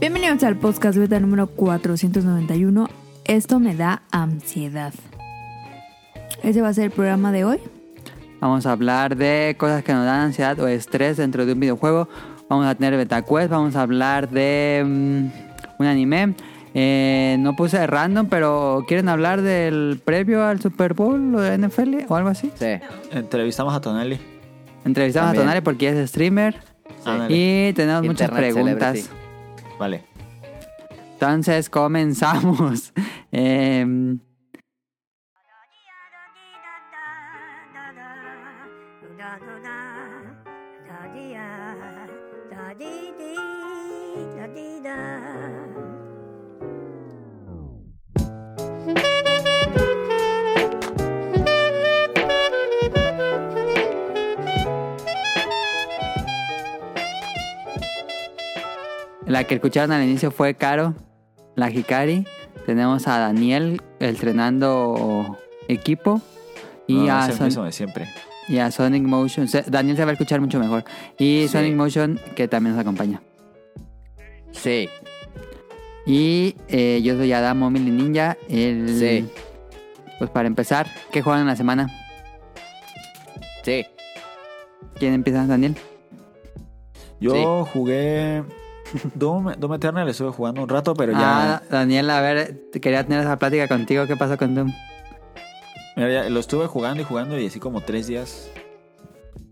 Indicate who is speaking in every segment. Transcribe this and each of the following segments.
Speaker 1: Bienvenidos al podcast beta número 491. Esto me da ansiedad. Ese va a ser el programa de hoy.
Speaker 2: Vamos a hablar de cosas que nos dan ansiedad o estrés dentro de un videojuego. Vamos a tener beta quest, vamos a hablar de mm, un anime. Eh, no puse random, pero ¿quieren hablar del previo al Super Bowl o de NFL o algo así?
Speaker 3: Sí.
Speaker 4: Entrevistamos a Tonelli.
Speaker 2: Entrevistamos
Speaker 3: También.
Speaker 2: a Tonale porque es streamer
Speaker 4: Ah,
Speaker 2: y tenemos muchas
Speaker 3: Internet
Speaker 2: preguntas.
Speaker 3: celebrity.
Speaker 4: Vale.
Speaker 2: Entonces comenzamos. Em, la que escucharon al inicio fue Caro, la Hikari. Tenemos a Daniel entrenando equipo. Y,
Speaker 4: No,
Speaker 2: a
Speaker 4: es el
Speaker 2: Son-
Speaker 4: mismo de siempre.
Speaker 2: y a Sonic Motion. Se- Daniel se va a escuchar mucho mejor. Y
Speaker 4: Sí.
Speaker 2: Sonic Motion que también nos acompaña.
Speaker 3: Sí.
Speaker 2: Y eh, yo soy Adamo Mili Ninja. El,
Speaker 3: Sí.
Speaker 2: Pues para empezar, ¿qué juegan en la semana?
Speaker 3: Sí.
Speaker 2: ¿Quién empieza, Daniel?
Speaker 4: Yo
Speaker 3: Sí.
Speaker 4: jugué Doom, Doom Eternal, estuve jugando un rato, pero
Speaker 2: Ah, Daniel, a ver, quería tener esa plática contigo. ¿Qué pasó con Doom?
Speaker 4: ya, mira, ya lo estuve jugando y jugando y así como tres días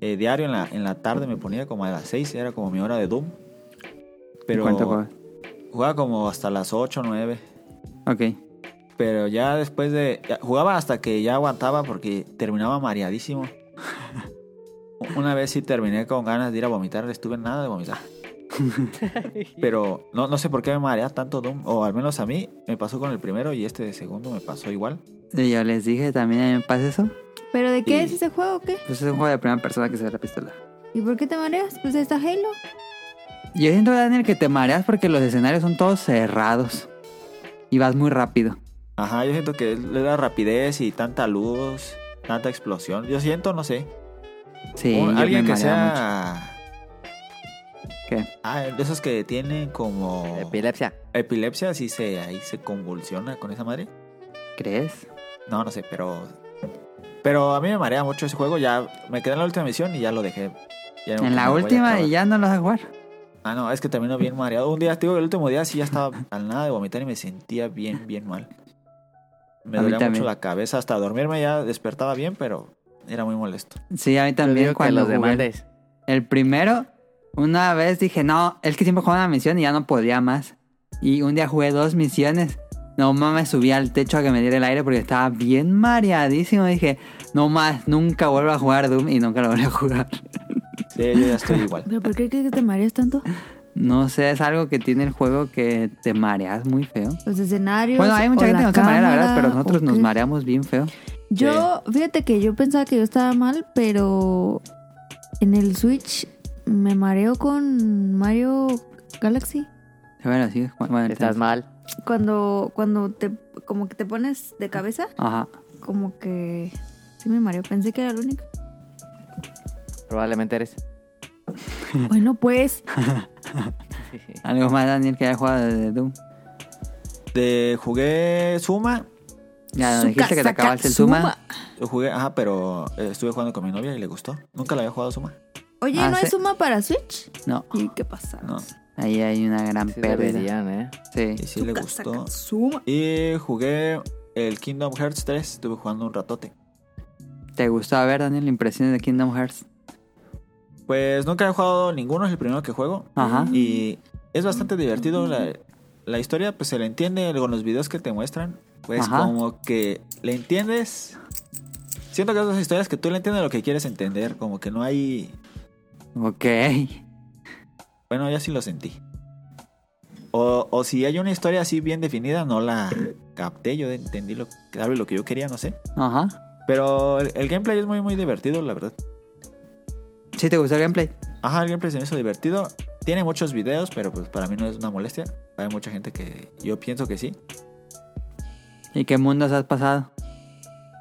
Speaker 4: eh, diario en la, en la tarde me ponía como a las seis, era como mi hora de Doom. Pero
Speaker 2: ¿Cuánto juegas?
Speaker 4: jugaba como hasta las ocho, nueve.
Speaker 2: Ok.
Speaker 4: Pero ya después de... ya- jugaba hasta que ya aguantaba porque terminaba mareadísimo. Una vez sí terminé con ganas de ir a vomitar, estuve en nada de vomitar. Pero no, no sé por qué me marea tanto Doom, o al menos a mí me pasó con el primero y este de segundo me pasó igual.
Speaker 2: Y yo les dije, también a mí me pasa eso.
Speaker 1: ¿Pero de qué
Speaker 4: Sí.
Speaker 1: es ese juego o qué?
Speaker 2: Pues es un juego de primera persona que se ve la pistola.
Speaker 1: ¿Y por qué te mareas? Pues ahí está Halo.
Speaker 2: Yo siento, Daniel, que te mareas porque los escenarios son todos cerrados. Y vas muy rápido.
Speaker 4: Ajá, yo siento que es la rapidez y tanta luz, tanta explosión. Yo siento, no sé,
Speaker 2: Sí,
Speaker 4: un-
Speaker 2: yo
Speaker 4: Oh, alguien
Speaker 2: me
Speaker 4: que
Speaker 2: mareaba
Speaker 4: sea...
Speaker 2: mucho. ¿Qué?
Speaker 4: Ah, de esos que tienen como
Speaker 3: Epilepsia.
Speaker 4: epilepsia, si se, ahí se convulsiona con esa madre.
Speaker 2: ¿Crees?
Speaker 4: No, no sé, pero. Pero a mí me marea mucho ese juego. Ya me quedé en la última misión y ya lo dejé. Ya no-
Speaker 2: en la
Speaker 4: no voy a
Speaker 2: última
Speaker 4: acabar.
Speaker 2: y ya no lo vas a jugar.
Speaker 4: Ah, no, es que termino bien mareado. Un día, te digo, el último día sí ya estaba al nada de vomitar y me sentía bien, bien mal. Me
Speaker 2: A mí
Speaker 4: dolía mucho
Speaker 2: también.
Speaker 4: la cabeza. Hasta dormirme ya despertaba bien, pero era muy molesto.
Speaker 2: Sí, a mí
Speaker 3: Yo
Speaker 2: también
Speaker 3: digo que
Speaker 2: cuando
Speaker 3: los
Speaker 2: jugué.
Speaker 3: demandes.
Speaker 2: El primero, una vez dije, no, es que siempre jugaba una misión y ya no podía más. Y un día jugué dos misiones. No mames, subí al techo a que me diera el aire porque estaba bien mareadísimo. Dije, no más, nunca vuelvo a jugar Doom y nunca lo volví a jugar.
Speaker 4: Sí, yo ya estoy igual.
Speaker 1: ¿Pero por qué crees que te mareas tanto?
Speaker 2: No sé, es algo que tiene el juego que te mareas muy feo.
Speaker 1: Los escenarios.
Speaker 2: Bueno, hay mucha
Speaker 1: o
Speaker 2: gente que
Speaker 1: la
Speaker 2: no se marea, la verdad,
Speaker 1: cámara,
Speaker 2: pero nosotros
Speaker 1: ¿o
Speaker 2: nos
Speaker 1: qué?
Speaker 2: mareamos bien feo.
Speaker 1: Yo, fíjate que yo pensaba que yo estaba mal, pero en el Switch me mareo con Mario Galaxy.
Speaker 2: Bueno, sí, bueno,
Speaker 3: Estás
Speaker 2: entonces-
Speaker 3: mal.
Speaker 1: Cuando, cuando te, como que te pones de cabeza,
Speaker 2: Ajá.
Speaker 1: como que sí me mareo. Pensé que era el único.
Speaker 3: Probablemente eres.
Speaker 2: Mm.
Speaker 1: Bueno, pues,
Speaker 2: Algo más, Daniel, que haya jugado de Doom.
Speaker 4: De, jugué Suma.
Speaker 2: Ya nos
Speaker 1: su
Speaker 2: dijiste que te
Speaker 1: casaca
Speaker 2: acabaste el Zuma.
Speaker 1: Zuma.
Speaker 4: Yo jugué, ajá, pero eh, estuve jugando con mi novia y le gustó. Nunca la había jugado Suma.
Speaker 1: Oye,
Speaker 2: Ah,
Speaker 1: ¿no hay
Speaker 2: sí.
Speaker 1: Suma para Switch?
Speaker 2: No,
Speaker 1: ¿Y qué pasa?
Speaker 4: No,
Speaker 2: ahí hay una gran
Speaker 3: Sí
Speaker 2: pérdida.
Speaker 3: deberían, ¿eh?
Speaker 2: Sí.
Speaker 4: y sí
Speaker 1: Su
Speaker 4: le
Speaker 1: casaca
Speaker 4: gustó.
Speaker 1: Zuma.
Speaker 4: Y jugué el Kingdom Hearts 3. Estuve jugando un ratote.
Speaker 2: ¿Te gustó a ver, Daniel, la impresión de Kingdom Hearts?
Speaker 4: Pues nunca he jugado ninguno, es el primero que juego.
Speaker 2: Ajá.
Speaker 4: Y es bastante divertido. La, la historia, pues se la entiende con los videos que te muestran. Pues
Speaker 2: Ajá.
Speaker 4: como que le entiendes. Siento que esas historias que tú le entiendes lo que quieres entender. Como que no hay.
Speaker 2: Ok.
Speaker 4: Bueno, ya sí lo sentí. O, o si hay una historia así bien definida, no la capté. Yo entendí lo, tal vez lo que yo quería, no sé.
Speaker 2: Ajá.
Speaker 4: Pero el, el gameplay es muy, muy divertido, la verdad.
Speaker 2: ¿Sí te gustó el gameplay?
Speaker 4: Ajá, el gameplay se me hizo divertido. Tiene muchos videos, pero pues para mí no es una molestia. Hay mucha gente que yo pienso que sí.
Speaker 2: ¿Y qué mundos has pasado?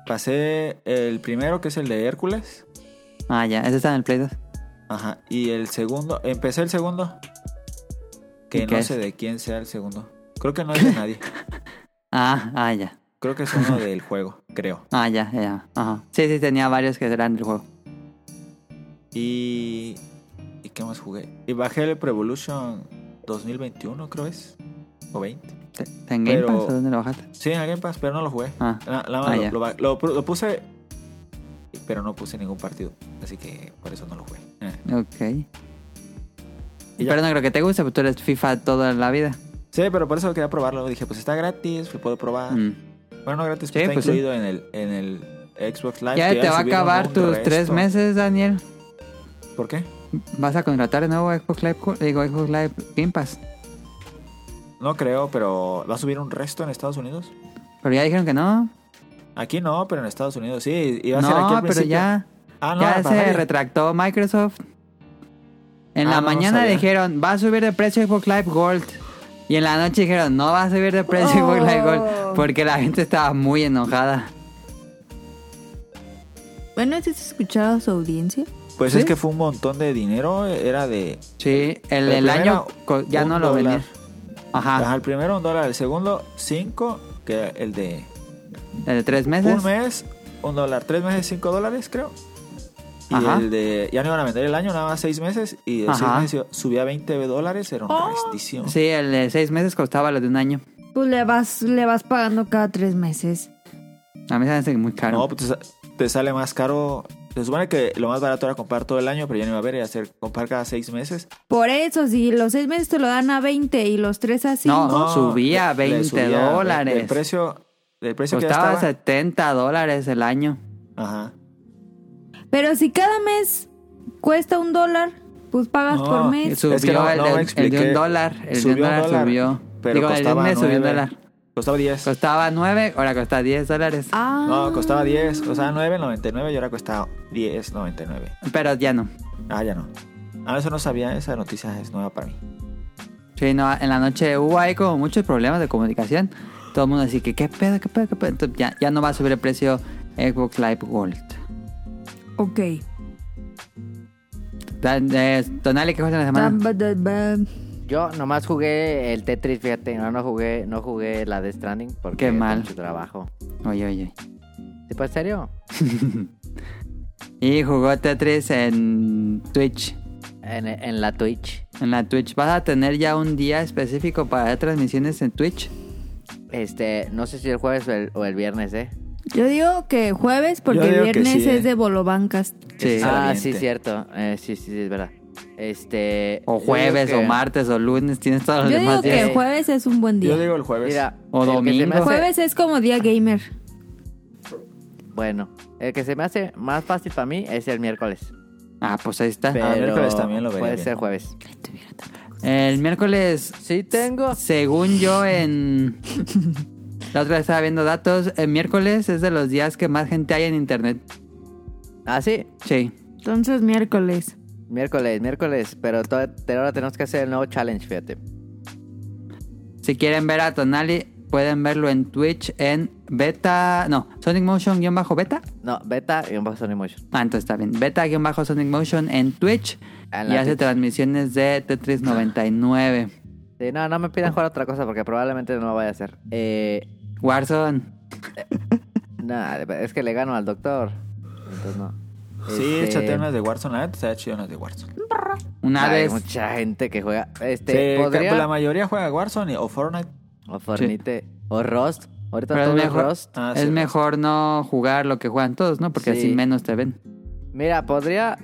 Speaker 4: Pasé el primero, que es el de Hércules.
Speaker 2: Ah, ya, ese está en el Play 2.
Speaker 4: Ajá. Y el segundo, empecé el segundo. Que
Speaker 2: ¿Y qué
Speaker 4: no
Speaker 2: es?
Speaker 4: sé de quién sea el segundo. Creo que no es de nadie.
Speaker 2: Ah, ah, ya.
Speaker 4: Creo que es uno del juego, creo.
Speaker 2: Ah, ya, ya, ya. Ajá. Sí, sí, tenía varios que eran del juego.
Speaker 4: Y. ¿Y qué más jugué? Y bajé el Pro Evolution 2021, creo es. O 20.
Speaker 2: ¿Te- ¿En Game
Speaker 4: Pero-
Speaker 2: Pass o dónde lo bajaste?
Speaker 4: Sí, en el Game Pass, pero no lo jugué.
Speaker 2: Ah,
Speaker 4: Na- nada más
Speaker 2: Ah,
Speaker 4: lo-
Speaker 2: ya.
Speaker 4: lo, ba- lo pu- lo puse, pero no puse ningún partido. Así que por eso no lo jugué. Eh.
Speaker 2: ok.
Speaker 4: Y ya.
Speaker 2: Pero no creo que te guste, porque tú eres FIFA toda la vida.
Speaker 4: Sí, pero por eso quería probarlo. Dije, pues está gratis, lo puedo probar.
Speaker 2: Mm.
Speaker 4: Bueno, no gratis,
Speaker 2: Sí,
Speaker 4: pero está
Speaker 2: pues sí.
Speaker 4: incluido en, el, en el Xbox Live.
Speaker 2: Ya
Speaker 4: que
Speaker 2: te va a
Speaker 4: subieron
Speaker 2: acabar
Speaker 4: un
Speaker 2: tus
Speaker 4: resto.
Speaker 2: tres meses, Daniel.
Speaker 4: ¿Por qué?
Speaker 2: ¿Vas a contratar de nuevo Xbox Live, Co- digo, Xbox Live Game Pass?
Speaker 4: No creo, pero ¿va a subir un resto en Estados Unidos?
Speaker 2: Pero ya dijeron que no.
Speaker 4: Aquí no, pero en Estados Unidos sí. Iba a ser aquí
Speaker 2: No,
Speaker 4: al
Speaker 2: pero
Speaker 4: principio.
Speaker 2: ya,
Speaker 4: Ah, no,
Speaker 2: ya
Speaker 4: para
Speaker 2: se
Speaker 4: nadie.
Speaker 2: retractó Microsoft. En
Speaker 4: Ah,
Speaker 2: la
Speaker 4: no, no
Speaker 2: mañana
Speaker 4: sabía.
Speaker 2: dijeron, va a subir de precio Xbox Live Gold. Y en la noche dijeron, no va a subir de precio Xbox Live Gold.
Speaker 1: Oh.
Speaker 2: Porque la gente estaba muy enojada.
Speaker 1: Bueno, ¿sí has escuchado a su audiencia?
Speaker 4: Pues
Speaker 2: ¿Sí?
Speaker 4: es que fue un montón de dinero. Era de.
Speaker 2: Sí, el, el
Speaker 4: primero,
Speaker 2: año co- ya
Speaker 4: un
Speaker 2: no lo
Speaker 4: dólar.
Speaker 2: venía.
Speaker 4: Ajá,
Speaker 2: Ajá,
Speaker 4: el primero un dólar, el segundo cinco, que era el de
Speaker 2: el de tres meses.
Speaker 4: un mes, un dólar, tres meses, cinco dólares creo. Y
Speaker 2: Ajá.
Speaker 4: el de, ya no iban a vender el año, nada más seis meses, y de
Speaker 2: Ajá.
Speaker 4: seis meses subía 20 dólares, era un restísimo.
Speaker 2: Sí, el de seis meses costaba lo de un año.
Speaker 1: Pues le vas, le vas pagando cada tres meses.
Speaker 2: A mí se me hace muy caro.
Speaker 4: No, pues te, sa- te sale más caro. Se supone que lo más barato era comprar todo el año, pero ya no iba a haber, y hacer comprar cada seis meses.
Speaker 1: Por eso, si los seis meses te lo dan a 20 y los tres a 5.
Speaker 2: No, subía
Speaker 4: le- le
Speaker 2: 20
Speaker 4: subía de-
Speaker 2: dólares.
Speaker 4: del precio, del precio que ya
Speaker 2: Costaba
Speaker 4: estaba.
Speaker 2: 70 dólares el año.
Speaker 4: Ajá.
Speaker 1: Pero si cada mes cuesta un dólar, pues pagas
Speaker 4: No,
Speaker 1: por mes.
Speaker 2: Subió
Speaker 4: Es que no-
Speaker 2: el, de-
Speaker 4: no me
Speaker 2: el de
Speaker 4: expliqué.
Speaker 2: un dólar. El de un
Speaker 4: Subió un
Speaker 2: dólar
Speaker 4: dólar,
Speaker 2: subió.
Speaker 4: pero
Speaker 2: Digo, el de un
Speaker 4: costaba
Speaker 2: mes subió un
Speaker 4: nueve.
Speaker 2: dólar.
Speaker 4: Costaba 10.
Speaker 2: Costaba 9, ahora cuesta 10 dólares.
Speaker 1: Ah.
Speaker 4: No, costaba 10, costaba 9.99 y ahora cuesta 10.99.
Speaker 2: Pero ya no.
Speaker 4: Ah, ya no. Ah, eso no sabía, esa noticia es nueva para mí.
Speaker 2: Sí, no, en la noche hubo ahí como muchos problemas de comunicación. Todo el mundo así que, ¿qué pedo, qué pedo, qué pedo? Entonces, ya, ya no va a subir el precio Xbox Live Gold.
Speaker 1: Ok.
Speaker 2: Dan- eh, Tonali, ¿qué juegas en la semana?
Speaker 1: Tam, ba, da, ba.
Speaker 3: Yo nomás jugué el Tetris, fíjate, no, no jugué, no jugué la de Stranding porque
Speaker 2: Qué mal.
Speaker 3: mucho trabajo.
Speaker 2: Oye, oye.
Speaker 3: ¿Sí, pues, en serio?
Speaker 2: Y jugó Tetris en Twitch.
Speaker 3: En, en la Twitch.
Speaker 2: En la Twitch. ¿Vas a tener ya un día específico para hacer transmisiones en Twitch?
Speaker 3: Este, no sé si el jueves o el, o el viernes, ¿eh?
Speaker 1: Yo digo que jueves porque
Speaker 4: Yo digo que
Speaker 1: viernes
Speaker 4: sí, eh.
Speaker 1: es de Bolobancas.
Speaker 2: Sí.
Speaker 4: Es
Speaker 3: Ah,
Speaker 4: valiente.
Speaker 3: sí, cierto. Eh, sí, sí, sí, es verdad. Este.
Speaker 2: O
Speaker 3: yo
Speaker 2: jueves,
Speaker 3: digo
Speaker 2: o
Speaker 3: que-
Speaker 2: martes, o lunes. Tienes
Speaker 4: Ah,
Speaker 2: todos
Speaker 1: Yo
Speaker 2: los
Speaker 1: digo
Speaker 2: demás
Speaker 1: que
Speaker 2: días.
Speaker 3: eh.
Speaker 1: jueves es un buen
Speaker 4: Yo
Speaker 1: día.
Speaker 4: digo el jueves.
Speaker 3: Mira,
Speaker 2: O
Speaker 3: el que se me
Speaker 2: domingo.
Speaker 3: hace-
Speaker 1: Jueves es como día gamer.
Speaker 3: Bueno, el que se me hace más fácil para mí es el miércoles.
Speaker 2: Ah, pues ahí está.
Speaker 3: Pero
Speaker 4: miércoles también lo vería
Speaker 3: Puede
Speaker 4: bien.
Speaker 3: ser jueves.
Speaker 2: El miércoles,
Speaker 3: Sí, tengo.
Speaker 2: según yo, en. La otra vez estaba viendo datos. El miércoles es de los días que más gente hay en internet.
Speaker 3: Ah, sí.
Speaker 2: Sí.
Speaker 1: Entonces miércoles.
Speaker 3: Miércoles, miércoles. Pero to- te- ahora tenemos que hacer el nuevo challenge, fíjate.
Speaker 2: Si quieren ver a Tonali, pueden verlo en Twitch en beta. No, Sonic Motion-beta.
Speaker 3: No, beta y un paso de motion.
Speaker 2: Ah, entonces está bien. Beta-Sonic Motion en Twitch.
Speaker 3: En
Speaker 2: y
Speaker 3: la
Speaker 2: hace
Speaker 3: Twitch.
Speaker 2: transmisiones de Tetris 99.
Speaker 3: Sí, no, no me pidan jugar otra cosa porque probablemente no lo vaya a hacer. Eh,
Speaker 2: Warzone.
Speaker 3: nada, es que le gano al doctor. Entonces no.
Speaker 4: Sí,
Speaker 3: Este,
Speaker 4: échate unas de Warzone, la neta está chido unas de Warzone.
Speaker 2: Una
Speaker 3: Hay
Speaker 2: vez.
Speaker 3: mucha gente que juega. Este,
Speaker 4: Sí, pues,
Speaker 3: podría.
Speaker 4: La mayoría juega Warzone o Fortnite.
Speaker 3: O Fornite. O Rust. Ahorita
Speaker 2: Pero es
Speaker 3: todo es
Speaker 2: mejor,
Speaker 3: Rust.
Speaker 4: Ah,
Speaker 2: es
Speaker 4: sí,
Speaker 2: mejor no jugar lo que juegan todos, ¿no? Porque
Speaker 3: Sí.
Speaker 2: así menos te ven.
Speaker 3: Mira, podría.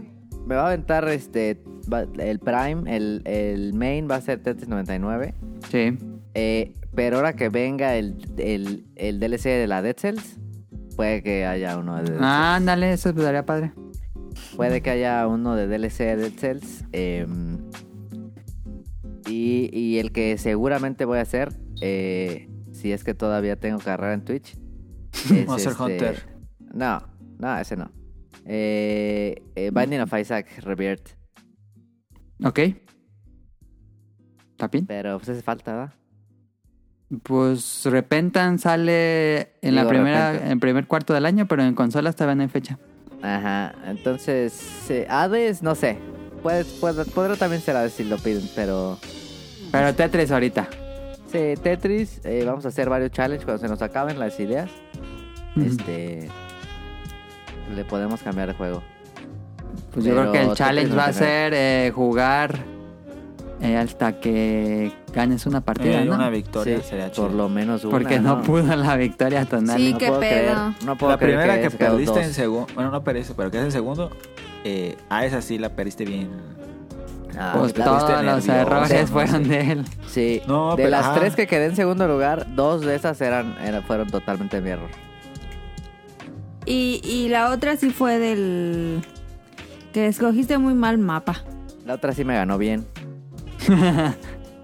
Speaker 3: Me va a aventar este. va- El Prime, el, el main va a ser Tetris 99.
Speaker 2: Sí.
Speaker 3: Eh, pero ahora que venga el, el, el DLC de la Dead Cells, puede que haya uno de.
Speaker 2: Ah. Ándale, eso estaría padre.
Speaker 3: Puede que haya uno de DLC de Dead Cells. em, y, y el que seguramente voy a hacer, eh, si es que todavía tengo carrera en Twitch. es este,
Speaker 4: Monster Hunter.
Speaker 3: No, no, ese no. Eh, eh, Binding of Isaac Rebirth.
Speaker 2: ¿Ok? ¿Está bien?
Speaker 3: Pero pues hace falta, ¿verdad?
Speaker 2: Pues Repentan sale en la
Speaker 3: Digo,
Speaker 2: primera,
Speaker 3: Repentan.
Speaker 2: en el primer cuarto del año, pero en consolas todavía no hay fecha.
Speaker 3: Ajá, entonces eh, Hades, no sé. Puede, puede- podrá también ser Hades si lo piden, pero
Speaker 2: Pero Tetris ahorita.
Speaker 3: Sí, Tetris, eh, vamos a hacer varios challenges cuando se nos acaben las ideas. Este. Le podemos cambiar de juego.
Speaker 2: Pues yo
Speaker 3: Pero
Speaker 2: creo que el
Speaker 3: Tetris
Speaker 2: challenge
Speaker 3: no
Speaker 2: va a
Speaker 3: tiene nada.
Speaker 2: ser eh, jugar eh, hasta que ganes una partida,
Speaker 4: Eh,
Speaker 2: ¿no?
Speaker 4: una victoria
Speaker 3: Sí,
Speaker 4: sería chido.
Speaker 3: por lo menos una.
Speaker 2: Porque no, pudo la victoria tonal.
Speaker 1: Sí,
Speaker 3: No
Speaker 1: Qué
Speaker 3: puedo
Speaker 1: pedo.
Speaker 3: creer. No puedo
Speaker 4: la
Speaker 3: creer
Speaker 4: primera que,
Speaker 3: hayas quedado
Speaker 4: perdiste
Speaker 3: dos.
Speaker 4: en segundo, bueno, no perdiste, pero que es en segundo, eh, a esa sí la perdiste bien.
Speaker 3: Ah,
Speaker 2: Pues
Speaker 3: la-
Speaker 2: todos
Speaker 4: pusiste
Speaker 2: los
Speaker 4: nerviosa,
Speaker 2: errores
Speaker 4: no
Speaker 2: fueron
Speaker 4: sé.
Speaker 2: de él.
Speaker 3: Sí.
Speaker 4: No,
Speaker 3: de
Speaker 4: pero-
Speaker 3: las
Speaker 4: ajá.
Speaker 3: tres que quedé en segundo lugar, dos de esas eran, era- fueron totalmente mi error.
Speaker 5: Y, y la otra sí fue del... Que escogiste muy mal mapa.
Speaker 3: La otra sí me ganó bien.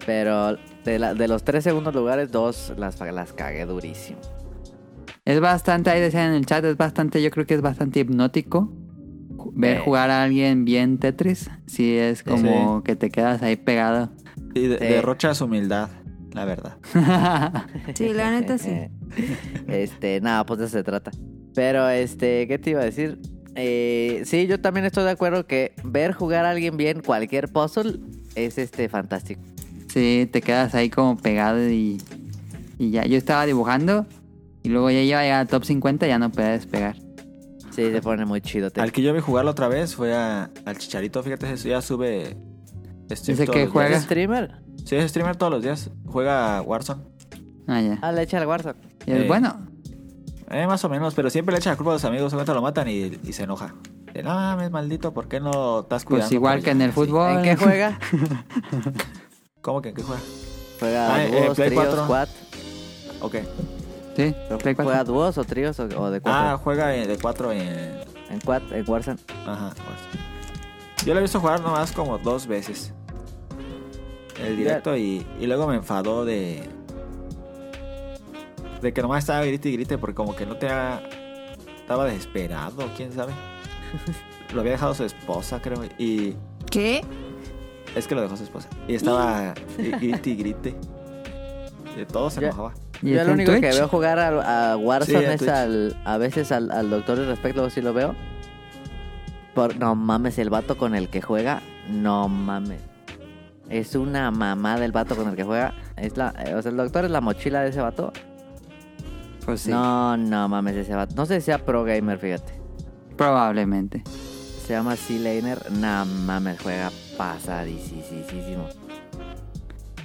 Speaker 3: Pero de, la- de los tres segundos lugares, dos las, las cagué durísimo.
Speaker 2: Es bastante, ahí decían en el chat, es bastante, yo creo que es bastante hipnótico ju- ver
Speaker 3: Eh.
Speaker 2: jugar a alguien bien Tetris. Si es como que te quedas ahí pegado.
Speaker 4: Y de-
Speaker 3: Sí.
Speaker 4: derrochas humildad, la verdad.
Speaker 5: Sí, la neta sí.
Speaker 3: Este, nada, pues de eso se trata. Pero, este, ¿qué te iba a decir? Eh, sí, yo también estoy de acuerdo que ver jugar a alguien bien cualquier puzzle es este fantástico.
Speaker 2: Sí, te quedas ahí como pegado y, y ya. Yo estaba dibujando y luego ya iba a llegar al top 50 y ya no podía despegar.
Speaker 3: Sí, se pone muy chido. te-
Speaker 4: Al que yo vi jugarla otra vez fue a- al Chicharito, fíjate, ese ya sube... stream
Speaker 2: Dice
Speaker 4: todos
Speaker 2: que
Speaker 4: los
Speaker 2: juega.
Speaker 4: días.
Speaker 3: ¿Es streamer?
Speaker 4: Sí, es streamer todos los días, juega Warzone.
Speaker 2: Ah, ya.
Speaker 3: Ah, le echa al Warzone.
Speaker 2: Y es
Speaker 4: Eh.
Speaker 2: bueno.
Speaker 4: Eh, más o menos, pero siempre le echa la culpa a los amigos, cuenta lo matan y, y se enoja. De, no mames, maldito, ¿por qué no estás cuidando?
Speaker 2: Pues igual
Speaker 4: por
Speaker 2: que
Speaker 4: allá?"
Speaker 2: en el
Speaker 4: Sí.
Speaker 2: fútbol.
Speaker 3: ¿En qué juega?
Speaker 4: ¿Cómo que en qué juega?
Speaker 3: Juega
Speaker 4: Ah, eh,
Speaker 3: dúos,
Speaker 4: Play
Speaker 3: tríos,
Speaker 4: 4.
Speaker 3: quad.
Speaker 4: Ok.
Speaker 2: Sí, Play cuatro.
Speaker 3: ¿Juega dúos o tríos o, o de
Speaker 4: Ah,
Speaker 3: cuatro?
Speaker 4: juega en- de 4 en...
Speaker 3: En quad, en Warzone.
Speaker 4: Ajá. pues. Yo lo he visto jugar nomás como dos veces. El directo y, y luego me enfadó de... De que nomás estaba grite y grite porque como que no te ha- Estaba desesperado, quién sabe. lo había dejado su esposa, creo. Y
Speaker 5: ¿Qué?
Speaker 4: es que lo dejó su esposa. Y estaba y- grite y grite. Y todo se
Speaker 3: Ya.
Speaker 4: enojaba.
Speaker 2: ¿Y
Speaker 3: Yo
Speaker 2: está
Speaker 3: lo
Speaker 2: en
Speaker 3: único que
Speaker 2: Twitch?
Speaker 3: veo jugar a, a Warzone
Speaker 4: Sí, a
Speaker 3: es
Speaker 4: Twitch.
Speaker 3: al, a veces al, al doctor del respecto, luego sí lo veo. Por, no mames, el vato con el que juega, no mames. Es una mamá del vato con el que juega. Es la, eh, o sea, el doctor es la mochila de ese vato.
Speaker 2: Pues sí,
Speaker 3: No, no mames, ese vato. No sé si sea pro gamer, fíjate.
Speaker 2: probablemente.
Speaker 3: Se llama C Laner. No mames, juega pasadísimo.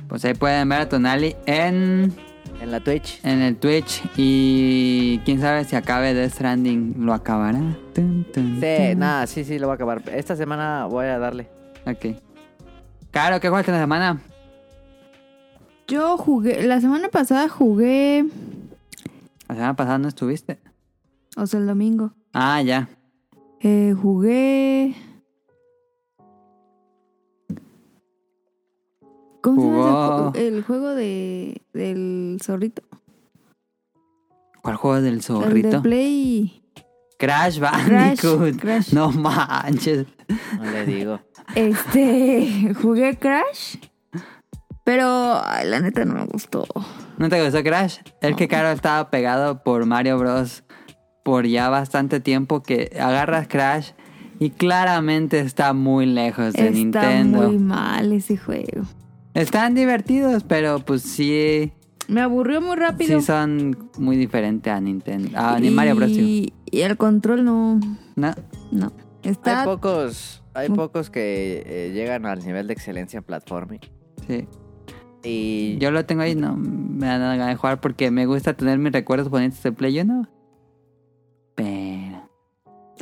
Speaker 2: Pues ahí pueden ver a Tonali en,
Speaker 3: En la Twitch.
Speaker 2: en el Twitch. Y quién sabe si acabe Death Stranding. ¿Lo acabará? Tun, tun,
Speaker 3: Sí,
Speaker 2: tun.
Speaker 3: nada, sí, sí, lo voy a acabar. Esta semana voy a darle.
Speaker 2: Ok. Claro, ¿qué juegas en la semana?
Speaker 1: Yo jugué, la semana pasada jugué,
Speaker 2: La semana pasada no estuviste.
Speaker 1: o sea, el domingo,
Speaker 2: Ah, ya.
Speaker 1: eh, jugué... ¿Cómo se llama
Speaker 2: Jugó.
Speaker 1: ese ju- el juego de, del zorrito?
Speaker 2: ¿Cuál juego del
Speaker 1: El de
Speaker 2: zorrito?
Speaker 1: Play.
Speaker 2: Crash
Speaker 1: Crash,
Speaker 2: Bandicoot.
Speaker 1: Crash.
Speaker 2: No manches.
Speaker 3: No le digo.
Speaker 1: Este, jugué Crash, pero ay, la neta no me gustó.
Speaker 2: ¿No te gustó Crash? El que Caro estaba pegado por Mario Bros. por ya bastante tiempo que agarras Crash y claramente está muy lejos de
Speaker 1: Está
Speaker 2: Nintendo.
Speaker 1: muy mal ese juego.
Speaker 2: Están divertidos, pero pues sí,
Speaker 1: Me aburrió muy rápido.
Speaker 2: sí son muy diferentes a Nintendo. A
Speaker 1: y,
Speaker 2: Mario Bros. digo.
Speaker 1: y el control no,
Speaker 2: ¿No?
Speaker 1: no.
Speaker 2: Ah,
Speaker 3: Hay
Speaker 1: Está
Speaker 3: pocos, hay
Speaker 1: Mm.
Speaker 3: pocos que eh, llegan al nivel de excelencia en platforming.
Speaker 2: Sí.
Speaker 3: Y
Speaker 2: Yo lo tengo ahí, no me da nada de jugar porque me gusta tener mis recuerdos bonitos de Play 1. Pero.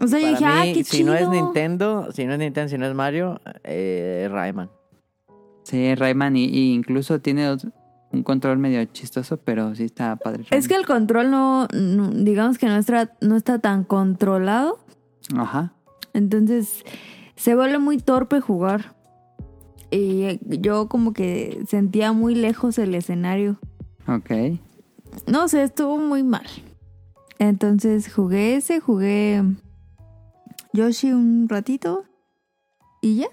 Speaker 1: O sea, yo dije,
Speaker 3: para
Speaker 1: ah,
Speaker 3: mí,
Speaker 1: qué
Speaker 3: si
Speaker 1: chido.
Speaker 3: no es Nintendo, si no es Nintendo, si no es Mario, eh, Rayman.
Speaker 2: Sí, Rayman, y, y incluso tiene otro- un control medio chistoso, pero sí está padre.
Speaker 1: Es que el control no, no- digamos que no está, no está tan controlado.
Speaker 2: Rayman. Ajá.
Speaker 1: Entonces, se vuelve muy torpe jugar. Y eh, yo como que sentía muy lejos el escenario.
Speaker 2: Ok.
Speaker 1: No sé, estuvo muy mal. Entonces jugué ese, jugué Yoshi un ratito y ya.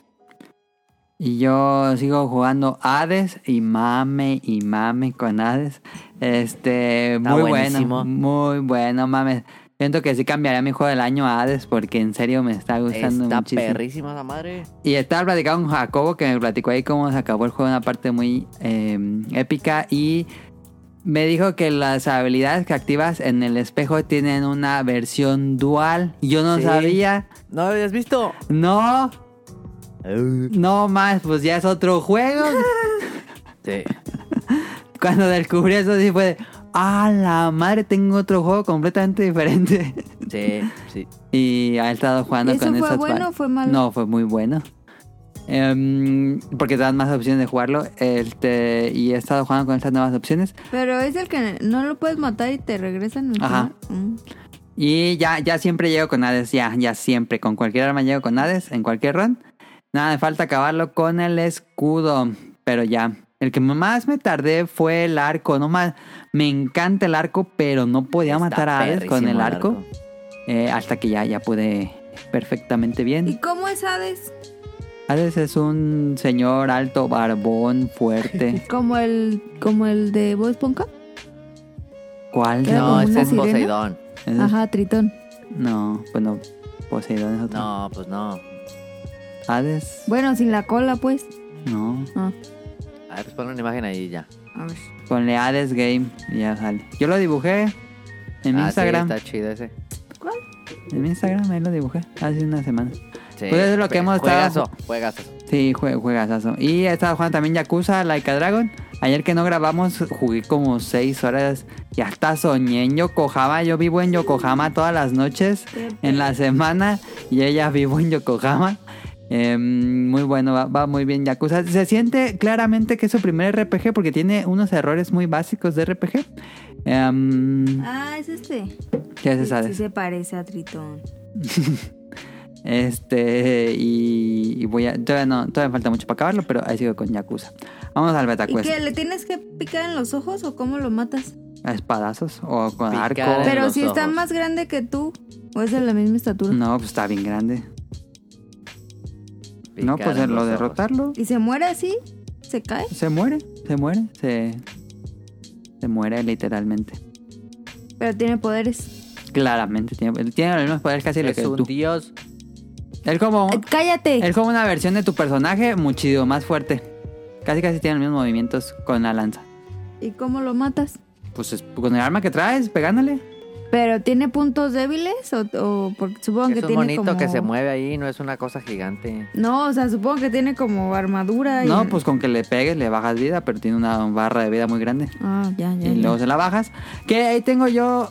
Speaker 2: Y yo sigo jugando Hades y mame y mame con Hades. Este,
Speaker 3: Está
Speaker 2: muy
Speaker 3: buenísimo.
Speaker 2: bueno. Muy bueno, mames. Siento que sí cambiaría mi juego del año a Hades porque en serio me está gustando
Speaker 3: Está
Speaker 2: muchísimo.
Speaker 3: perrísima esa madre.
Speaker 2: Y estaba platicando con Jacobo que me platicó ahí cómo se acabó el juego en una parte muy eh, épica y me dijo que las habilidades que activas en el espejo tienen una versión dual. Yo no
Speaker 3: Sí.
Speaker 2: sabía.
Speaker 3: ¿No lo habías visto?
Speaker 2: No, no más, pues ya es otro juego.
Speaker 3: Sí.
Speaker 2: Cuando descubrí eso sí fue de, ah, la madre, tengo otro juego completamente diferente.
Speaker 3: Sí, sí.
Speaker 2: Y ha estado jugando
Speaker 5: ¿Y eso
Speaker 2: con
Speaker 5: fue
Speaker 2: esos
Speaker 5: bueno
Speaker 2: pa-
Speaker 5: o fue malo?
Speaker 2: No, fue muy bueno. Em, porque te dan más opciones de jugarlo. Este, y he estado jugando con estas nuevas opciones.
Speaker 5: Pero es el que no lo puedes matar y te regresan. al
Speaker 2: Ajá.
Speaker 5: final. Mm.
Speaker 2: Y ya, ya siempre llego con Hades. Ya, ya siempre. Con cualquier arma llego con Hades. En cualquier run. Nada, me falta acabarlo con el escudo. Pero ya. El que más me tardé fue el arco. No más. Me encanta el arco, pero no podía
Speaker 3: Está
Speaker 2: matar a Hades con
Speaker 3: perrísimo
Speaker 2: el arco. Eh, hasta que ya, ya pude perfectamente bien.
Speaker 5: ¿Y cómo es Hades?
Speaker 2: Hades es un señor alto, barbón, fuerte.
Speaker 5: Como el, como el de Bob Esponja.
Speaker 2: ¿Cuál?
Speaker 5: Era
Speaker 3: No,
Speaker 5: como
Speaker 3: ese
Speaker 5: una
Speaker 3: es
Speaker 5: sirena.
Speaker 3: Poseidón.
Speaker 2: Ese es-
Speaker 5: Ajá, Tritón.
Speaker 2: No, pues no. Poseidón es otro.
Speaker 3: No, pues no.
Speaker 2: Hades.
Speaker 5: Bueno, sin la cola, pues.
Speaker 2: No.
Speaker 3: A ver, pues pon una imagen ahí y ya.
Speaker 5: A ver.
Speaker 2: Ponle Hades Game y ya sale. Yo lo dibujé en mi
Speaker 3: Ah, sí,
Speaker 2: Instagram.
Speaker 3: está chido ese.
Speaker 2: En mi Instagram ahí lo dibujé hace una semana.
Speaker 3: Sí.
Speaker 2: Pues es lo que hemos estado-
Speaker 3: Juegazo, juegazo.
Speaker 2: Sí, jue juegazazo. Y estaba jugando también Yakuza, Like a Dragon. Ayer que no grabamos, jugué como 6 horas y hasta soñé en Yokohama. Yo vivo en Yokohama todas las noches en la semana y ella vivo en Yokohama. Eh, muy bueno, va, va muy bien Yakuza. Se siente claramente que es su primer RPG porque tiene unos errores muy básicos de RPG. Em,
Speaker 5: Ah, es este.
Speaker 2: ¿Qué
Speaker 5: Sí,
Speaker 2: haces,
Speaker 5: sí
Speaker 2: Hades?
Speaker 5: se parece a Tritón.
Speaker 2: Este, y, y voy a. Todavía, no, todavía me falta mucho para acabarlo, pero ahí sigo con Yakuza. Vamos al beta
Speaker 5: ¿Y
Speaker 2: quest.
Speaker 5: qué? ¿Le tienes que picar en los ojos o cómo lo matas?
Speaker 2: a espadazos o con
Speaker 3: Picar
Speaker 2: arco.
Speaker 3: en
Speaker 5: Pero
Speaker 3: los
Speaker 5: si está
Speaker 3: ojos.
Speaker 5: más grande que tú, o es de la misma estatura.
Speaker 2: No, pues está bien grande. no,
Speaker 3: Picar
Speaker 2: pues
Speaker 3: en
Speaker 2: lo
Speaker 3: los
Speaker 2: derrotarlo.
Speaker 5: ¿Y se muere así? ¿Se cae?
Speaker 2: Se muere, se muere, se. Se muere literalmente.
Speaker 5: Pero tiene poderes.
Speaker 2: Claramente, tiene, tiene los mismos poderes casi lo
Speaker 3: Es
Speaker 2: que
Speaker 3: un
Speaker 2: tú.
Speaker 3: dios.
Speaker 2: Él como,
Speaker 5: Eh, ¡Cállate!
Speaker 2: él como una versión de tu personaje muchísimo más fuerte. Casi casi tiene los mismos movimientos con la lanza.
Speaker 5: ¿Y cómo lo matas?
Speaker 2: Pues es- con el arma que traes, pegándole.
Speaker 5: ¿Pero tiene puntos débiles? ¿O, o porque supongo que
Speaker 3: Es un
Speaker 5: tiene
Speaker 3: monito
Speaker 5: como...
Speaker 3: que se mueve ahí, no es una cosa gigante.
Speaker 5: No, o sea, supongo que tiene como armadura y...
Speaker 2: No, pues con que le pegues le bajas vida, pero tiene una barra de vida muy grande.
Speaker 5: Ah, ya, ya.
Speaker 2: Y
Speaker 5: ya.
Speaker 2: luego se la bajas. Que ahí tengo yo.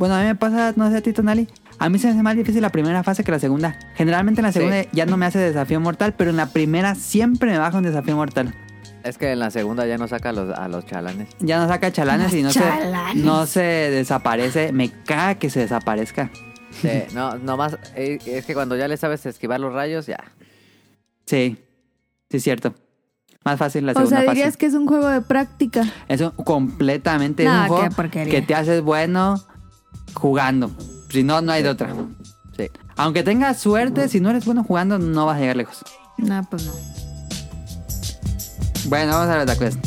Speaker 2: Bueno, a mí me pasa, no sé a ti, Tonali. A mí se me hace más difícil la primera fase que la segunda. Generalmente en la
Speaker 3: Sí.
Speaker 2: segunda ya no me hace desafío mortal, pero en la primera siempre me baja un desafío mortal.
Speaker 3: Es que en la segunda ya no saca a los, a los chalanes.
Speaker 2: Ya no saca chalanes y no, Se,
Speaker 5: chalanes.
Speaker 2: no se desaparece. Me caga que se desaparezca.
Speaker 3: Sí, no, nomás. eh, Es que cuando ya le sabes esquivar los rayos, ya.
Speaker 2: Sí, sí es cierto. Más fácil la
Speaker 5: O sea,
Speaker 2: segunda
Speaker 5: dirías
Speaker 2: fase.
Speaker 5: que es un juego de práctica.
Speaker 2: Eso completamente es
Speaker 5: Nah,
Speaker 2: un juego
Speaker 5: qué porquería.
Speaker 2: que te haces bueno jugando. Si no, no hay de otra.
Speaker 3: Sí.
Speaker 2: Aunque tengas suerte, si no eres bueno jugando, no vas a llegar lejos.
Speaker 5: Nah, pues no.
Speaker 2: Bueno, vamos a ver la quest.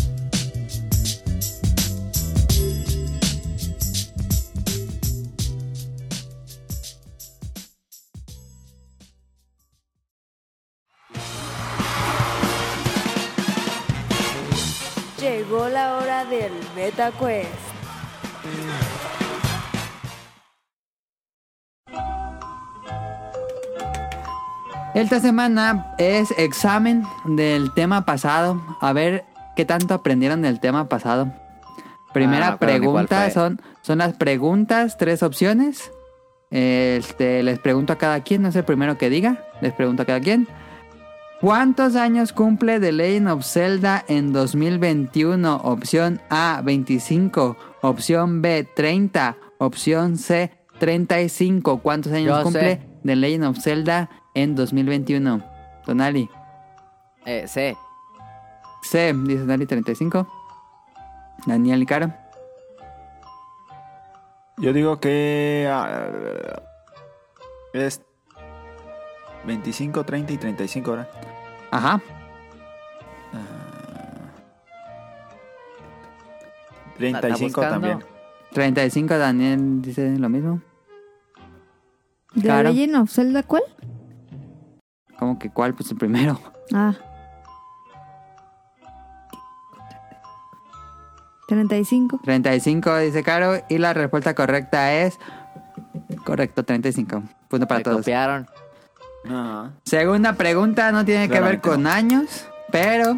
Speaker 5: Llegó la hora del Beta Quest.
Speaker 2: Esta semana es examen del tema pasado. A ver qué tanto aprendieron del tema pasado. Primera
Speaker 3: Ah, me acuerdo ni cuál
Speaker 2: pregunta
Speaker 3: fue.
Speaker 2: son, son las preguntas, tres opciones. Este, les pregunto a cada quien, no es el primero que diga. Les pregunto a cada quien. ¿Cuántos años cumple The Legend of Zelda en 2021? Opción A, 25. Opción B, 30. Opción C, 35. ¿Cuántos años
Speaker 3: Yo
Speaker 2: cumple
Speaker 3: sé.
Speaker 2: The Legend of Zelda en 2021? Tonali.
Speaker 3: Eh, sí.
Speaker 2: C, dice Tonali 35. Daniel Caro.
Speaker 4: Yo digo que... ah, es 25, 30 y 35 ahora.
Speaker 2: Ajá.
Speaker 4: 35
Speaker 3: buscando.
Speaker 4: también.
Speaker 2: 35 Daniel dice lo mismo.
Speaker 1: ¿De
Speaker 2: Claro.
Speaker 1: Legend of Zelda cuál?
Speaker 2: ¿Cómo que cuál? Pues el primero.
Speaker 1: Ah. 35.
Speaker 2: 35 dice Caro y la respuesta correcta es... Correcto, 35. Punto Pues para
Speaker 3: Me
Speaker 2: todos.
Speaker 3: copiaron.
Speaker 4: No.
Speaker 2: Segunda pregunta no tiene que ver
Speaker 4: Claramente
Speaker 2: con
Speaker 4: no.
Speaker 2: años, pero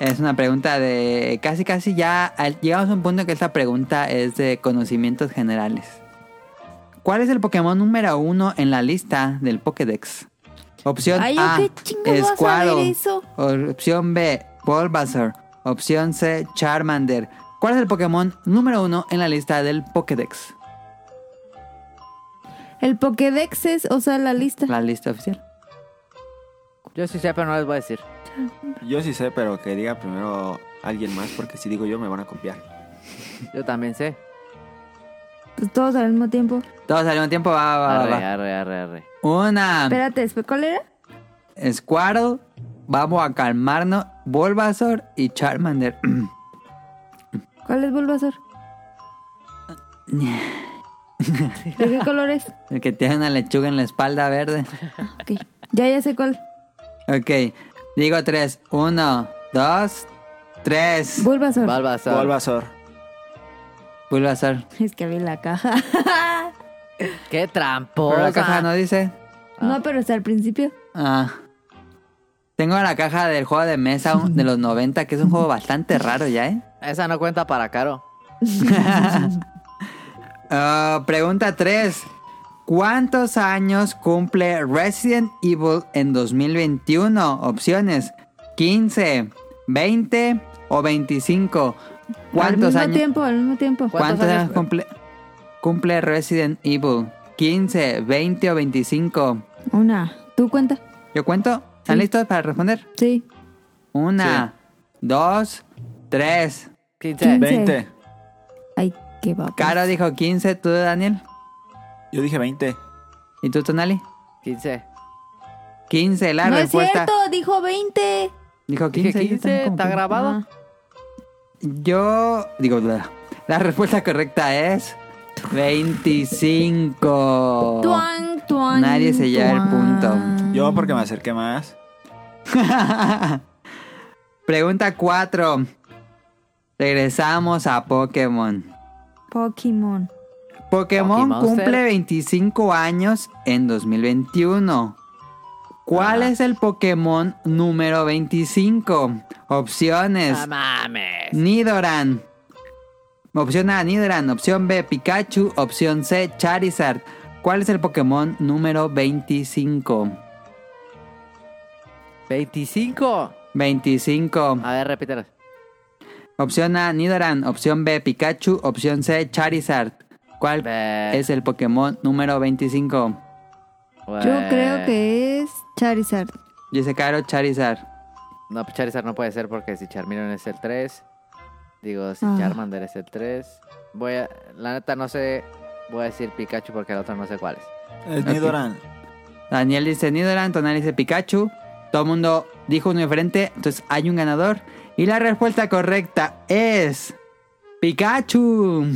Speaker 2: es una pregunta de casi casi ya al- llegamos a un punto en que esta pregunta es de conocimientos generales. ¿Cuál es el Pokémon número uno en la lista del Pokédex? Opción
Speaker 5: Ay, ¿yo
Speaker 2: A,
Speaker 5: qué chingo vas a
Speaker 2: Squirtle.
Speaker 5: ver eso?
Speaker 2: Opción B, Bulbasaur. Opción C, Charmander. ¿Cuál es el Pokémon número uno en la lista del Pokédex?
Speaker 1: El Pokédex es, o sea, la lista.
Speaker 2: La lista oficial.
Speaker 3: Yo sí sé, pero no les voy a decir.
Speaker 4: Yo sí sé, pero que diga primero alguien más, porque si digo yo me van a copiar.
Speaker 3: Yo también sé.
Speaker 1: Pues todos al mismo tiempo.
Speaker 2: Todos al mismo tiempo, va, va, va,
Speaker 3: Arre,
Speaker 2: va.
Speaker 3: arre, arre, arre.
Speaker 2: Una.
Speaker 1: Espérate, ¿espe- ¿cuál era?
Speaker 2: Squirtle, vamos a calmarnos. Bulbasaur y Charmander.
Speaker 1: ¿Cuál es Bulbasaur? ¿De qué color es?
Speaker 2: El que tiene una lechuga en la espalda verde.
Speaker 1: Ok. Ya, ya sé cuál.
Speaker 2: Ok, digo tres. Uno, dos, tres.
Speaker 1: Bulbasaur.
Speaker 3: Balbazar.
Speaker 4: Bulbasaur.
Speaker 2: Bulbasaur.
Speaker 1: es que vi la caja.
Speaker 3: ¡Qué
Speaker 2: Pero la caja
Speaker 3: tramposa!
Speaker 2: no dice.
Speaker 1: No, pero está al principio.
Speaker 2: Ah. Tengo la caja del juego de mesa un- de los 90, que es un juego bastante raro ya, ¿eh?
Speaker 3: Esa no cuenta para Caro.
Speaker 2: Ah, pregunta 3. ¿Cuántos años cumple Resident Evil en 2021? Opciones: 15, 20 o 25. ¿Cuántos
Speaker 1: al mismo
Speaker 2: años,
Speaker 1: tiempo, al mismo tiempo.
Speaker 2: ¿cuántos
Speaker 3: ¿Cuántos
Speaker 2: años
Speaker 3: años?
Speaker 2: cumple, cumple Resident Evil? ¿15, 20 o 25?
Speaker 1: Una. ¿Tú cuenta?
Speaker 2: ¿Yo cuento? ¿Están listos para responder?
Speaker 1: Sí.
Speaker 2: Una, dos, tres.
Speaker 3: 15.
Speaker 1: Quince.
Speaker 4: 20.
Speaker 1: Ay, qué va.
Speaker 2: Caro dijo 15, tú, Daniel.
Speaker 4: Yo dije 20.
Speaker 2: ¿Y tú, Tonali?
Speaker 3: 15.
Speaker 2: 15, la
Speaker 1: no
Speaker 2: respuesta.
Speaker 1: es cierto, dijo 20.
Speaker 2: Dijo
Speaker 3: Dije
Speaker 2: 15. yo
Speaker 3: 15,
Speaker 2: también como
Speaker 3: está
Speaker 2: que-
Speaker 1: Ah.
Speaker 3: grabado.
Speaker 2: Yo digo, bla. la respuesta correcta es 25.
Speaker 1: Tuan, tuan,
Speaker 2: Nadie se lleva el
Speaker 1: tuan.
Speaker 2: Mm.
Speaker 4: Yo porque me acerqué más.
Speaker 2: Pregunta 4. Regresamos a Pokémon.
Speaker 1: Pokémon.
Speaker 2: Pokémon
Speaker 3: Pokémonster.
Speaker 2: cumple 25 años en 2021. ¿Cuál
Speaker 3: Ah.
Speaker 2: es el Pokémon número 25? Opciones.
Speaker 3: ¡No mames!
Speaker 2: Nidoran. Opción A, Nidoran. Opción B, Pikachu. Opción C, Charizard. ¿Cuál es el Pokémon número 25?
Speaker 3: 25.
Speaker 2: 25.
Speaker 3: A ver, repítelo.
Speaker 2: Opción A, Nidoran. Opción B, Pikachu. Opción C, Charizard. ¿Cuál
Speaker 3: Ve-
Speaker 2: es el Pokémon número 25?
Speaker 3: Güey.
Speaker 1: Yo creo que es Charizard.
Speaker 2: Dice Caro Charizard.
Speaker 3: No, pues Charizard no puede ser porque si Charmeleon es el 3. Digo, si
Speaker 1: Ah.
Speaker 3: Charmander es el 3. Voy a. La neta no sé. Voy a decir Pikachu porque el otro no sé cuál es.
Speaker 4: Es
Speaker 2: Ok.
Speaker 4: Nidoran.
Speaker 2: Daniel dice Nidoran, Tonal dice Pikachu. Todo el mundo dijo uno diferente, entonces hay un ganador. Y la respuesta correcta es Pikachu.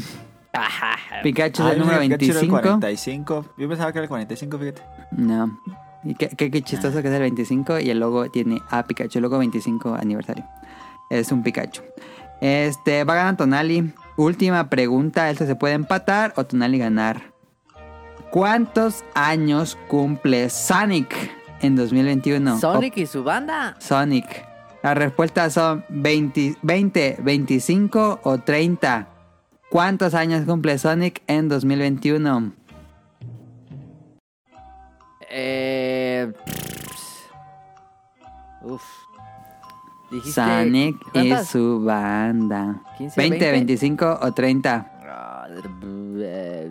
Speaker 2: Pikachu es
Speaker 4: Ah,
Speaker 2: el
Speaker 4: yo
Speaker 2: número
Speaker 4: dije que era el
Speaker 2: 25.
Speaker 4: 45. Yo pensaba que era el 45, fíjate.
Speaker 2: No. Y qué, qué- qué chistoso que es el 25 y el logo tiene a Pikachu, el logo 25 aniversario. Es un Pikachu. Este, va a ganar Tonali. Última pregunta, ¿esto se puede empatar o Tonali ganar? ¿Cuántos años cumple Sonic en 2021?
Speaker 3: Sonic y su banda.
Speaker 2: O- Sonic. Las respuestas son 20, 20, 25 o 30. ¿Cuántos años cumple Sonic en 2021?
Speaker 3: Eh. Uf. Dijiste.
Speaker 2: Sonic y
Speaker 3: ¿cuántas?
Speaker 2: su banda.
Speaker 3: 15,
Speaker 2: 20,
Speaker 3: 20.
Speaker 2: 25 o 30.
Speaker 3: Ah, eh,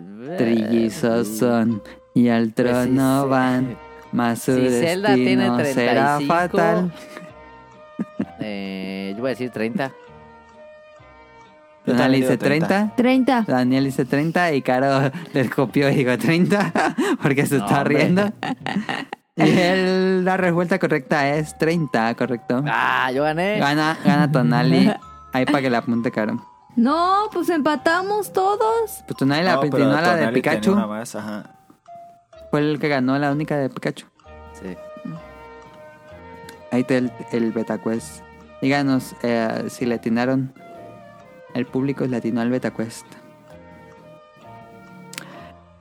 Speaker 3: eh,
Speaker 2: Trillizos son y al
Speaker 3: Pues sí,
Speaker 2: trono
Speaker 3: sí.
Speaker 2: van. Más su
Speaker 3: Si
Speaker 2: destino
Speaker 3: Zelda tiene
Speaker 2: será
Speaker 3: 35.
Speaker 2: fatal.
Speaker 3: Eh, yo voy a decir 30.
Speaker 4: Yo
Speaker 2: Daniel
Speaker 4: también
Speaker 2: dice
Speaker 4: digo 30.
Speaker 2: 30.
Speaker 1: 30.
Speaker 2: Daniel dice 30 y Caro les copió y dijo 30 porque se
Speaker 3: No,
Speaker 2: está
Speaker 3: hombre.
Speaker 2: riendo. Y él- la respuesta correcta es 30, correcto.
Speaker 3: Ah, yo gané.
Speaker 2: Gana, gana Tonali. Ahí para que la apunte, Caro.
Speaker 1: No, pues empatamos todos.
Speaker 2: Pues Tonali la
Speaker 4: No,
Speaker 2: apuntó
Speaker 4: pero
Speaker 2: la de
Speaker 4: Tonali tenía
Speaker 2: Pikachu.
Speaker 4: una más, ajá.
Speaker 2: fue el que ganó la única de Pikachu.
Speaker 3: Sí.
Speaker 2: Ahí está el, el Betacuest. Díganos eh, si le atinaron. El público le atinó al Betacuest.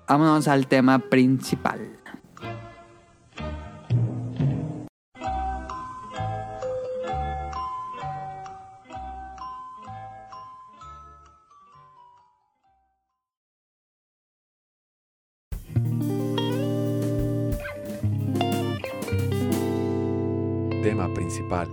Speaker 2: Vámonos al tema principal.
Speaker 6: Tema principal.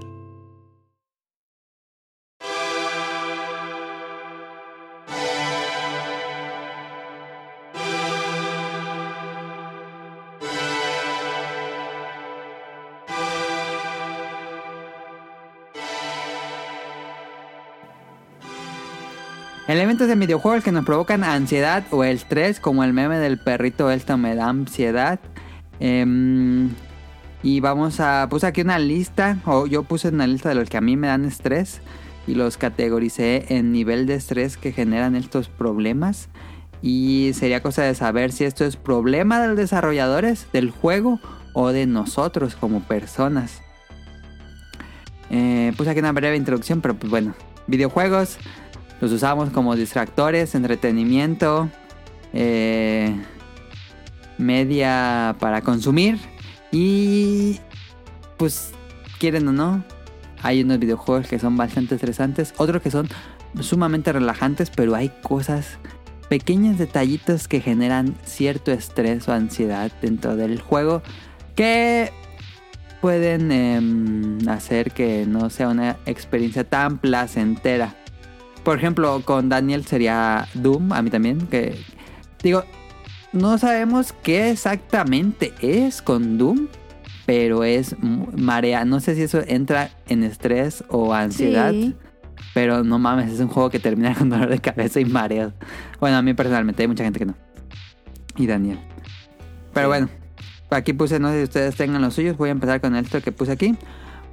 Speaker 2: Elementos de videojuegos que nos provocan ansiedad o el estrés, como el meme del perrito esto me da ansiedad. Em, y vamos a... Puse aquí una lista, o yo puse una lista de los que a mí me dan estrés y los categoricé en nivel de estrés que generan estos problemas. Y sería cosa de saber si esto es problema de los desarrolladores, del juego o de nosotros como personas. Eh, puse aquí una breve introducción, pero pues bueno, videojuegos los usamos como distractores, entretenimiento, eh, media para consumir y pues quieren o no, hay unos videojuegos que son bastante estresantes, otros que son sumamente relajantes, pero hay cosas, pequeños detallitos que generan cierto estrés o ansiedad dentro del juego que pueden em, hacer que no sea una experiencia tan placentera. Por ejemplo, con Daniel sería Doom, a mí también, que digo, no sabemos qué exactamente es con Doom, pero es mu- marea, no sé si eso entra en estrés o ansiedad,
Speaker 1: Sí.
Speaker 2: pero no mames, es un juego que termina con dolor de cabeza y mareo. Bueno, a mí personalmente hay mucha gente que no. Y Daniel. Pero bueno, aquí puse, no sé si ustedes tengan los suyos, voy a empezar con esto que puse aquí.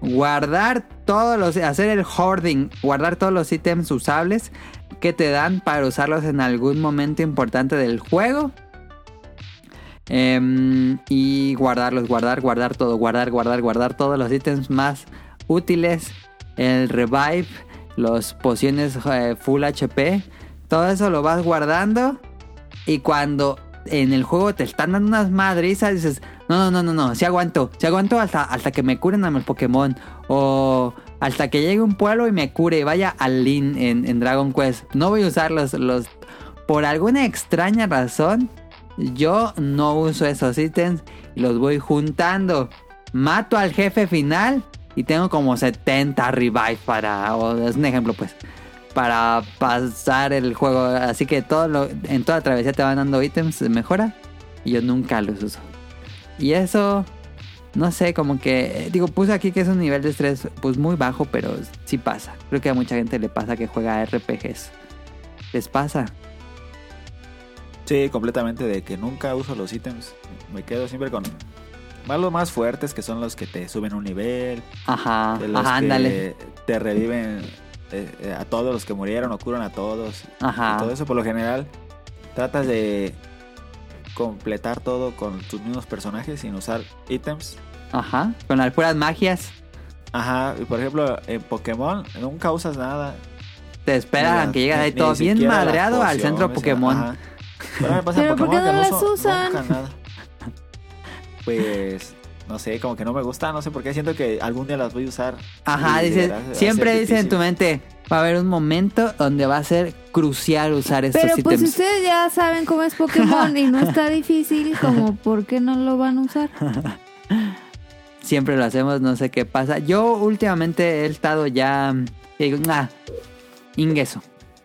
Speaker 2: Guardar todos los... Hacer el hoarding. Guardar todos los ítems usables que te dan para usarlos en algún momento importante del juego. Em, y guardarlos, guardar, guardar todo, guardar, guardar, guardar todos los ítems más útiles. El revive, los pociones eh, full HP. Todo eso lo vas guardando. Y cuando en el juego te están dando unas madrizas, dices, no, no, no, no, no, si aguanto, si aguanto hasta, hasta que me curen a mis Pokémon. O hasta que llegue un pueblo y me cure, vaya al Lin en, en Dragon Quest. No voy a usar los, los... Por alguna extraña razón, yo no uso esos ítems y los voy juntando. Mato al jefe final y tengo como 70 revive para... o es un ejemplo pues para pasar el juego. Así que todo lo, en toda travesía te van dando ítems de mejora. Y yo nunca los uso. Y eso, no sé, como que... eh, Digo, puse aquí que es un nivel de estrés pues muy bajo, pero sí pasa. Creo que a mucha gente le pasa que juega RPGs. Les pasa.
Speaker 4: Sí, completamente de que nunca uso los ítems. Me quedo siempre con más los más fuertes que son los que te suben un nivel,
Speaker 2: Ajá,
Speaker 4: de los
Speaker 2: Ah, ajá,
Speaker 4: que
Speaker 2: ándale.
Speaker 4: te reviven eh, eh, a todos los que murieron o curan a todos.
Speaker 2: Ajá.
Speaker 4: Y todo eso por lo general tratas de completar todo con tus mismos personajes sin usar ítems.
Speaker 2: Ajá, con las puras magias.
Speaker 4: Ajá, y por ejemplo, en Pokémon nunca usas nada.
Speaker 2: Te esperan
Speaker 4: Ni
Speaker 2: a
Speaker 4: las-
Speaker 2: que llegas
Speaker 4: ni-
Speaker 2: ahí
Speaker 4: ni
Speaker 2: todo bien
Speaker 4: siquiera las
Speaker 2: madreado al
Speaker 4: pociones,
Speaker 2: centro
Speaker 4: ni-
Speaker 2: Pokémon.
Speaker 4: ajá. Pero, me pasa en
Speaker 1: Pero ¿por
Speaker 4: Pokémon
Speaker 1: qué no
Speaker 4: que
Speaker 1: las
Speaker 4: uso
Speaker 1: usan?
Speaker 4: nunca nada. Pues no sé, como que no me gusta, no sé por qué siento que algún día las voy a usar.
Speaker 2: Ajá,
Speaker 4: Y
Speaker 2: dices,
Speaker 4: verás, va a
Speaker 2: siempre
Speaker 4: ser
Speaker 2: dices en tu
Speaker 4: difícil.
Speaker 2: mente, va a haber un momento donde va a ser crucial usar estos
Speaker 1: Pero pues
Speaker 2: ítems.
Speaker 1: ustedes ya saben cómo es Pokémon y no está difícil, como por qué no lo van a usar.
Speaker 2: Siempre lo hacemos, no sé qué pasa. Yo últimamente he estado ya... y Digo, ah, ingreso.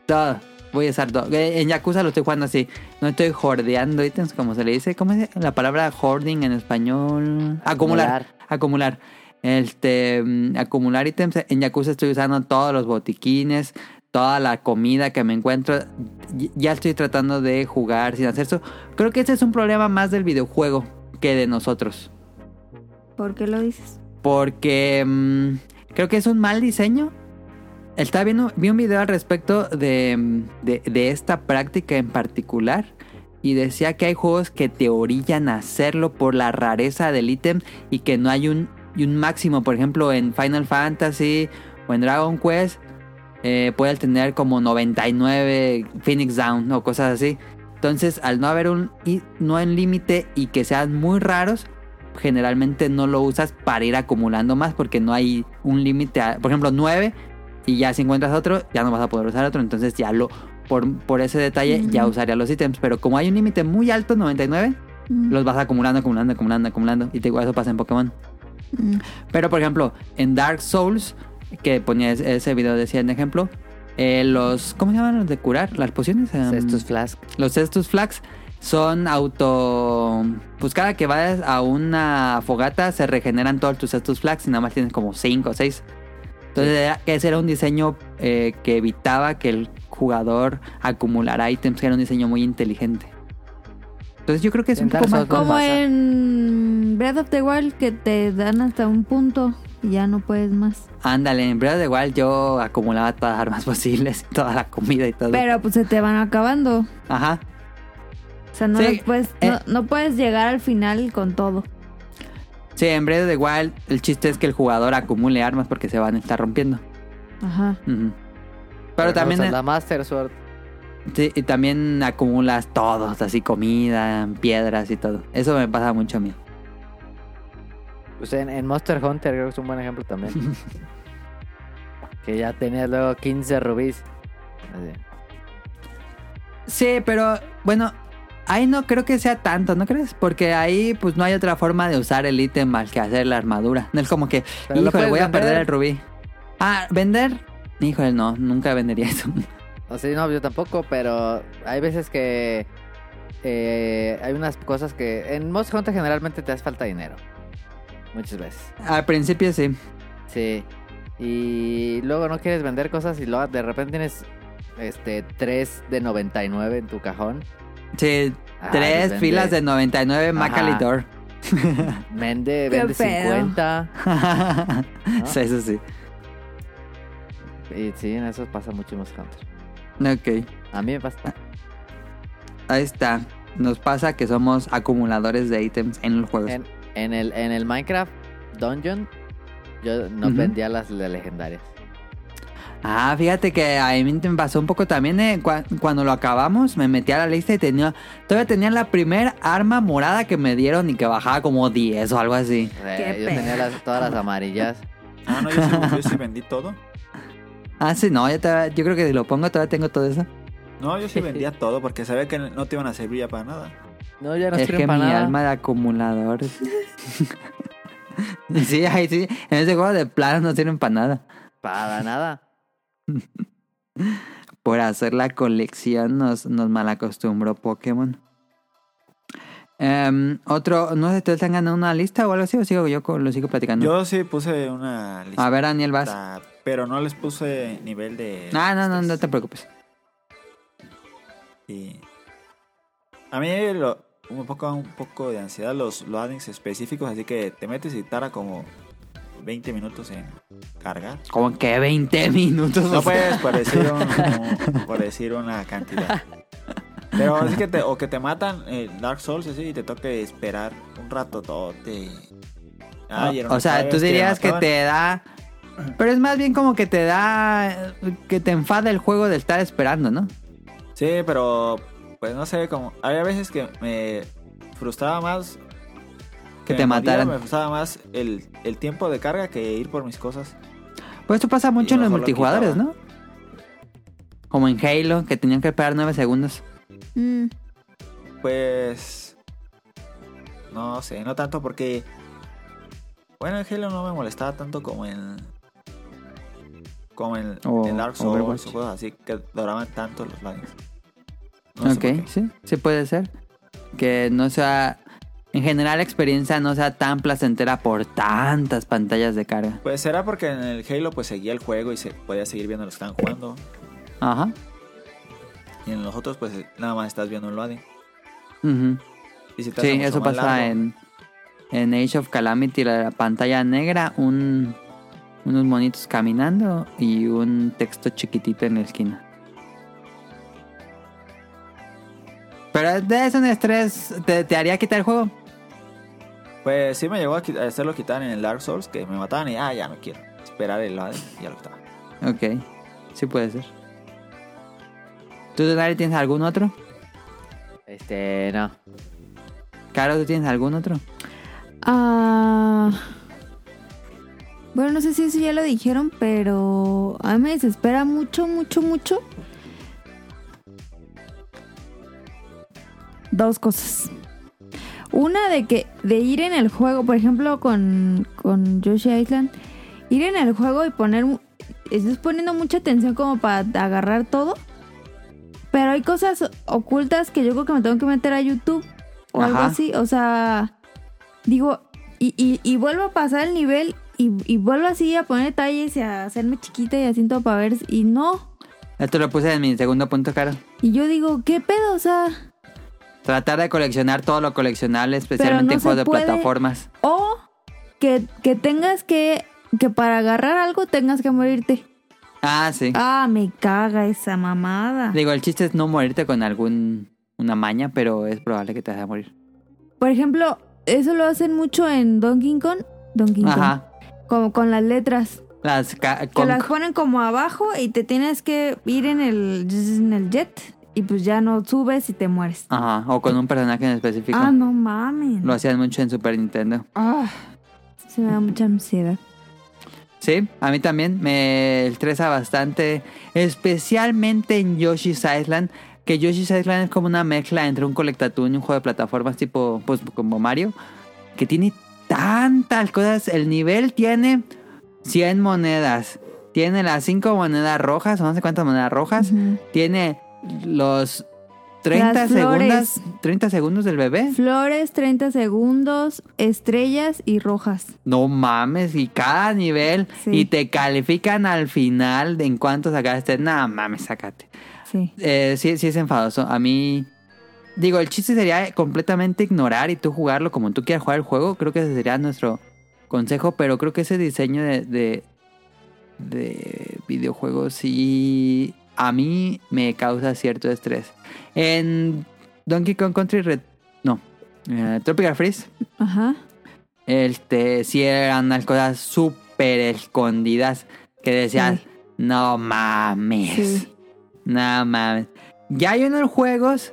Speaker 2: Todo. Voy a usar todo. Eh, En Yakuza lo estoy jugando así. No estoy jordeando ítems, como se le dice. ¿Cómo es la palabra hoarding en español? Acumular. Acumular. Este, mm, acumular ítems. En Yakuza estoy usando todos los botiquines, toda la comida que me encuentro. Y- Ya estoy tratando de jugar sin hacer eso. Creo que este es un problema más del videojuego que de nosotros.
Speaker 5: ¿Por qué lo dices?
Speaker 2: Porque mm, creo que es un mal diseño. Está viendo, vi un video al respecto de, mm, de- de esta práctica en particular. y decía que hay juegos que te orillan a hacerlo por la rareza del ítem y que no hay un, y un máximo. Por ejemplo, en Final Fantasy o en Dragon Quest eh, puedes tener como 99 Phoenix Down o cosas así. Entonces, al no haber un y- no hay un límite y que sean muy raros, generalmente no lo usas para ir acumulando más porque no hay un límite. a- Por ejemplo, 9 y ya si encuentras otro, ya no vas a poder usar otro. Entonces, ya lo por, por ese detalle ya usaría los ítems. Pero como hay un límite muy alto, 99, los vas acumulando, acumulando, acumulando, acumulando. Y te digo, eso pasa en Pokémon.
Speaker 1: Mm,
Speaker 2: Pero por ejemplo, en Dark Souls, que ponía ese ese video decía en ejemplo, eh, los. ¿Cómo se llaman los de curar? ¿Las pociones? Em,
Speaker 3: Estos flask.
Speaker 2: los cestus flax son auto. Pues cada que vayas a una fogata se regeneran todos tus cestus flax y nada más tienes como 5 o 6. Entonces era- ese era un diseño eh, que evitaba que el jugador acumulara ítems, que era un diseño muy inteligente. Entonces yo creo que es un
Speaker 3: En
Speaker 2: poco
Speaker 3: Dark
Speaker 2: más...
Speaker 3: Souls no
Speaker 5: Como
Speaker 3: pasa.
Speaker 5: en Breath of the Wild que te dan hasta un punto y ya no puedes más.
Speaker 2: Ándale, en Breath of the Wild yo acumulaba todas las armas posibles, toda la comida y todo.
Speaker 5: Pero pues se te van acabando.
Speaker 2: Ajá.
Speaker 5: O sea, no,
Speaker 2: Sí,
Speaker 5: los puedes,
Speaker 2: eh.
Speaker 5: no, no puedes llegar al final con todo.
Speaker 2: Sí, en Breath of the Wild el chiste es que el jugador acumule armas porque se van a estar rompiendo.
Speaker 5: Ajá.
Speaker 2: Ujú. Pero también...
Speaker 3: La Master Sword.
Speaker 2: Sí, y también acumulas todos, así comida, piedras y todo. Eso me pasa mucho a mí.
Speaker 3: Pues en, en Monster Hunter creo que es un buen ejemplo también. que ya tenías luego 15 rubíes. Así.
Speaker 2: Sí, pero bueno, ahí no creo que sea tanto, ¿no crees? Porque ahí pues no hay otra forma de usar el ítem más que hacer la armadura. No es como que,
Speaker 3: Pero lo
Speaker 2: híjole,
Speaker 3: puedes
Speaker 2: voy a perder
Speaker 3: vender.
Speaker 2: el rubí. Ah, ¿vender? Híjole, no, nunca vendería eso.
Speaker 3: O sea, no, yo tampoco, pero hay veces que eh, hay unas cosas que en Monster Hunter generalmente te hace falta dinero. Muchas veces.
Speaker 2: Al principio sí.
Speaker 3: Sí. Y luego no quieres vender cosas y luego de repente tienes este 3 de 99 en tu cajón. Ah,
Speaker 2: Sí,
Speaker 3: Ay,
Speaker 2: tres
Speaker 3: vende.
Speaker 2: filas de 99 Macalitor.
Speaker 3: Vende,
Speaker 5: Qué
Speaker 3: vende
Speaker 5: pedo.
Speaker 3: 50.
Speaker 2: Sí, eso sí.
Speaker 3: Y sí, en eso pasa mucho en Monster Hunter.
Speaker 2: Ok.
Speaker 3: A mí me pasa.
Speaker 2: Ahí está. Nos pasa que somos acumuladores de ítems en los juegos.
Speaker 3: En, en el, en el Minecraft Dungeon, yo no
Speaker 2: Ujú.
Speaker 3: vendía las le- legendarias.
Speaker 2: Ah, fíjate que a mí me pasó un poco también. eh, cua- cuando lo acabamos, me metí a la lista y tenía. Todavía tenía la primer arma morada que me dieron y que bajaba como 10 o algo así.
Speaker 3: O sea,
Speaker 5: Qué
Speaker 3: yo
Speaker 5: pedo.
Speaker 3: tenía las- todas las amarillas.
Speaker 4: Ah, no, yo sí, yo sí vendí todo.
Speaker 2: Ah, sí, no, yo, todavía- yo creo que si lo pongo todavía tengo todo eso.
Speaker 4: No, yo sí vendía todo porque sabía que no te iban a servir ya para nada.
Speaker 3: No, ya no
Speaker 2: es
Speaker 3: sirven
Speaker 2: que mi
Speaker 3: para nada.
Speaker 2: alma de acumulador. sí, ahí sí. En ese juego de plano no sirven para nada.
Speaker 3: Para nada.
Speaker 2: Por hacer la colección nos, nos malacostumbró Pokémon. Em, otro, no sé, ¿ustedes han ganado una lista o algo así? ¿O sigo yo con- lo sigo platicando?
Speaker 4: Yo sí puse una lista.
Speaker 2: A ver, Daniel, vas.
Speaker 4: Pero no les puse nivel de.
Speaker 2: Ah, no, no,
Speaker 4: este,
Speaker 2: no te preocupes.
Speaker 4: Y a mí lo, un poco un poco de ansiedad los loadings específicos, así que te metes y tarda como 20 minutos en cargar.
Speaker 2: Como que 20 minutos.
Speaker 4: No puedes por decir, un- un- por decir una cantidad. Pero así que te, o que te matan eh, Dark Souls así, y te toque esperar un rato todo.
Speaker 2: Ah, o sea,
Speaker 4: este
Speaker 2: tú dirías que te da... Pero es más bien como que te da... Que te enfada el juego de estar esperando, ¿no?
Speaker 4: Sí, pero pues no sé, como había veces que me frustraba más
Speaker 2: Que te
Speaker 4: me moría,
Speaker 2: mataran.
Speaker 4: Me frustraba más el, el tiempo de carga que ir por mis cosas.
Speaker 2: Pues esto pasa mucho
Speaker 4: Y
Speaker 2: en los
Speaker 4: mejor lo
Speaker 2: multijugadores,
Speaker 4: quitaba.
Speaker 2: ¿no? Como en Halo, que tenían que esperar 9 segundos.
Speaker 5: Mm.
Speaker 4: Pues no sé, no tanto porque bueno, en Halo no me molestaba tanto como en como en,
Speaker 2: O
Speaker 4: en Dark Souls
Speaker 2: Overwatch.
Speaker 4: o cosas así que duraban tanto los lags.
Speaker 2: ok, sí, sí puede ser. Que no sea... En general la experiencia no sea tan placentera por tantas pantallas de carga.
Speaker 4: Pues será porque en el Halo pues seguía el juego y se podía seguir viendo lo que estaban jugando
Speaker 2: Ajá.
Speaker 4: y en los otros pues nada más estás viendo un loading.
Speaker 2: Ujú.
Speaker 4: Y si te hace
Speaker 2: Sí,
Speaker 4: mucho
Speaker 2: eso
Speaker 4: más
Speaker 2: pasa
Speaker 4: largo.
Speaker 2: en, en Age of Calamity, la, la pantalla negra, un, unos monitos caminando y un texto chiquitito en la esquina. Pero es un estrés. ¿Te, te haría quitar el juego?
Speaker 4: Pues sí me llegó a, qui- a hacerlo quitar en el Dark Souls, que me mataban y ah, ya no quiero. Esperar el AD y ya lo quitaba.
Speaker 2: Ok. Sí puede ser. ¿Tú, Tonari, tienes algún otro?
Speaker 3: Este, no.
Speaker 2: Caro, ¿tú tienes algún otro?
Speaker 1: Ah, bueno, no sé si eso ya lo dijeron, pero a mí me desespera mucho, mucho, mucho. Dos cosas. Una de que de ir en el juego, por ejemplo, con, con Yoshi Island, ir en el juego y poner... mu- Estás poniendo mucha atención como para agarrar todo. Pero hay cosas ocultas que yo creo que me tengo que meter a YouTube o algo
Speaker 2: Ajá.
Speaker 1: así. O sea, digo, y, y, y vuelvo a pasar el nivel y, y vuelvo así a poner detalles y a hacerme chiquita y haciendo para ver. si- Y no.
Speaker 2: Esto lo puse en mi segundo punto, Caro.
Speaker 1: Y yo digo, ¿qué pedo? O sea,
Speaker 2: Tratar de coleccionar todo lo coleccionable, especialmente
Speaker 1: no
Speaker 2: en juegos
Speaker 1: se
Speaker 2: de
Speaker 1: puede.
Speaker 2: plataformas.
Speaker 1: o que, que tengas que, que para agarrar algo tengas que morirte.
Speaker 2: Ah, sí.
Speaker 1: Ah, me caga esa mamada.
Speaker 2: Digo, el chiste es no morirte con algún una maña, pero es probable que te vas a morir.
Speaker 1: Por ejemplo, eso lo hacen mucho en Donkey Kong. Donkey Kong.
Speaker 2: Ajá.
Speaker 1: Como con las letras.
Speaker 2: Las ca-
Speaker 1: Que
Speaker 2: con-
Speaker 1: las ponen como abajo y te tienes que ir en el, en el jet. Y pues ya no subes y te mueres.
Speaker 2: Ajá, o con un personaje en específico.
Speaker 1: Ah, no mames.
Speaker 2: Lo hacían mucho en Super Nintendo.
Speaker 1: Ah, se me da mucha ansiedad.
Speaker 2: Sí, a mí también me estresa bastante, especialmente en Yoshi's Island, que Yoshi's Island es como una mezcla entre un colectatún y un juego de plataformas tipo pues, como Mario, que tiene tantas cosas, el nivel tiene 100 monedas, tiene las 5 monedas rojas, o no sé cuántas monedas rojas, tiene los 30
Speaker 1: Las flores.
Speaker 2: segundos, 30 segundos del bebé.
Speaker 1: Flores, 30 segundos, estrellas y rojas.
Speaker 2: No mames, y cada nivel
Speaker 1: Sí.
Speaker 2: y te califican al final de en cuánto sacaste. Nada mames, sacate.
Speaker 1: Sí.
Speaker 2: Eh, sí, sí es enfadoso. A mí. Digo, el chiste sería completamente ignorar y tú jugarlo como tú quieras jugar el juego. Creo que ese sería nuestro consejo, pero creo que ese diseño de, de, de videojuegos sí a mí me causa cierto estrés. En Donkey Kong Country Red... No, eh, Tropical Freeze.
Speaker 1: Ajá.
Speaker 2: Este, sí eran unas cosas súper escondidas que decías,
Speaker 1: Sí.
Speaker 2: no mames,
Speaker 1: Sí.
Speaker 2: no mames. Ya hay unos juegos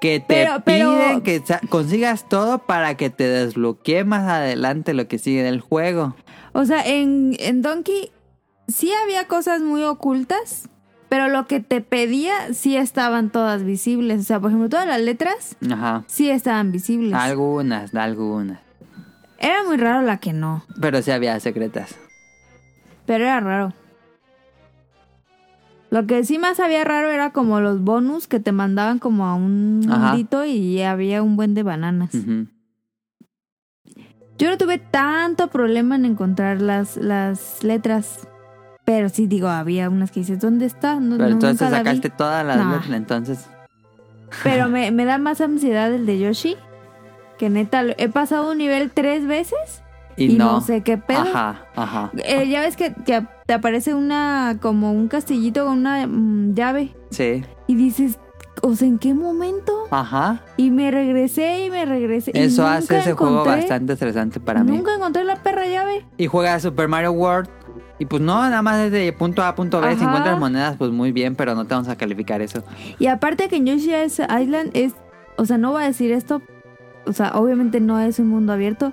Speaker 2: que te
Speaker 1: Pero- pero-
Speaker 2: piden que sa- consigas todo para que te desbloquee más adelante lo que sigue del juego.
Speaker 1: O sea, en, en Donkey sí había cosas muy ocultas, pero lo que te pedía sí estaban todas visibles. O sea, por ejemplo, todas las letras
Speaker 2: Ajá.
Speaker 1: sí estaban visibles.
Speaker 2: Algunas, algunas.
Speaker 1: Era muy raro la que no,
Speaker 2: Pero sí había secretas.
Speaker 1: pero era raro. Lo que sí más había raro era como los bonus que te mandaban como a un
Speaker 2: Ajá.
Speaker 1: mundito y había un buen de bananas.
Speaker 2: Ujú.
Speaker 1: Yo no tuve tanto problema en encontrar las, las letras. Pero sí, digo, había unas que dices, ¿dónde está? No,
Speaker 2: Pero
Speaker 1: no,
Speaker 2: entonces
Speaker 1: nunca la vi.
Speaker 2: sacaste todas las
Speaker 1: Nah.
Speaker 2: letras, entonces...
Speaker 1: Pero me, me da más ansiedad el de Yoshi. Que neta, lo- he pasado un nivel tres veces
Speaker 2: Y, no.
Speaker 1: sé qué pedo.
Speaker 2: Ajá, ajá.
Speaker 1: Eh, ya ves que te, te aparece una como un castillito con una mm, llave.
Speaker 2: Sí.
Speaker 1: Y dices, o sea, ¿en qué momento?
Speaker 2: Ajá.
Speaker 1: Y me regresé y me regresé. y
Speaker 2: Eso
Speaker 1: nunca
Speaker 2: hace ese juego
Speaker 1: encontré-
Speaker 2: bastante estresante para mí.
Speaker 1: Nunca encontré la perra llave.
Speaker 2: y juega Super Mario World. Y pues no, nada más desde punto A a punto B. Si
Speaker 1: Ajá.
Speaker 2: encuentras monedas, pues muy bien, pero no te vamos a calificar eso.
Speaker 1: Y aparte que en Yoshi Island es, o sea, no va a decir esto, o sea, obviamente no es un mundo abierto,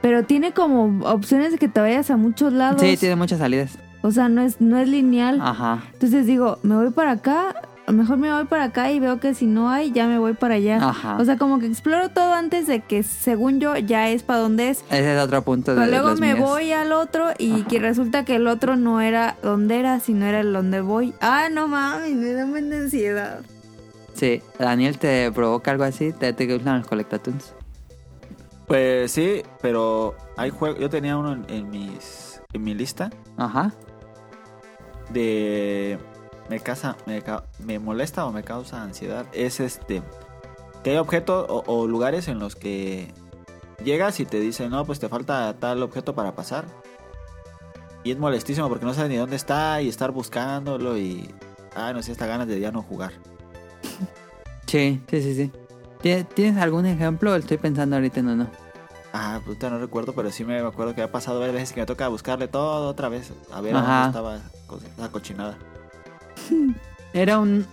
Speaker 1: pero tiene como opciones de que te vayas a muchos lados.
Speaker 2: Sí, tiene muchas salidas.
Speaker 1: O sea, no es, no es lineal.
Speaker 2: Ajá,
Speaker 1: Entonces digo, me voy para acá, a lo mejor me voy para acá y veo que si no hay, ya me voy para allá.
Speaker 2: ajá.
Speaker 1: O sea, como que exploro todo antes de que, según yo, ya es para donde es.
Speaker 2: Ese es otro punto de
Speaker 1: Pero luego
Speaker 2: los
Speaker 1: me
Speaker 2: míos.
Speaker 1: voy al otro y
Speaker 2: Ajá.
Speaker 1: que resulta que el otro no era donde era, sino era el donde voy. Ah, no mames, me da mucha ansiedad.
Speaker 2: Sí, Daniel, ¿te provoca algo así? ¿Te, te gustan los Collectatunes?
Speaker 4: Pues sí, pero hay juegos. Yo tenía uno en, en mis, en mi lista
Speaker 2: Ajá.
Speaker 4: de. Me, casa, me, ca- me molesta o me causa ansiedad. Es este. Que hay objetos o, o lugares en los que llegas y te dicen, no, pues te falta tal objeto para pasar. Y es molestísimo porque no sabes ni dónde está y estar buscándolo y. Ah, no sé, hasta ganas de ya no jugar.
Speaker 2: Sí, sí, sí, sí. ¿Tie- ¿Tienes algún ejemplo? Estoy pensando ahorita en uno.
Speaker 4: Ah, puta, no recuerdo, pero sí me acuerdo que ha pasado varias veces que me toca buscarle todo otra vez. A ver
Speaker 2: Ajá.
Speaker 4: a dónde estaba co- esa cochinada.
Speaker 2: Era un,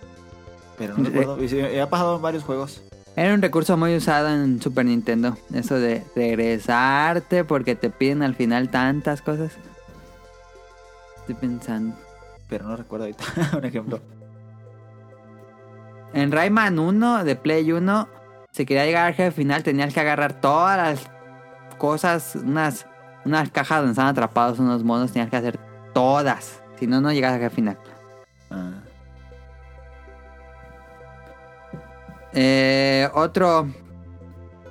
Speaker 4: Pero no
Speaker 2: Re-
Speaker 4: recuerdo. Y sí, y ha pasado en varios juegos.
Speaker 2: era un recurso muy usado en Super Nintendo. Eso de regresarte porque te piden al final tantas cosas. Estoy pensando.
Speaker 4: Pero no recuerdo ahorita un ejemplo.
Speaker 2: En Rayman 1 de Play 1, si quería llegar al jefe final, tenías que agarrar todas las cosas, unas, unas cajas donde están atrapados unos monos, tenías que hacer todas. Si no, no llegas al jefe final.
Speaker 4: Ah,
Speaker 2: Eh, otro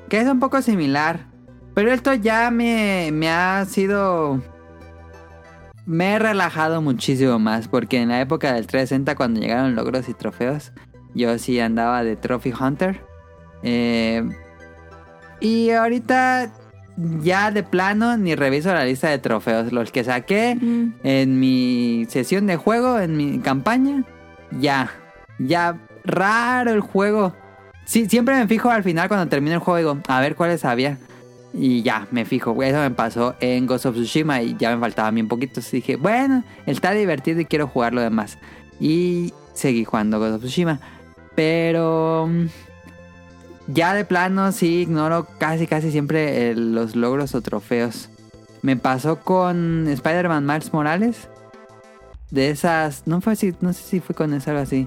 Speaker 2: que es un poco similar, pero esto ya me, me ha sido. Me he relajado muchísimo más, porque en la época del 360, cuando llegaron logros y trofeos, yo sí andaba de Trophy Hunter. Eh, y ahorita ya de plano ni reviso la lista de trofeos. Los que saqué
Speaker 5: Mm.
Speaker 2: en mi sesión de juego, en mi campaña, ya, ya, raro el juego. Sí, siempre me fijo al final cuando termino el juego, digo, a ver cuáles había. Y ya, me fijo, güey, eso me pasó en Ghost of Tsushima y ya me faltaban bien poquitos. Y dije, bueno, está divertido y quiero jugar lo demás. Y seguí jugando Ghost of Tsushima. Pero... mm, Ya de plano sí ignoro casi casi siempre eh, los logros o trofeos. Me pasó con Spider-Man Miles Morales. De esas. No fue así, no sé si fue con eso o algo así.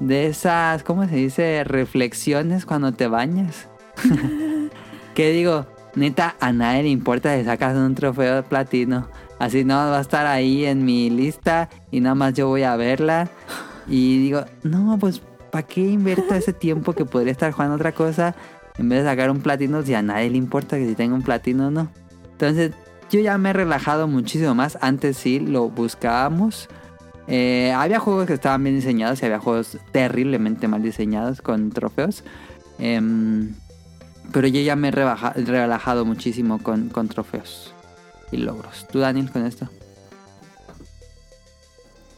Speaker 2: De esas, ¿cómo se dice? Reflexiones cuando te bañas. que digo, neta, a nadie le importa si sacas un trofeo de platino. Así no va a estar ahí en mi lista y nada más yo voy a verla. Y digo, no, pues, ¿para qué invierto ese tiempo que podría estar jugando otra cosa en vez de sacar un platino si a nadie le importa que si tengo un platino o no? Entonces, yo ya me he relajado muchísimo más. Antes sí lo buscábamos. Eh, había juegos que estaban bien diseñados y había juegos terriblemente mal diseñados con trofeos. Em, pero yo ya me he rebaja- relajado muchísimo con, con trofeos y logros. ¿Tú, Daniel, con esto?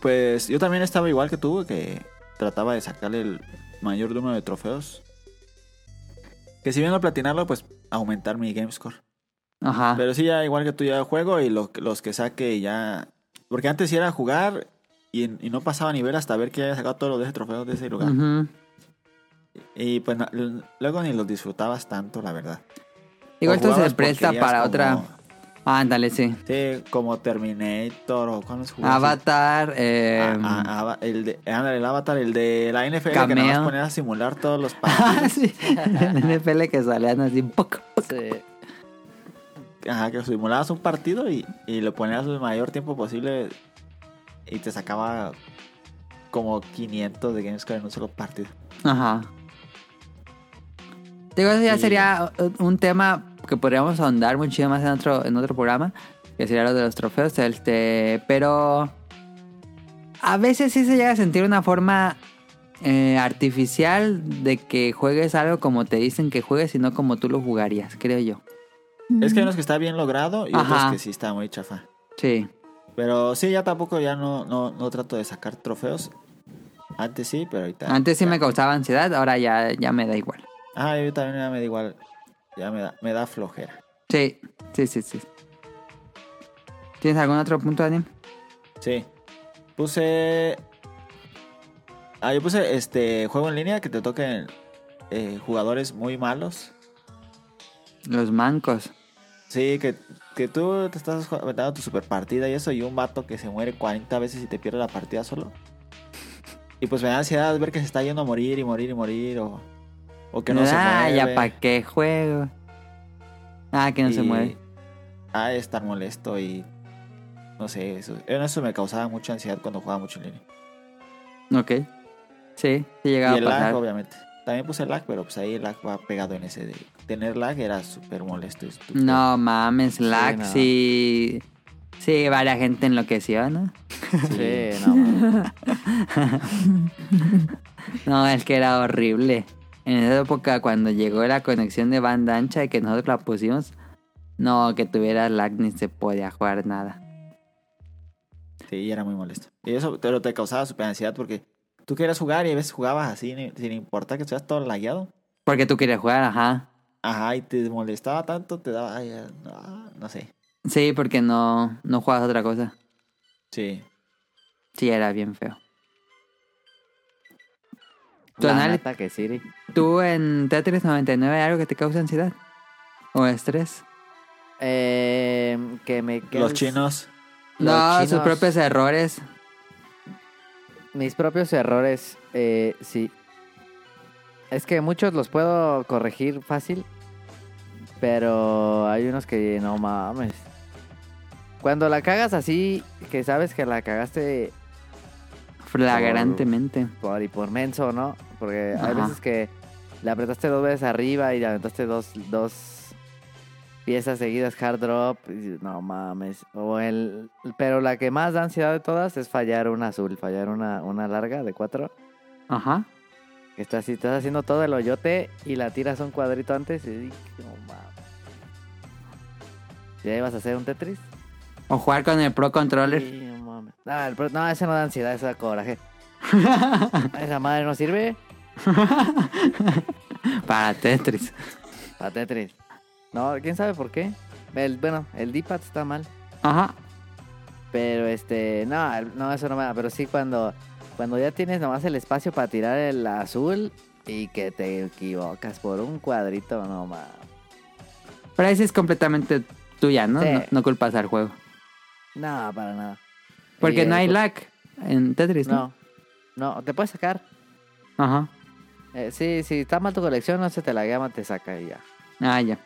Speaker 4: Pues yo también estaba igual que tú, que trataba de sacarle el mayor número de trofeos. Que si bien no platinarlo, pues aumentar mi game score.
Speaker 2: Ajá.
Speaker 4: Pero sí, ya igual que tú ya juego y lo- los que saque ya... Porque antes sí era jugar y, y no pasaba ni ver hasta ver que había sacado todos los de ese trofeo de ese lugar.
Speaker 2: Ujú.
Speaker 4: Y pues no- l- luego ni los disfrutabas tanto, la verdad.
Speaker 2: Igual
Speaker 4: O
Speaker 2: esto se
Speaker 4: jugabas
Speaker 2: presta
Speaker 4: porquerías
Speaker 2: para
Speaker 4: como-
Speaker 2: otra. Ándale, sí.
Speaker 4: Sí, como Terminator o ¿cuáles juegos?
Speaker 2: Avatar. Eh,
Speaker 4: Ah, ah, Ava- el de, ándale, el Avatar, el de la NFL que nada
Speaker 2: Cameo.
Speaker 4: más poner a simular todos los
Speaker 2: ah,
Speaker 4: partidos.
Speaker 2: sí. El NFL que salían así un poco.
Speaker 3: Sí.
Speaker 4: Ajá, que simulabas un partido y, y lo ponías el mayor tiempo posible y te sacaba como 500 de Gamescore en un solo partido.
Speaker 2: Ajá. Digo, eso ya
Speaker 4: Y-
Speaker 2: sería un tema que podríamos ahondar mucho más en otro, en otro programa, que sería lo de los trofeos, este, pero a veces sí se llega a sentir una forma eh, artificial de que juegues algo como te dicen que juegues y no como tú lo jugarías, creo yo.
Speaker 4: Es que hay unos que está bien logrado y
Speaker 2: Ajá.
Speaker 4: otros que sí está muy chafa.
Speaker 2: Sí.
Speaker 4: Pero sí, ya tampoco, ya no, no, no trato de sacar trofeos. Antes sí, pero ahorita.
Speaker 2: Antes sí me causaba ansiedad, ahora ya, ya me da igual.
Speaker 4: Ah, yo también ya me da igual. Ya me da, me da flojera.
Speaker 2: Sí, sí, sí, sí. ¿Tienes algún otro punto, Daniel?
Speaker 4: Sí. Puse. Ah, yo puse este juego en línea que te toquen eh, jugadores muy malos.
Speaker 2: Los mancos.
Speaker 4: Sí, que, que tú te estás jug- aventando tu super partida y eso, y un vato que se muere 40 veces y te pierde la partida solo. Y pues me da ansiedad ver que se está yendo a morir y morir y morir, o, o que no se
Speaker 2: ah,
Speaker 4: mueve.
Speaker 2: ya pa' qué juego. Ah, que no se
Speaker 4: y-
Speaker 2: mueve.
Speaker 4: Ah, estar molesto y. No sé, eso, en eso me causaba mucha ansiedad cuando jugaba mucho en línea.
Speaker 2: Ok. Sí, sí
Speaker 4: Y
Speaker 2: llegaba
Speaker 4: el
Speaker 2: a
Speaker 4: lag,
Speaker 2: pasar.
Speaker 4: obviamente. También puse lag, pero pues ahí el lag va pegado en ese. de- Tener lag era súper molesto. y estúpido.
Speaker 2: no mames, lag,
Speaker 3: no.
Speaker 2: sí. Sí, varia gente enloqueció, ¿no?
Speaker 3: Sí, no. mames.
Speaker 2: No, es que era horrible. En esa época, cuando llegó la conexión de banda ancha y que nosotros la pusimos, no, que tuviera lag ni se podía jugar nada.
Speaker 4: Sí, era muy molesto. Y eso, pero te causaba súper ansiedad porque Tú querías jugar y a veces jugabas así, ni- sin importar que seas todo lagueado.
Speaker 2: Porque tú querías jugar, ajá.
Speaker 4: Ajá, y te molestaba tanto, te daba, ay, ah, no, ah, no sé.
Speaker 2: Sí, porque no, no jugabas otra cosa.
Speaker 4: Sí.
Speaker 2: Sí, era bien feo. Tu
Speaker 3: La
Speaker 2: anal-
Speaker 3: neta que Siri.
Speaker 2: ¿Tú en Tetris 99 hay algo que te causa ansiedad? ¿O estrés?
Speaker 3: Eh, que me que
Speaker 4: Los
Speaker 3: el-
Speaker 4: chinos.
Speaker 3: Los
Speaker 2: no, sus
Speaker 3: chinos.
Speaker 2: propios errores.
Speaker 3: Mis propios errores, eh, sí. Es que muchos los puedo corregir fácil, pero hay unos que no mames. Cuando la cagas así, que sabes que la cagaste
Speaker 2: Flagrantemente.
Speaker 3: por, y por menso, ¿no? Porque
Speaker 2: Ajá.
Speaker 3: hay veces que le apretaste dos veces arriba y le aventaste dos, dos piezas seguidas hard drop. y dices, no mames. O el, pero la que más da ansiedad de todas es fallar una azul, fallar una, una larga de cuatro.
Speaker 2: Ajá.
Speaker 3: Que Estás, si estás haciendo todo el hoyote y la tiras un cuadrito antes y dices, no mames. ¿Ya ibas a hacer un Tetris?
Speaker 2: O jugar con el Pro Controller.
Speaker 3: Sí, no mames. Ah, el pro- no, ese no da ansiedad, ese da coraje. Esa madre no sirve
Speaker 2: Para Tetris.
Speaker 3: para Tetris. No, quién sabe por qué. El, bueno, el D-pad está mal.
Speaker 2: Ajá.
Speaker 3: Pero este, no, el- no, eso no me da. Pero sí, cuando, cuando ya tienes nomás el espacio para tirar el azul y que te equivocas por un cuadrito, no mames.
Speaker 2: Pero esa es completamente tuya, ¿no?
Speaker 3: Sí.
Speaker 2: No, no culpas al juego.
Speaker 3: No, para nada.
Speaker 2: Porque
Speaker 3: Y
Speaker 2: no
Speaker 3: el
Speaker 2: hay
Speaker 3: cu-
Speaker 2: lag en Tetris, ¿no?
Speaker 3: No, no, te puedes sacar.
Speaker 2: Ajá.
Speaker 3: Eh, sí, si está mal tu colección, no se te la gama, te saca y ya.
Speaker 2: Ah, ya.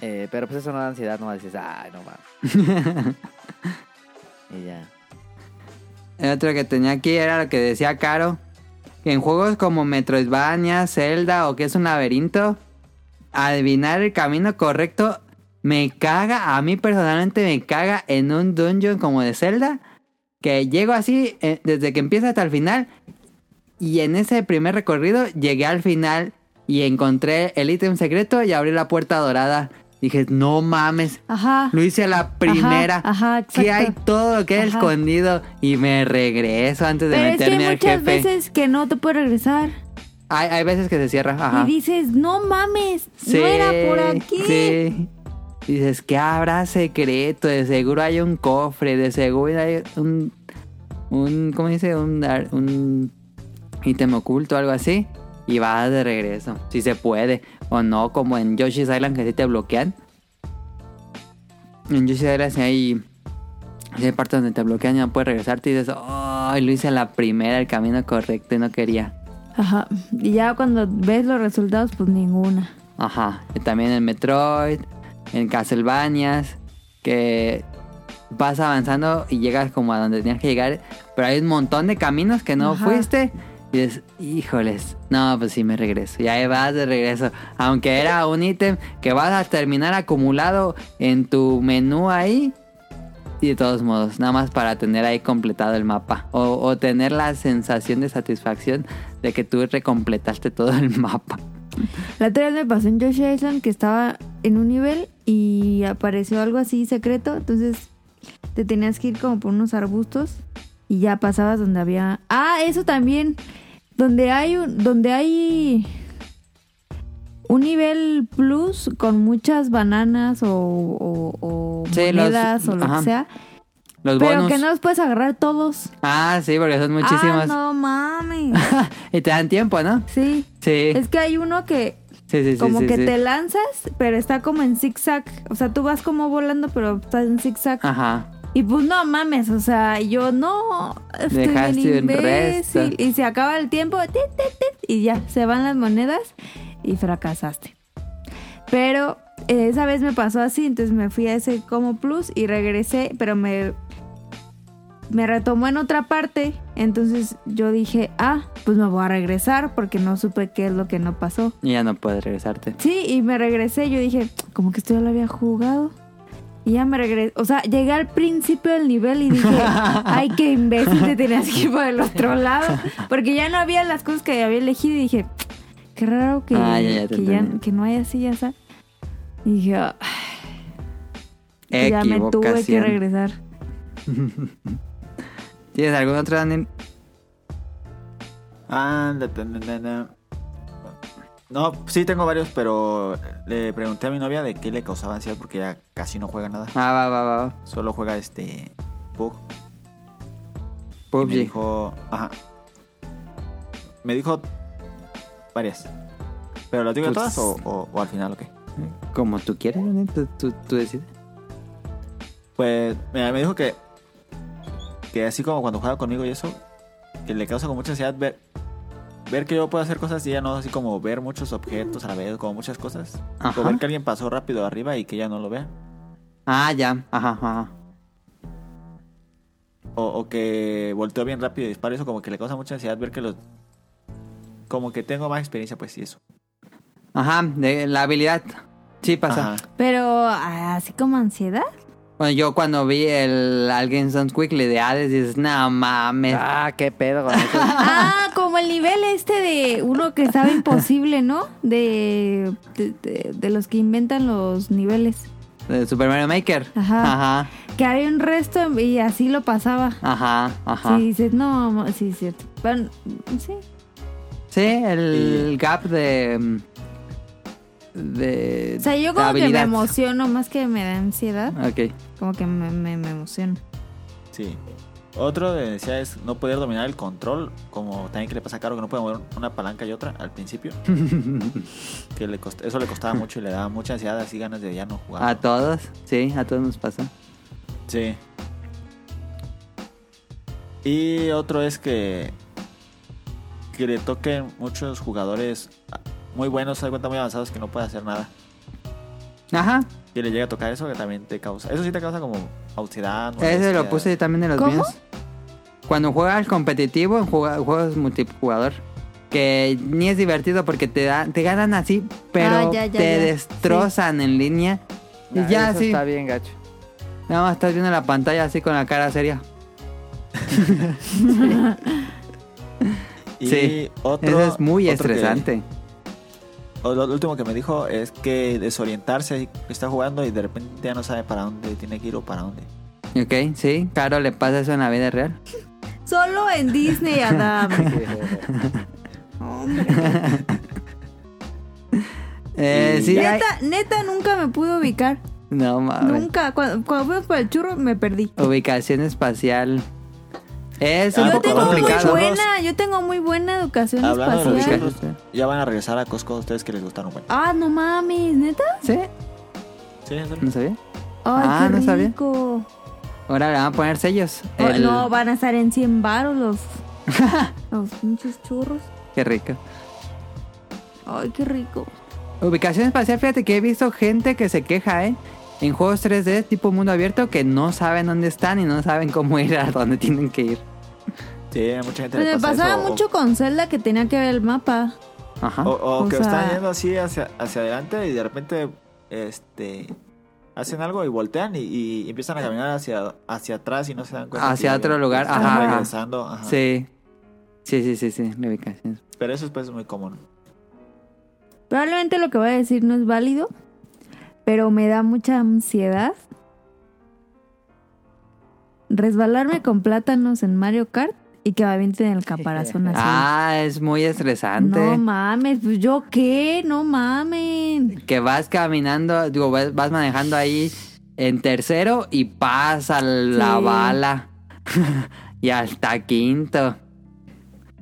Speaker 3: Eh, pero pues eso no da ansiedad, no dices, ay, no mames. y ya.
Speaker 2: El otro que tenía aquí era lo que decía Caro. Que en juegos como Metroidvania, Zelda o que es un laberinto, adivinar el camino correcto me caga. A mí personalmente me caga en un dungeon como de Zelda. Que llego así, eh, desde que empieza hasta el final. Y en ese primer recorrido llegué al final y encontré el ítem secreto y abrí la puerta dorada. Dije, no mames,
Speaker 1: Ajá.
Speaker 2: lo hice a la primera.
Speaker 1: Ajá, ajá,
Speaker 2: que hay
Speaker 1: exacto.
Speaker 2: todo lo que es
Speaker 1: Ajá.
Speaker 2: escondido y me regreso antes de
Speaker 1: Pero es que hay
Speaker 2: meterme al
Speaker 1: muchas
Speaker 2: jefe.
Speaker 1: veces que no te puedes regresar.
Speaker 2: Hay, hay veces que se cierra. Ajá.
Speaker 1: Y dices, no mames, no era por aquí.
Speaker 2: Sí. Dices que habrá secreto, de seguro hay un cofre, de seguro hay un, un ¿cómo dice? Un, ar- un ítem oculto, algo así. Y vas de regreso, si se puede. O no, como en Yoshi's Island que sí te bloquean. En Yoshi's Island sí hay, sí hay partes donde te bloquean y no puedes regresarte y dices, ¡ay, lo hice a la primera, el camino correcto y no quería!
Speaker 1: Ajá. Y ya cuando ves los resultados, pues ninguna.
Speaker 2: Ajá. y También en Metroid, en Castlevania, que vas avanzando y llegas como a donde tenías que llegar, pero hay un montón de caminos que no
Speaker 1: Ajá.
Speaker 2: fuiste. Y dices, híjoles, no, pues sí me regreso. Y ahí vas de regreso. Aunque era un ítem que vas a terminar acumulado en tu menú ahí. Y de todos modos, nada más para tener ahí completado el mapa. O, o tener la sensación de satisfacción de que tú recompletaste todo el mapa.
Speaker 1: La otra vez me pasó en Yoshi Island que estaba en un nivel y apareció algo así secreto. Entonces te tenías que ir como por unos arbustos y ya pasabas donde había. Ah, eso también. Donde hay un. Donde hay. Un nivel plus con muchas bananas o, o- o
Speaker 2: Sí, los-
Speaker 1: monedas o lo
Speaker 2: ajá.
Speaker 1: que sea.
Speaker 2: Los
Speaker 1: Pero
Speaker 2: bonus.
Speaker 1: que no los puedes agarrar todos.
Speaker 2: Ah, sí, porque son muchísimos.
Speaker 1: Ah, no mames.
Speaker 2: y te dan tiempo, ¿no?
Speaker 1: sí.
Speaker 2: Sí.
Speaker 1: Es que hay uno que
Speaker 2: sí, sí, sí.
Speaker 1: como
Speaker 2: sí,
Speaker 1: que
Speaker 2: sí.
Speaker 1: te lanzas, pero está como en zigzag. O sea, tú vas como volando, pero estás en zigzag.
Speaker 2: Ajá.
Speaker 1: Y pues no mames, o sea, yo no. estoy bien
Speaker 2: Dejaste un
Speaker 1: imbécil.
Speaker 2: resto.
Speaker 1: Y se acaba el tiempo, tit, tit, tit, y ya, se van las monedas y fracasaste. Pero eh, esa vez me pasó así, entonces me fui a ese como plus y regresé, pero me. Me retomó en otra parte, entonces yo dije, ah, pues me voy a regresar porque no supe qué es lo que no pasó.
Speaker 2: Y ya no puedes regresarte.
Speaker 1: Sí, y me regresé. Yo dije, como que esto ya lo había jugado. Y ya me regresé. O sea, llegué al principio del nivel y dije, ay, qué imbécil te tenías que ir por el otro lado. Porque ya no había las cosas que había elegido. Y dije, qué raro que,
Speaker 2: Ah, ya, ya te
Speaker 1: que, ya-
Speaker 2: entendí.
Speaker 1: que no haya así, ya está. Y dije, "Ah", ya me tuve que
Speaker 2: Equivocación.
Speaker 1: regresar.
Speaker 2: ¿Tienes algún otro, Daniel?
Speaker 4: Ah, da, da, da, da. No, sí tengo varios, pero le pregunté a mi novia de qué le causaba ansiedad porque ya casi no juega nada.
Speaker 2: Ah, va, va, va. va.
Speaker 4: Solo juega este Pug. Y me
Speaker 2: PUBG.
Speaker 4: dijo, ajá. Me dijo varias. ¿Pero las digo
Speaker 2: Putz.
Speaker 4: todas o, o- o al final o qué?
Speaker 2: Como tú quieres, ¿no? tú, tú, tú decides.
Speaker 4: Pues mira, me dijo que que así como cuando juega conmigo y eso, que le causa con mucha ansiedad ver ver que yo puedo hacer cosas y ella no, así como ver muchos objetos a la vez, como muchas cosas.
Speaker 2: Ajá.
Speaker 4: O ver que alguien pasó rápido arriba y que ella no lo vea.
Speaker 2: Ah, ya. Ajá, ajá.
Speaker 4: O, o que volteó bien rápido y dispara, eso como que le causa mucha ansiedad ver que los... Como que tengo más experiencia, pues sí, eso.
Speaker 2: Ajá, de la habilidad. Sí, pasa.
Speaker 4: Ajá.
Speaker 1: Pero ah, así como ansiedad.
Speaker 2: Bueno, yo cuando vi el Alguien Sounds Quickly de Hades, dices, no mames.
Speaker 3: Ah, qué pedo con eso.
Speaker 1: Ah, como el nivel este de uno que estaba imposible, ¿no? De, de, de- de los que inventan los niveles.
Speaker 2: De Super Mario Maker.
Speaker 1: Ajá.
Speaker 2: Ajá.
Speaker 1: Que había un resto y así lo pasaba.
Speaker 2: Ajá, ajá.
Speaker 1: Sí,
Speaker 2: Sí,
Speaker 1: dices, no, mo- sí, es cierto. Bueno, sí.
Speaker 2: el gap de. mm, De.
Speaker 1: O sea, yo
Speaker 2: de
Speaker 1: como que me
Speaker 2: habilidad. Ah.
Speaker 1: emociono más que me da ansiedad.
Speaker 2: Ok.
Speaker 1: Como que me, me, me emociona.
Speaker 4: Sí. Otro de decía es no poder dominar el control, como también que le pasa a Caro que no puede mover una palanca y otra al principio. que le cost- eso le costaba mucho y le daba mucha ansiedad, así ganas de ya no jugar.
Speaker 2: A todos, sí, a todos nos pasa.
Speaker 4: Sí. Y otro es que que le toquen muchos jugadores muy buenos, se da cuenta muy avanzados que no puede hacer nada.
Speaker 2: Ajá,
Speaker 4: Que le llega a tocar eso que también te causa. Eso sí te causa como ansiedad.
Speaker 2: ese lo
Speaker 4: molestia.
Speaker 2: puse también en los
Speaker 1: ¿Cómo?
Speaker 2: míos. Cuando juegas competitivo en juega- juegos multijugador, que ni es divertido porque te, da- te ganan así, pero
Speaker 1: Ah, ya, ya,
Speaker 2: te
Speaker 1: ya.
Speaker 2: destrozan en línea. Y
Speaker 3: Ah,
Speaker 2: ya,
Speaker 3: eso
Speaker 2: sí.
Speaker 3: está bien gacho.
Speaker 2: Nada más estás viendo la pantalla así con la cara seria.
Speaker 4: Y
Speaker 2: sí,
Speaker 4: otro.
Speaker 2: Eso es muy
Speaker 4: otro que-
Speaker 2: estresante.
Speaker 4: O lo, lo último que me dijo es que desorientarse, y está jugando y de repente ya no sabe para dónde tiene que ir o para dónde.
Speaker 2: Ok, sí, claro, le pasa eso en la vida real.
Speaker 1: Solo en Disney, Adam.
Speaker 3: eh.
Speaker 2: Eh,
Speaker 4: Y-
Speaker 2: sí, hay-
Speaker 1: neta, neta, nunca me pude ubicar.
Speaker 2: No mames.
Speaker 1: Nunca. Cuando, cuando fuimos por el churro, me perdí.
Speaker 2: Oh, Ubicación espacial. Es un
Speaker 4: Ah,
Speaker 1: Yo
Speaker 2: poco
Speaker 1: tengo muy
Speaker 2: complicado.
Speaker 1: buena, yo tengo muy buena educación
Speaker 4: Hablando de los
Speaker 1: espacial.
Speaker 4: churros, ya van a regresar a Costco ustedes que les gustaron. Bueno,
Speaker 1: Ah, no mames, neta.
Speaker 2: ¿Sí?
Speaker 4: sí, en serio.
Speaker 2: ¿No sabía?
Speaker 1: Ay,
Speaker 2: Ah,
Speaker 1: qué
Speaker 2: no sabía.
Speaker 1: rico.
Speaker 2: Ahora le van a poner sellos.
Speaker 1: Oh,
Speaker 2: El-
Speaker 1: No, van a estar en 100 baros los, los pinches churros.
Speaker 2: Qué rico.
Speaker 1: Ay, qué rico.
Speaker 2: Ubicación espacial, fíjate que he visto gente que se queja, ¿eh? En juegos 3D tipo mundo abierto que no saben dónde están y no saben cómo ir a dónde tienen que ir.
Speaker 4: Sí, a mucha gente
Speaker 1: Pues
Speaker 4: le
Speaker 1: me
Speaker 4: pasa
Speaker 1: pasaba
Speaker 4: eso, o-
Speaker 1: mucho con Zelda que tenía que ver el mapa.
Speaker 2: Ajá.
Speaker 4: O, o
Speaker 1: o
Speaker 4: que
Speaker 1: sea-
Speaker 4: están yendo así hacia, hacia adelante y de repente este hacen algo y voltean y, y empiezan a caminar hacia, hacia atrás y no se dan cuenta.
Speaker 2: Hacia
Speaker 4: que
Speaker 2: otro
Speaker 4: ya
Speaker 2: lugar,
Speaker 4: están
Speaker 2: ajá.
Speaker 4: regresando, ajá.
Speaker 2: Sí. Sí, sí, sí, sí. La ubicación.
Speaker 4: Pero eso es pues muy común.
Speaker 1: Probablemente lo que voy a decir no es válido, pero me da mucha ansiedad. Resbalarme con plátanos en Mario Kart y que me avienten el caparazón así.
Speaker 2: Ah, es muy estresante.
Speaker 1: No mames, pues yo qué, no mamen.
Speaker 2: que vas caminando, digo, vas, vas manejando ahí en tercero y pasa la
Speaker 1: Sí.
Speaker 2: bala. y hasta quinto.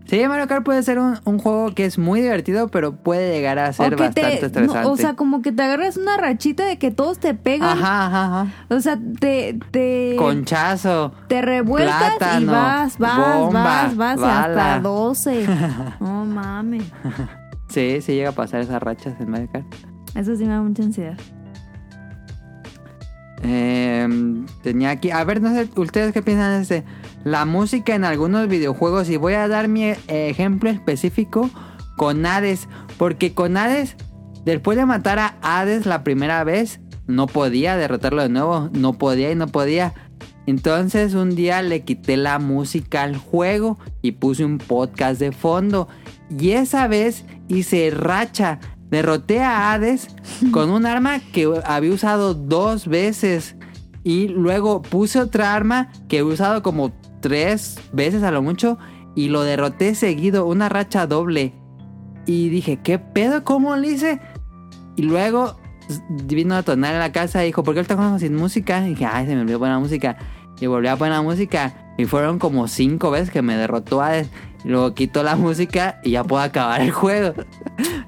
Speaker 2: Sí, Mario Kart puede ser un, un juego que es muy divertido, pero puede llegar a ser bastante
Speaker 1: te,
Speaker 2: estresante.
Speaker 1: no, o sea, como que te agarras una rachita de que todos te pegan.
Speaker 2: ajá, ajá, ajá.
Speaker 1: O sea, te te
Speaker 2: Conchazo.
Speaker 1: te revueltas y
Speaker 2: plátano,
Speaker 1: vas, vas,
Speaker 2: bomba,
Speaker 1: vas, vas y hasta
Speaker 2: bala.
Speaker 1: 12. No mames.
Speaker 2: Sí, sí llega a pasar esas rachas en Mario Kart.
Speaker 1: Eso sí me da mucha ansiedad.
Speaker 2: Eh, tenía aquí. A ver, no sé, ¿ustedes qué piensan de este? La música en algunos videojuegos. Y voy a dar mi eh, ejemplo específico con Hades. Porque con Hades, después de matar a Hades la primera vez, no podía derrotarlo de nuevo. No podía y no podía. Entonces un día le quité la música al juego y puse un podcast de fondo. Y esa vez hice racha. Derroté a Hades con un arma que había usado dos veces. Y luego puse otra arma que he usado como tres veces a lo mucho. y lo derroté seguido, una racha doble. Y dije, ¿qué pedo? ¿Cómo lo hice? Y luego s- vino a tonar a la casa y dijo, ¿por qué está jugando sin música? Y dije, ay, se me olvidó poner la música. Y volví a poner la música. Y fueron como cinco veces que me derrotó Hades. Y luego quito la música y ya puedo acabar el juego.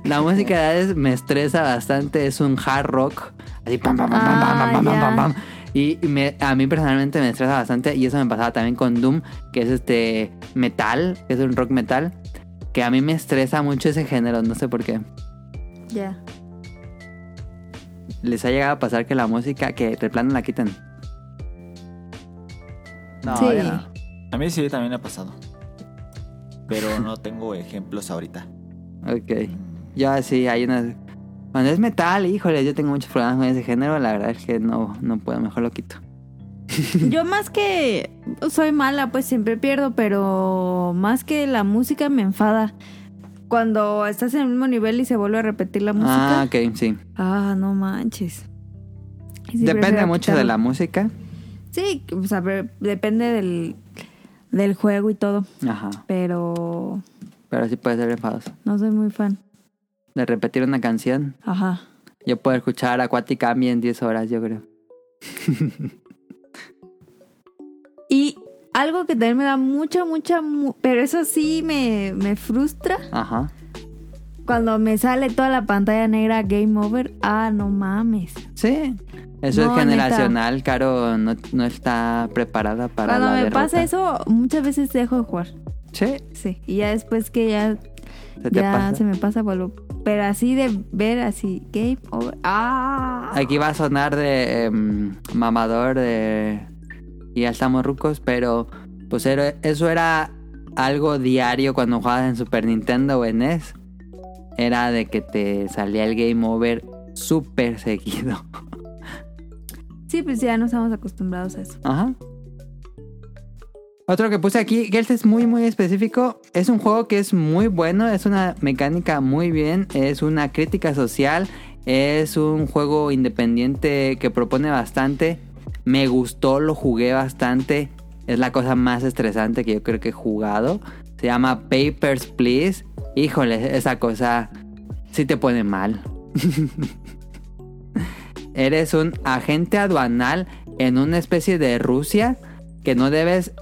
Speaker 2: la música de Hades me estresa bastante. Es un hard rock. Así, pam, pam, pam, pam, pam, pam,
Speaker 1: Ah,
Speaker 2: pam, pam,
Speaker 1: ya.
Speaker 2: pam, pam. Y me- a mí personalmente me estresa bastante. Y eso me pasaba también con Doom, que es este metal, que es un rock metal. Que a mí me estresa mucho ese género, no sé por qué.
Speaker 1: Ya.
Speaker 2: ¿Les ha llegado a pasar que la música, que de plano la quiten?
Speaker 3: No,
Speaker 1: Sí.
Speaker 3: ya no.
Speaker 4: A mí sí, también me ha pasado. Pero no tengo ejemplos ahorita.
Speaker 2: Ok. Ya sí, hay unas... Cuando es metal, híjole, yo tengo muchos problemas con ese género. La verdad es que no, no puedo, mejor lo quito.
Speaker 1: Yo más que soy mala, pues siempre pierdo, pero más que la música me enfada. Cuando estás en el mismo nivel y se vuelve a repetir la música.
Speaker 2: Ah, ok, sí.
Speaker 1: Ah, no manches. Sí,
Speaker 2: Depende
Speaker 1: prefiero
Speaker 2: mucho de
Speaker 1: quitarlo.
Speaker 2: la música.
Speaker 1: Sí, o sea, pero depende del, del juego y todo,
Speaker 2: Ajá.
Speaker 1: pero
Speaker 2: Pero sí puede ser enfadoso.
Speaker 1: no soy muy fan.
Speaker 2: De repetir una canción,
Speaker 1: Ajá.
Speaker 2: yo puedo escuchar Aquatic Ami en 10 horas, yo creo.
Speaker 1: Y algo que también me da mucha, mucha, mu- pero eso sí me, me frustra
Speaker 2: Ajá.
Speaker 1: cuando me sale toda la pantalla negra Game Over. Ah, no mames.
Speaker 2: Sí. Eso
Speaker 1: No,
Speaker 2: es generacional, Caro no, no está preparada para
Speaker 1: cuando
Speaker 2: la
Speaker 1: me
Speaker 2: derrota.
Speaker 1: pasa eso, muchas veces dejo de jugar.
Speaker 2: Sí,
Speaker 1: Sí. Y ya después que ya,
Speaker 2: se te
Speaker 1: ya
Speaker 2: pasa.
Speaker 1: se me pasa, vuelvo. Pero así de ver así, Game Over. Ah.
Speaker 2: Aquí va a sonar de em, mamador de... Y ya estamos rucos, pero pues era- eso era algo diario cuando jugabas en Super Nintendo o en NES. Era de que te salía el game over súper seguido.
Speaker 1: Sí, pues ya no estamos acostumbrados a eso.
Speaker 2: Ajá. Otro que puse aquí, que este es muy muy específico, es un juego que es muy bueno, es una mecánica muy bien, es una crítica social, es un juego independiente que propone bastante, me gustó, lo jugué bastante, es la cosa más estresante que yo creo que he jugado, se llama Papers, Please, híjole, esa cosa sí te pone mal. Eres un agente aduanal en una especie de Rusia que no debes...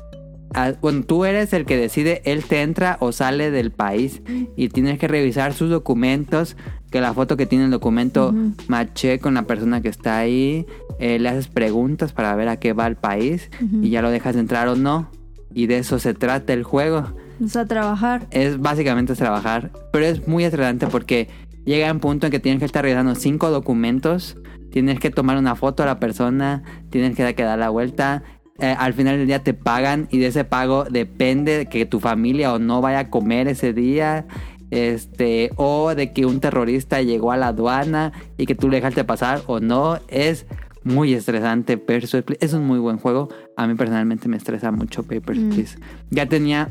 Speaker 2: ah, Bueno, tú eres el que decide, él te entra o sale del país y tienes que revisar sus documentos, que la foto que tiene el documento maché con la persona que está ahí, eh, le haces preguntas para ver a qué va el país y ya lo dejas entrar o no. Y de eso se trata el juego
Speaker 1: O sea, trabajar.
Speaker 2: es básicamente es trabajar, pero es muy estresante porque llega un punto en que tienes que estar revisando cinco documentos, tienes que tomar una foto a la persona, tienes que, que dar la vuelta. eh, al final del día te pagan y de ese pago depende de que tu familia o no vaya a comer ese día. Este, o de que un terrorista llegó a la aduana y que tú le dejaste pasar o no. Es muy estresante. Papers, Please. Es un muy buen juego. A mí personalmente me estresa mucho Papers, Please. Ya tenía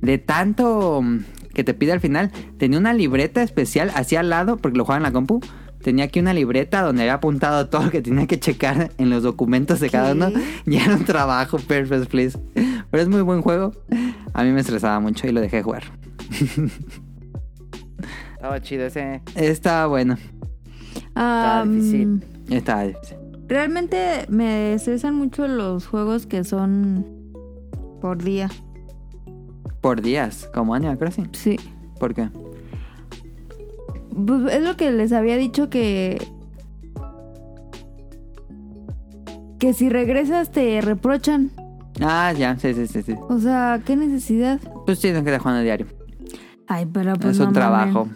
Speaker 2: de tanto mm, que te pide al final, tenía una libreta especial así al lado, porque lo jugaba en la compu. Tenía aquí una libreta donde había apuntado todo lo que tenía que checar en los documentos de cada uno. Y era un trabajo, Perfect Please. Pero es muy buen juego. A mí me estresaba mucho y lo dejé jugar.
Speaker 3: Estaba chido ese.
Speaker 2: Estaba bueno.
Speaker 1: Ah,
Speaker 3: difícil.
Speaker 2: Estaba difícil.
Speaker 1: Realmente me estresan mucho los juegos que son por día.
Speaker 2: Por días, como Animal Crossing.
Speaker 1: Sí.
Speaker 2: ¿Por qué?
Speaker 1: Pues es lo que les había dicho que. Que si regresas te reprochan.
Speaker 2: Ah, ya, sí, sí, sí. sí.
Speaker 1: O sea, ¿qué necesidad?
Speaker 2: Pues tienes que estar jugando diario.
Speaker 1: Ay, pero pues.
Speaker 2: es
Speaker 1: no
Speaker 2: un
Speaker 1: mamen.
Speaker 2: trabajo.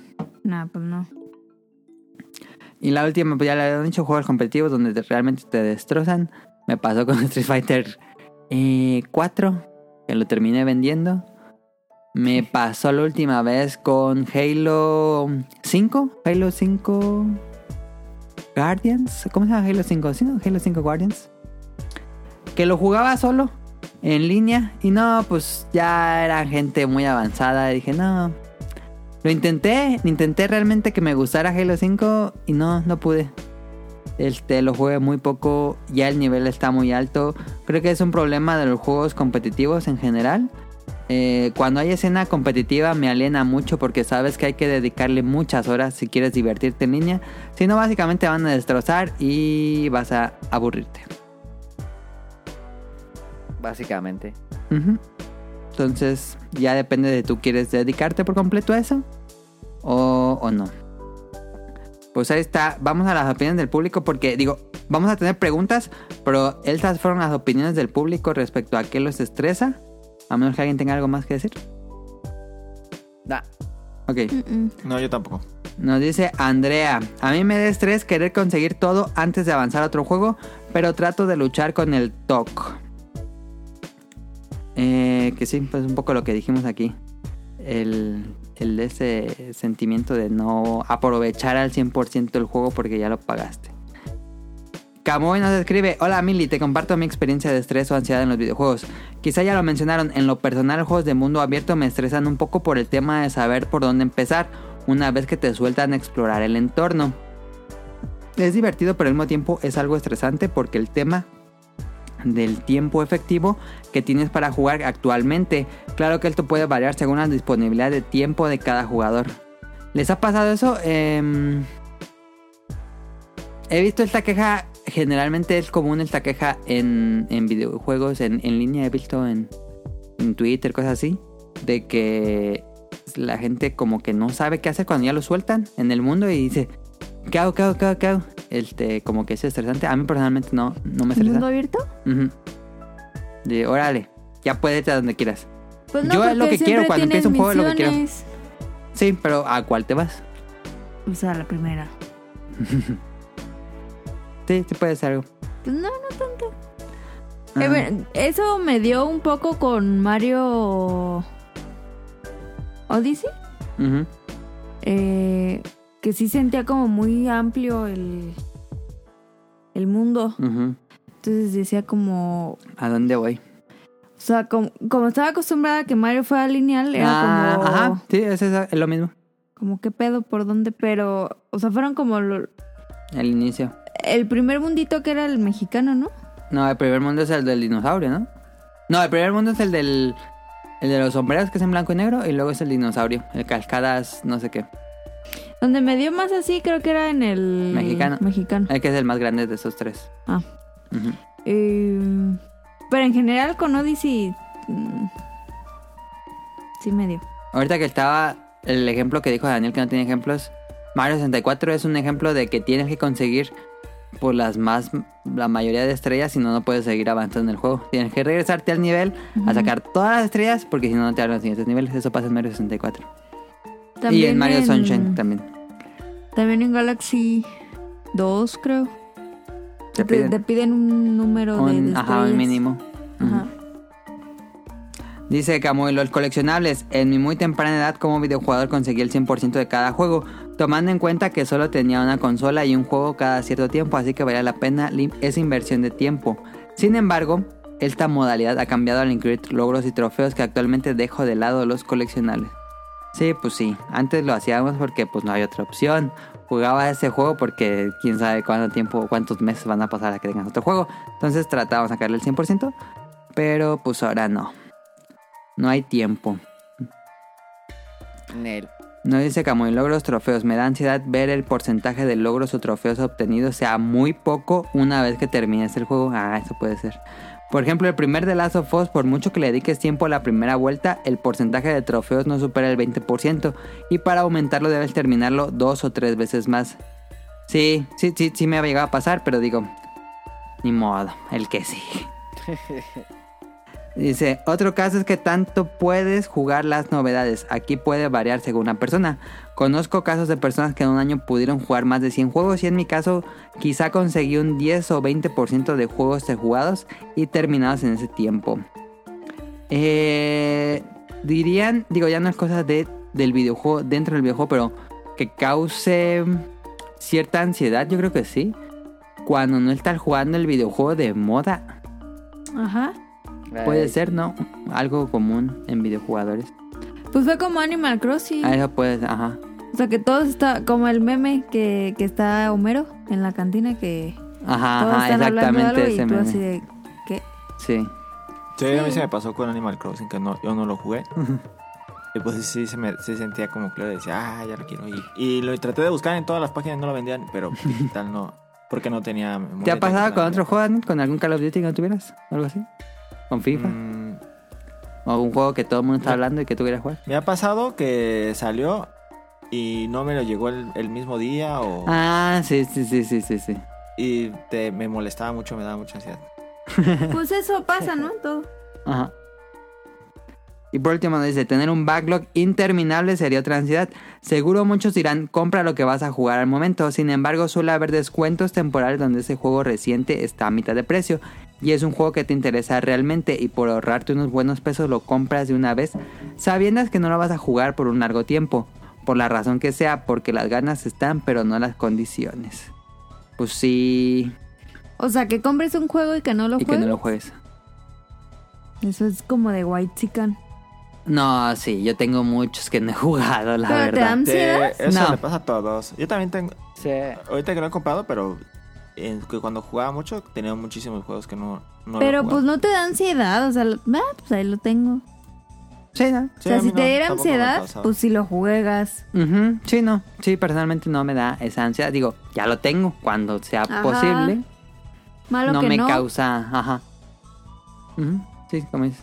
Speaker 1: Nah, pues no.
Speaker 2: Y la última, pues ya le habían dicho juegos competitivos donde te- realmente te destrozan. Me pasó con Street Fighter eh, 4, que lo terminé vendiendo. Me pasó la última vez con Halo 5. Halo 5 Guardians. ¿Cómo se llama Halo 5? ¿Sí, no? Halo 5 Guardians. Que lo jugaba solo, en línea. Y no, pues ya era gente muy avanzada. Y dije, no, lo intenté, intenté realmente que me gustara Halo 5 y no, no pude. Este, lo jugué muy poco, ya el nivel está muy alto. Creo que es un problema de los juegos competitivos en general. Eh, cuando hay escena competitiva me aliena mucho porque sabes que hay que dedicarle muchas horas si quieres divertirte en línea. Si no, básicamente van a destrozar y vas a aburrirte.
Speaker 3: Básicamente.
Speaker 2: Ujú. Entonces, ya depende de tú quieres dedicarte por completo a eso o, o no. Pues ahí está, vamos a las opiniones del público porque digo, vamos a tener preguntas, pero estas fueron las opiniones del público respecto a qué los estresa, a menos que alguien tenga algo más que decir.
Speaker 3: Da.
Speaker 2: Ok.
Speaker 4: No, yo tampoco.
Speaker 2: Nos dice Andrea, a mí me da estrés querer conseguir todo antes de avanzar a otro juego, pero trato de luchar con el TOC. Eh, que sí, pues un poco lo que dijimos aquí. El, el de ese sentimiento de no aprovechar al 100% el juego porque ya lo pagaste. Camoy nos escribe, hola Mili, te comparto mi experiencia de estrés o ansiedad en los videojuegos. Quizá ya lo mencionaron, en lo personal juegos de mundo abierto me estresan un poco por el tema de saber por dónde empezar una vez que te sueltan a explorar el entorno. Es divertido pero al mismo tiempo es algo estresante porque el tema del tiempo efectivo que tienes para jugar actualmente. Claro que esto puede variar según la disponibilidad de tiempo de cada jugador. ¿Les ha pasado eso? Em, he visto esta queja, generalmente es común esta queja en, en videojuegos, en, en línea, he visto en, en Twitter, cosas así, de que la gente como que no sabe qué hacer cuando ya lo sueltan en el mundo y dice, ¿qué hago, qué hago, qué hago, qué hago? Este, como que es estresante. A mí personalmente no, no me estresa.
Speaker 1: ¿Mundo abierto?
Speaker 2: Ujú. De, órale, ya puedes irte a donde quieras.
Speaker 1: Pues no,
Speaker 2: Yo es lo
Speaker 1: porque
Speaker 2: que quiero,
Speaker 1: siempre
Speaker 2: cuando
Speaker 1: tienes
Speaker 2: empiezo un juego es lo que quiero.
Speaker 1: misiones.
Speaker 2: Sí, pero ¿a cuál te vas?
Speaker 1: O sea, la primera.
Speaker 2: Sí, sí puede ser algo.
Speaker 1: Pues no, no tanto.
Speaker 2: Ajá.
Speaker 1: Eh, bueno, eso me dio un poco con Mario Odyssey.
Speaker 2: Ujú.
Speaker 1: eh, que sí sentía como muy amplio el, el mundo.
Speaker 2: Ujú.
Speaker 1: Entonces decía como...
Speaker 2: ¿A dónde voy?
Speaker 1: O sea, como, como estaba acostumbrada a que Mario fuera lineal, era
Speaker 2: Ah,
Speaker 1: como...
Speaker 2: Ajá, sí, es, esa- es lo mismo.
Speaker 1: Como qué pedo, por dónde, pero... O sea, fueron como lo-
Speaker 2: El inicio.
Speaker 1: el primer mundito que era el mexicano, ¿no?
Speaker 2: No, el primer mundo es el del dinosaurio, ¿no? No, el primer mundo es el del... El de los sombreros que es en blanco y negro y luego es el dinosaurio, el cascadas, no sé qué.
Speaker 1: Donde me dio más así creo que era en el...
Speaker 2: Mexicano.
Speaker 1: Mexicano.
Speaker 2: El que es el más grande de esos tres.
Speaker 1: Ah.
Speaker 2: Ujú.
Speaker 1: Eh, pero en general con Odyssey... mm, sí me dio.
Speaker 2: Ahorita que estaba el ejemplo que dijo Daniel que no tiene ejemplos, Mario 64 es un ejemplo de que tienes que conseguir por las más la mayoría de estrellas si no no puedes seguir avanzando en el juego. Tienes que regresarte al nivel a sacar todas las estrellas porque si no no te dan los siguientes niveles. Eso pasa en Mario 64. y en Mario Sunshine también.
Speaker 1: También en Galaxy 2, creo. Te
Speaker 2: Te piden
Speaker 1: te piden, un número de,
Speaker 2: un,
Speaker 1: de
Speaker 2: ajá, un
Speaker 1: estrellas.
Speaker 2: mínimo.
Speaker 1: Ajá.
Speaker 2: Dice Camuy, los coleccionables. En mi muy temprana edad como videojugador conseguí el 100% de cada juego, tomando en cuenta que solo tenía una consola y un juego cada cierto tiempo, así que valía la pena li- esa inversión de tiempo. Sin embargo, esta modalidad ha cambiado al incluir logros y trofeos que actualmente dejo de lado los coleccionables. Sí, pues sí. Antes lo hacíamos porque pues no había otra opción. Jugaba ese juego porque quién sabe cuánto tiempo, cuántos meses van a pasar a que tengas otro juego. Entonces tratábamos de sacarle el 100%, pero pues ahora no. No hay tiempo.
Speaker 3: Nel.
Speaker 2: No dice Camuy logros, trofeos. Me da ansiedad ver el porcentaje de logros o trofeos obtenidos sea muy poco una vez que termines el juego. Ah, eso puede ser. Por ejemplo, el primer de Last of Us, por mucho que le dediques tiempo a la primera vuelta, el porcentaje de trofeos no supera el 20%. Y para aumentarlo debes terminarlo dos o tres veces más. Sí, sí, sí, sí me ha llegado a pasar, pero digo, ni modo, el que sigue. Dice, otro caso es que tanto puedes jugar las novedades. Aquí puede variar según la persona. Conozco casos de personas que en un año pudieron jugar más de 100 juegos y en mi caso quizá conseguí un 10 o 20% de juegos jugados y terminados en ese tiempo. Eh, dirían, digo, ya no es cosa de, del videojuego, dentro del videojuego, pero que cause cierta ansiedad, yo creo que sí. Cuando no estás jugando el videojuego de moda.
Speaker 1: Ajá.
Speaker 2: Puede
Speaker 3: Ay,
Speaker 2: ser, ¿no? Algo común en videojugadores.
Speaker 1: Pues fue como Animal Crossing.
Speaker 2: Ah, eso puede ser, ajá.
Speaker 1: O sea, que todos está como el meme que, que está Homero en la cantina que
Speaker 2: Ajá,
Speaker 1: todos
Speaker 2: ajá,
Speaker 1: están hablando de
Speaker 2: exactamente
Speaker 1: algo y
Speaker 2: ese
Speaker 1: tú
Speaker 2: meme.
Speaker 1: así de ¿qué?
Speaker 2: Sí.
Speaker 4: Sí, a mí se me pasó con Animal Crossing, que no, yo no lo jugué. y pues sí, se me se sentía como claro, decía, ah, ya lo quiero ir. Y lo traté de buscar en todas las páginas, no lo vendían, pero digital no, porque no tenía...
Speaker 2: ¿Te
Speaker 4: memoria
Speaker 2: ha pasado
Speaker 4: interna,
Speaker 2: con
Speaker 4: no
Speaker 2: otro
Speaker 4: tenía-
Speaker 2: juego, Daniel? con algún Call of Duty que no tuvieras? ¿Algo así? ¿Con FIFA?
Speaker 4: Mm,
Speaker 2: ¿O algún juego que todo el mundo está hablando y que tú quieras jugar?
Speaker 4: me ha pasado que salió y no me lo llegó el, el mismo día o...
Speaker 2: Ah, sí, sí, sí, sí, sí, sí.
Speaker 4: Y te- me molestaba mucho, me daba mucha ansiedad.
Speaker 5: Pues eso pasa, ¿no? Todo.
Speaker 2: Ajá. Y por último nos dice, tener un backlog interminable sería otra ansiedad. Seguro muchos dirán, compra lo que vas a jugar al momento. Sin embargo, suele haber descuentos temporales donde ese juego reciente está a mitad de precio. Y es un juego que te interesa realmente y por ahorrarte unos buenos pesos lo compras de una vez, sabiendas que no lo vas a jugar por un largo tiempo. Por la razón que sea, porque las ganas están, pero no las condiciones. Pues sí,
Speaker 1: O sea, que compres un juego y que no lo
Speaker 2: y que no
Speaker 1: juegues.
Speaker 2: lo juegues.
Speaker 1: Eso es como de White Chicken.
Speaker 4: Ah,
Speaker 2: No, sí, yo tengo muchos que no he jugado, la
Speaker 1: Pero te
Speaker 2: verdad.
Speaker 1: dan- ¿Ansiedad?
Speaker 4: Te- eso
Speaker 2: No.
Speaker 4: le pasa a todos. Yo también tengo...
Speaker 3: Sí.
Speaker 4: Ahorita que no he comprado, pero en- que cuando jugaba mucho tenía muchísimos juegos que no... no había
Speaker 1: Pero
Speaker 4: jugado.
Speaker 1: pues no te da ansiedad, o sea, lo- ah, pues ahí lo tengo.
Speaker 2: Sí, ¿no?
Speaker 1: o sea,
Speaker 4: a mí
Speaker 1: si
Speaker 4: no,
Speaker 1: te diera
Speaker 4: tampoco me
Speaker 1: ansiedad,
Speaker 4: pasaba.
Speaker 1: pues si lo juegas.
Speaker 2: Ujú, Sí, no. Sí, personalmente no me da esa ansiedad. Digo, ya lo tengo cuando sea
Speaker 1: Ajá,
Speaker 2: posible.
Speaker 1: Malo
Speaker 2: No
Speaker 1: que
Speaker 2: me
Speaker 1: no.
Speaker 2: causa. Ajá. Ujú, Sí, como es.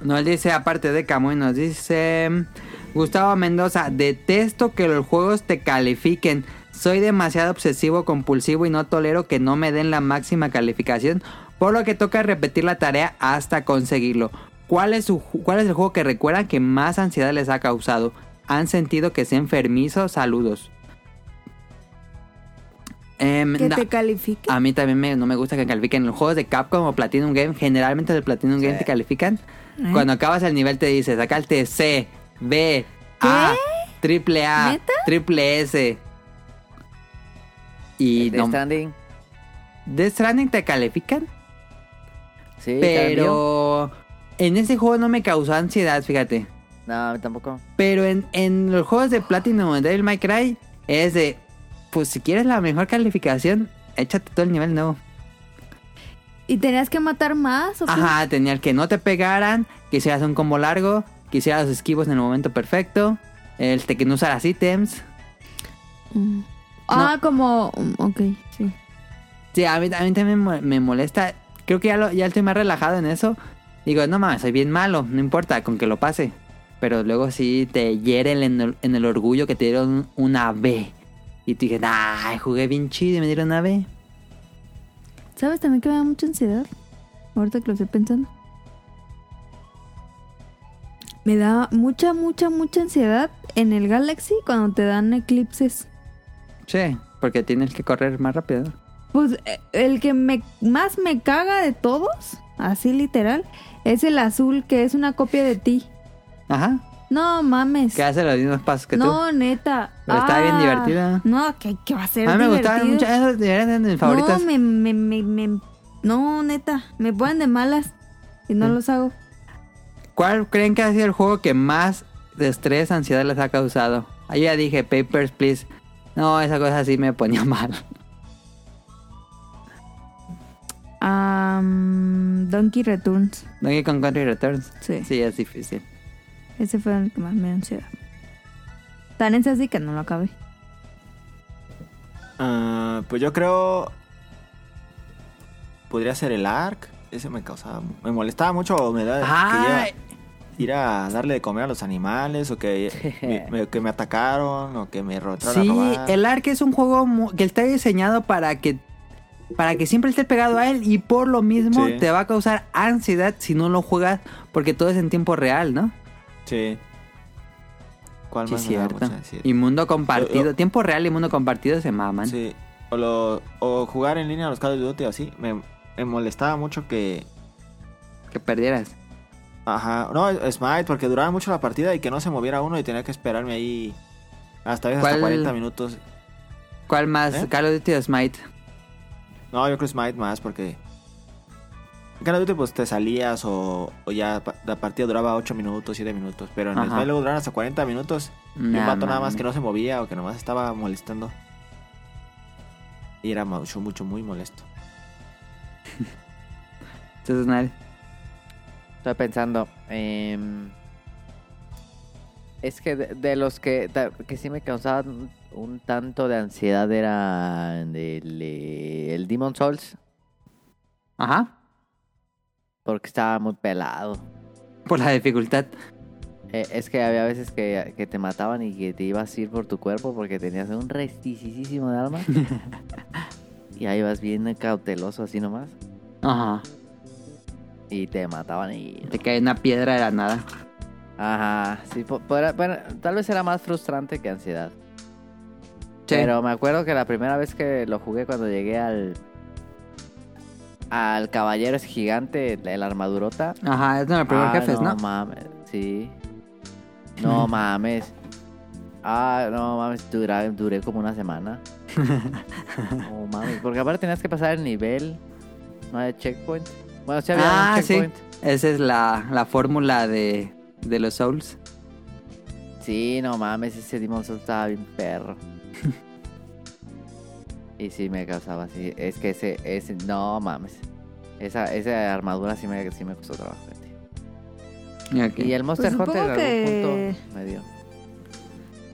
Speaker 2: Nos dice, aparte de Camuy, nos dice Gustavo Mendoza, detesto que los juegos te califiquen. Soy demasiado obsesivo, compulsivo y no tolero que no me den la máxima calificación, por lo que toca repetir la tarea hasta conseguirlo. ¿Cuál es, su ju- cuál es el juego que recuerdan que más ansiedad les ha causado? ¿Han sentido que sea enfermizo? Saludos. Em,
Speaker 5: Que
Speaker 2: na-
Speaker 5: te califique.
Speaker 2: a mí también me- no me gusta que califiquen los juegos de Capcom o Platinum Game. Generalmente de Platinum Game te califican.
Speaker 1: ¿eh?
Speaker 2: Cuando acabas el nivel te dice, sacaste C, B, A, triple A,
Speaker 1: ¿Neta?
Speaker 2: triple S. Y
Speaker 3: Death
Speaker 2: no,
Speaker 3: Stranding.
Speaker 2: Death Stranding te califican,
Speaker 3: Sí, cambió.
Speaker 2: pero en ese juego no me causó ansiedad, fíjate.
Speaker 3: No, a mí tampoco.
Speaker 2: Pero en, en los juegos de Platinum o de Devil May Cry es de, pues si quieres la mejor calificación, échate todo el nivel nuevo.
Speaker 1: ¿Y tenías que matar más o qué?
Speaker 2: Ajá, tenía el que no te pegaran, que hicieras un combo largo, que hicieras los esquivos en el momento perfecto, este que no usaras ítems.
Speaker 1: Mm. Ah, como... mm, Ok, sí.
Speaker 2: Sí, a mí, a mí también mo- me molesta. Creo que ya, lo- ya estoy más relajado en eso. Digo, no mames, soy bien malo, no importa, con que lo pase. Pero luego sí te hieren en el, en el orgullo que te dieron una B. Y tú dices, ay, jugué bien chido y me dieron una B.
Speaker 1: ¿Sabes también que me da mucha ansiedad? Ahorita que lo estoy pensando. Me da mucha, mucha, mucha ansiedad en el Galaxy cuando te dan eclipses.
Speaker 2: Sí, porque tienes que correr más rápido. ¿no?
Speaker 1: Pues eh, el que me, más me caga de todos, así literal, es el azul que es una copia de ti.
Speaker 2: Ajá,
Speaker 1: No mames.
Speaker 2: que hace los mismos pasos que tú.
Speaker 1: no, neta.
Speaker 2: Pero está bien
Speaker 1: Ah,
Speaker 2: divertida.
Speaker 1: No, que, que va a ser
Speaker 2: A mí me gustaban
Speaker 1: divertido.
Speaker 2: mucho, esas eran mis favoritas.
Speaker 1: No, me, me, me, me- no, neta. Me ponen de malas y no
Speaker 2: Sí.
Speaker 1: los hago.
Speaker 2: ¿Cuál creen que ha sido el juego que más de estrés, ansiedad les ha causado? Ahí ya dije Papers, Please. No, esa cosa sí me ponía mal.
Speaker 1: Am, Donkey Returns.
Speaker 2: Donkey Kong Country Returns.
Speaker 1: Sí.
Speaker 2: Sí, es difícil.
Speaker 1: Ese fue el que más me dio ansiedad. Tan es así que no lo acabé.
Speaker 4: Ah, pues yo creo... Podría ser el ARC. Ese me causaba... Me molestaba mucho. o Me da...
Speaker 2: Ah,
Speaker 4: quería ir a darle de comer a los animales. O que me, me- que me atacaron. O que me ro- trataron
Speaker 2: sí,
Speaker 4: a robar.
Speaker 2: el Ark es un juego mu- que está diseñado para que para que siempre estés pegado a él y por lo mismo
Speaker 4: Sí.
Speaker 2: te va a causar ansiedad si no lo juegas porque todo es en tiempo real, ¿no?
Speaker 4: Sí. ¿Cuál
Speaker 2: Sí,
Speaker 4: más me daba
Speaker 2: cierto.
Speaker 4: mucha ansiedad?
Speaker 2: Y mundo compartido,
Speaker 4: Yo- yo-
Speaker 2: tiempo real y mundo compartido se maman.
Speaker 4: Sí. O, lo- o jugar en línea a los Call of Duty o así. Me, me molestaba mucho que...
Speaker 2: Que perdieras.
Speaker 4: Ajá. No, Smite, porque duraba mucho la partida y que no se moviera uno y tenía que esperarme ahí hasta, hasta
Speaker 2: ¿Cuál?
Speaker 4: 40 minutos.
Speaker 2: ¿Cuál más?
Speaker 4: ¿Eh?
Speaker 2: Call of Duty o Smite.
Speaker 4: No, yo creo Smite más porque... En Call of Duty pues te salías o, o ya pa- la partida duraba 8 minutos, 7 minutos. Pero en
Speaker 2: Ajá.
Speaker 4: Smite luego duraban hasta 40 minutos. Y
Speaker 2: Nah,
Speaker 4: un vato nada más
Speaker 2: mames.
Speaker 4: que no se movía o que nomás estaba molestando. Y era mucho, mucho, muy molesto.
Speaker 2: Entonces, nadie.
Speaker 3: Estoy pensando. em, es que de, de los que, ta- que sí me causaban un tanto de ansiedad era el, eh, el Demon Souls,
Speaker 2: Ajá.
Speaker 3: porque estaba muy pelado.
Speaker 2: Por la dificultad.
Speaker 3: Eh, es que había veces que, que te mataban y que te ibas a ir por tu cuerpo porque tenías un resticísimo de arma. y ahí vas bien cauteloso así nomás.
Speaker 2: Ajá.
Speaker 3: Y te mataban y...
Speaker 2: Te cae una piedra de la nada.
Speaker 3: Ajá, sí, po- podrá- bueno, tal vez era más frustrante que ansiedad.
Speaker 2: Sí.
Speaker 3: Pero me acuerdo que la primera vez que lo jugué cuando llegué al... Al caballero ese gigante, el- el armadurota.
Speaker 2: Ajá, es uno de los primeros
Speaker 3: Ah,
Speaker 2: jefes, ¿no?
Speaker 3: No mames, sí. No mames. Ah, no mames, dura- duré, como una semana. No mames, porque aparte tenías que pasar el nivel. No había checkpoint. Bueno, sí había
Speaker 2: ah,
Speaker 3: un
Speaker 2: sí.
Speaker 3: checkpoint.
Speaker 2: Esa es la, la fórmula de, de los Souls.
Speaker 3: Sí. no mames, ese Demon Souls estaba bien perro. y sí me causaba así. Es que ese, ese, no mames. Esa, esa armadura sí me, sí me costó trabajo. gente.
Speaker 2: Ok.
Speaker 3: Y el Monster
Speaker 5: Pues
Speaker 3: Hunter en
Speaker 5: supongo
Speaker 3: algún punto me dio.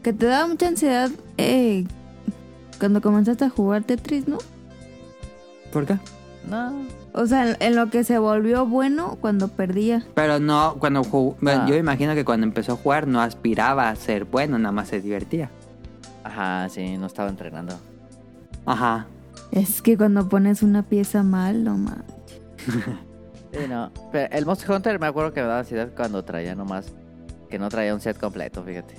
Speaker 5: Que te daba mucha ansiedad eh, cuando comenzaste a jugar Tetris, ¿no?
Speaker 2: ¿Por qué?
Speaker 3: No,
Speaker 5: O sea, en, en lo que se volvió bueno cuando perdía.
Speaker 2: Pero no, cuando jugó,
Speaker 3: Ah.
Speaker 2: yo imagino que cuando empezó a jugar no aspiraba a ser bueno, nada más se divertía.
Speaker 3: Ajá, sí, no estaba entrenando.
Speaker 2: Ajá.
Speaker 5: Es que cuando pones una pieza mal, no mames.
Speaker 3: Sí, no. Pero el Monster Hunter me acuerdo que me daba ansiedad cuando traía nomás. Que no traía un set completo, fíjate.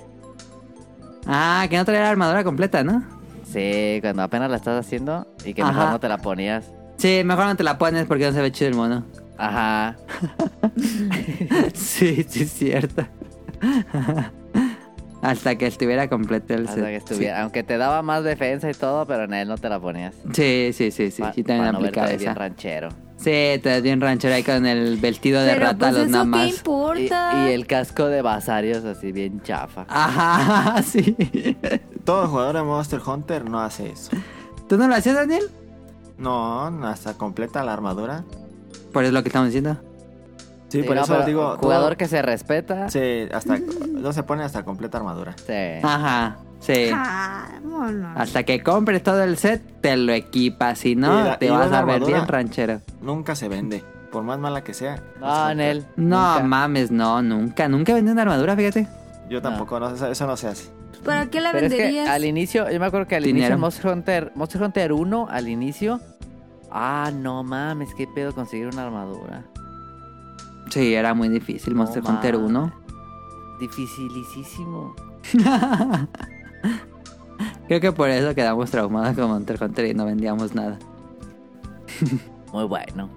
Speaker 2: Ah, que no traía la armadura completa, ¿no?
Speaker 3: Sí, cuando apenas la estás haciendo y que
Speaker 2: Ajá.
Speaker 3: mejor no te la ponías.
Speaker 2: Sí, mejor no te la pones porque no se ve chido el mono.
Speaker 3: Ajá.
Speaker 2: sí, sí, es cierto. Hasta que estuviera completo el set.
Speaker 3: Hasta que estuviera. Aunque te daba más defensa y todo, pero en él no te la ponías.
Speaker 2: Sí, sí, sí, sí.
Speaker 3: Pa-
Speaker 2: sí, también
Speaker 3: pa no
Speaker 2: aplicaba
Speaker 3: verte bien
Speaker 2: esa.
Speaker 3: ranchero.
Speaker 2: Sí, te ves bien ranchero ahí con el vestido de
Speaker 5: Pero
Speaker 2: rata,
Speaker 5: pues
Speaker 2: los
Speaker 5: eso
Speaker 2: nada
Speaker 5: qué
Speaker 2: más.
Speaker 3: Y,
Speaker 5: importa.
Speaker 3: y el casco de Basarios así bien chafa.
Speaker 2: Ajá, sí.
Speaker 4: Todo jugador de Monster Hunter no hace eso.
Speaker 2: ¿Tú no lo hacías, Daniel?
Speaker 4: No, hasta completa la armadura.
Speaker 2: Por eso es lo que estamos diciendo.
Speaker 4: Sí, por
Speaker 3: no,
Speaker 4: eso
Speaker 3: pero
Speaker 4: digo.
Speaker 3: Jugador
Speaker 4: todo-
Speaker 3: que se respeta. Sí.
Speaker 4: Sí, hasta. No se pone hasta completa armadura.
Speaker 2: Ajá, sí.
Speaker 5: Ah, bueno.
Speaker 2: Hasta que compres todo el set, te lo equipas. Si no,
Speaker 4: Y la-
Speaker 2: te
Speaker 4: y
Speaker 2: vas
Speaker 4: una
Speaker 2: a ver
Speaker 4: armadura.
Speaker 2: bien ranchero.
Speaker 4: Nunca se vende. Por más mala que sea.
Speaker 3: No,
Speaker 2: Ah,
Speaker 4: se
Speaker 3: en
Speaker 4: vende.
Speaker 3: él.
Speaker 2: No
Speaker 3: nunca.
Speaker 2: mames, no, nunca. Nunca vendí una armadura, fíjate.
Speaker 4: Yo tampoco, no, eso, eso no se hace.
Speaker 5: ¿Para qué la
Speaker 3: Pero es que
Speaker 5: venderías?
Speaker 3: al inicio, yo me acuerdo que al
Speaker 2: Dinero.
Speaker 3: inicio en Monster Hunter, Monster Hunter 1, al inicio, ah, no mames, qué pedo conseguir una armadura.
Speaker 2: Sí, era muy difícil
Speaker 3: No
Speaker 2: Monster Hunter
Speaker 3: mames.
Speaker 2: 1.
Speaker 3: Dificilísimo.
Speaker 2: Creo que por eso quedamos traumados con Monster Hunter y no vendíamos nada.
Speaker 3: Muy bueno.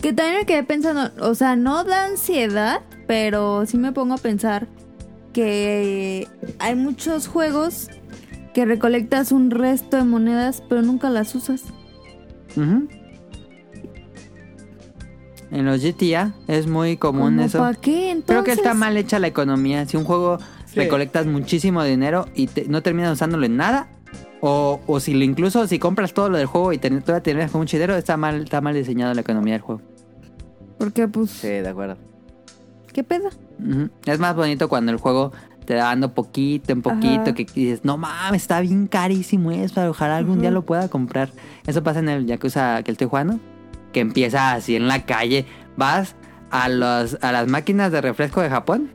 Speaker 5: Que también me quedé pensando, o sea, no da ansiedad, pero sí me pongo a pensar que hay muchos juegos que recolectas un resto de monedas, pero nunca las usas.
Speaker 2: Ujú. En los GTA es muy común
Speaker 5: ¿Cómo
Speaker 2: eso.
Speaker 5: ¿Para qué entonces?
Speaker 2: Creo que está mal hecha la economía. Si un juego recolectas muchísimo dinero y te- no terminas usándolo en nada, o, o si lo incluso si compras todo lo del juego y te, todavía terminas con mucho dinero, está mal, está mal diseñada la economía del juego.
Speaker 5: Porque pues,
Speaker 3: Sí, de acuerdo.
Speaker 5: ¿qué pedo?
Speaker 2: Ujú. Es más bonito cuando el juego te da dando poquito en poquito,
Speaker 5: Ajá.
Speaker 2: que dices, no mames, está bien carísimo eso, ojalá algún día lo pueda comprar. Eso pasa en el Yakuza que estoy jugando, que empieza así en la calle, vas a, los, a las máquinas de refresco de Japón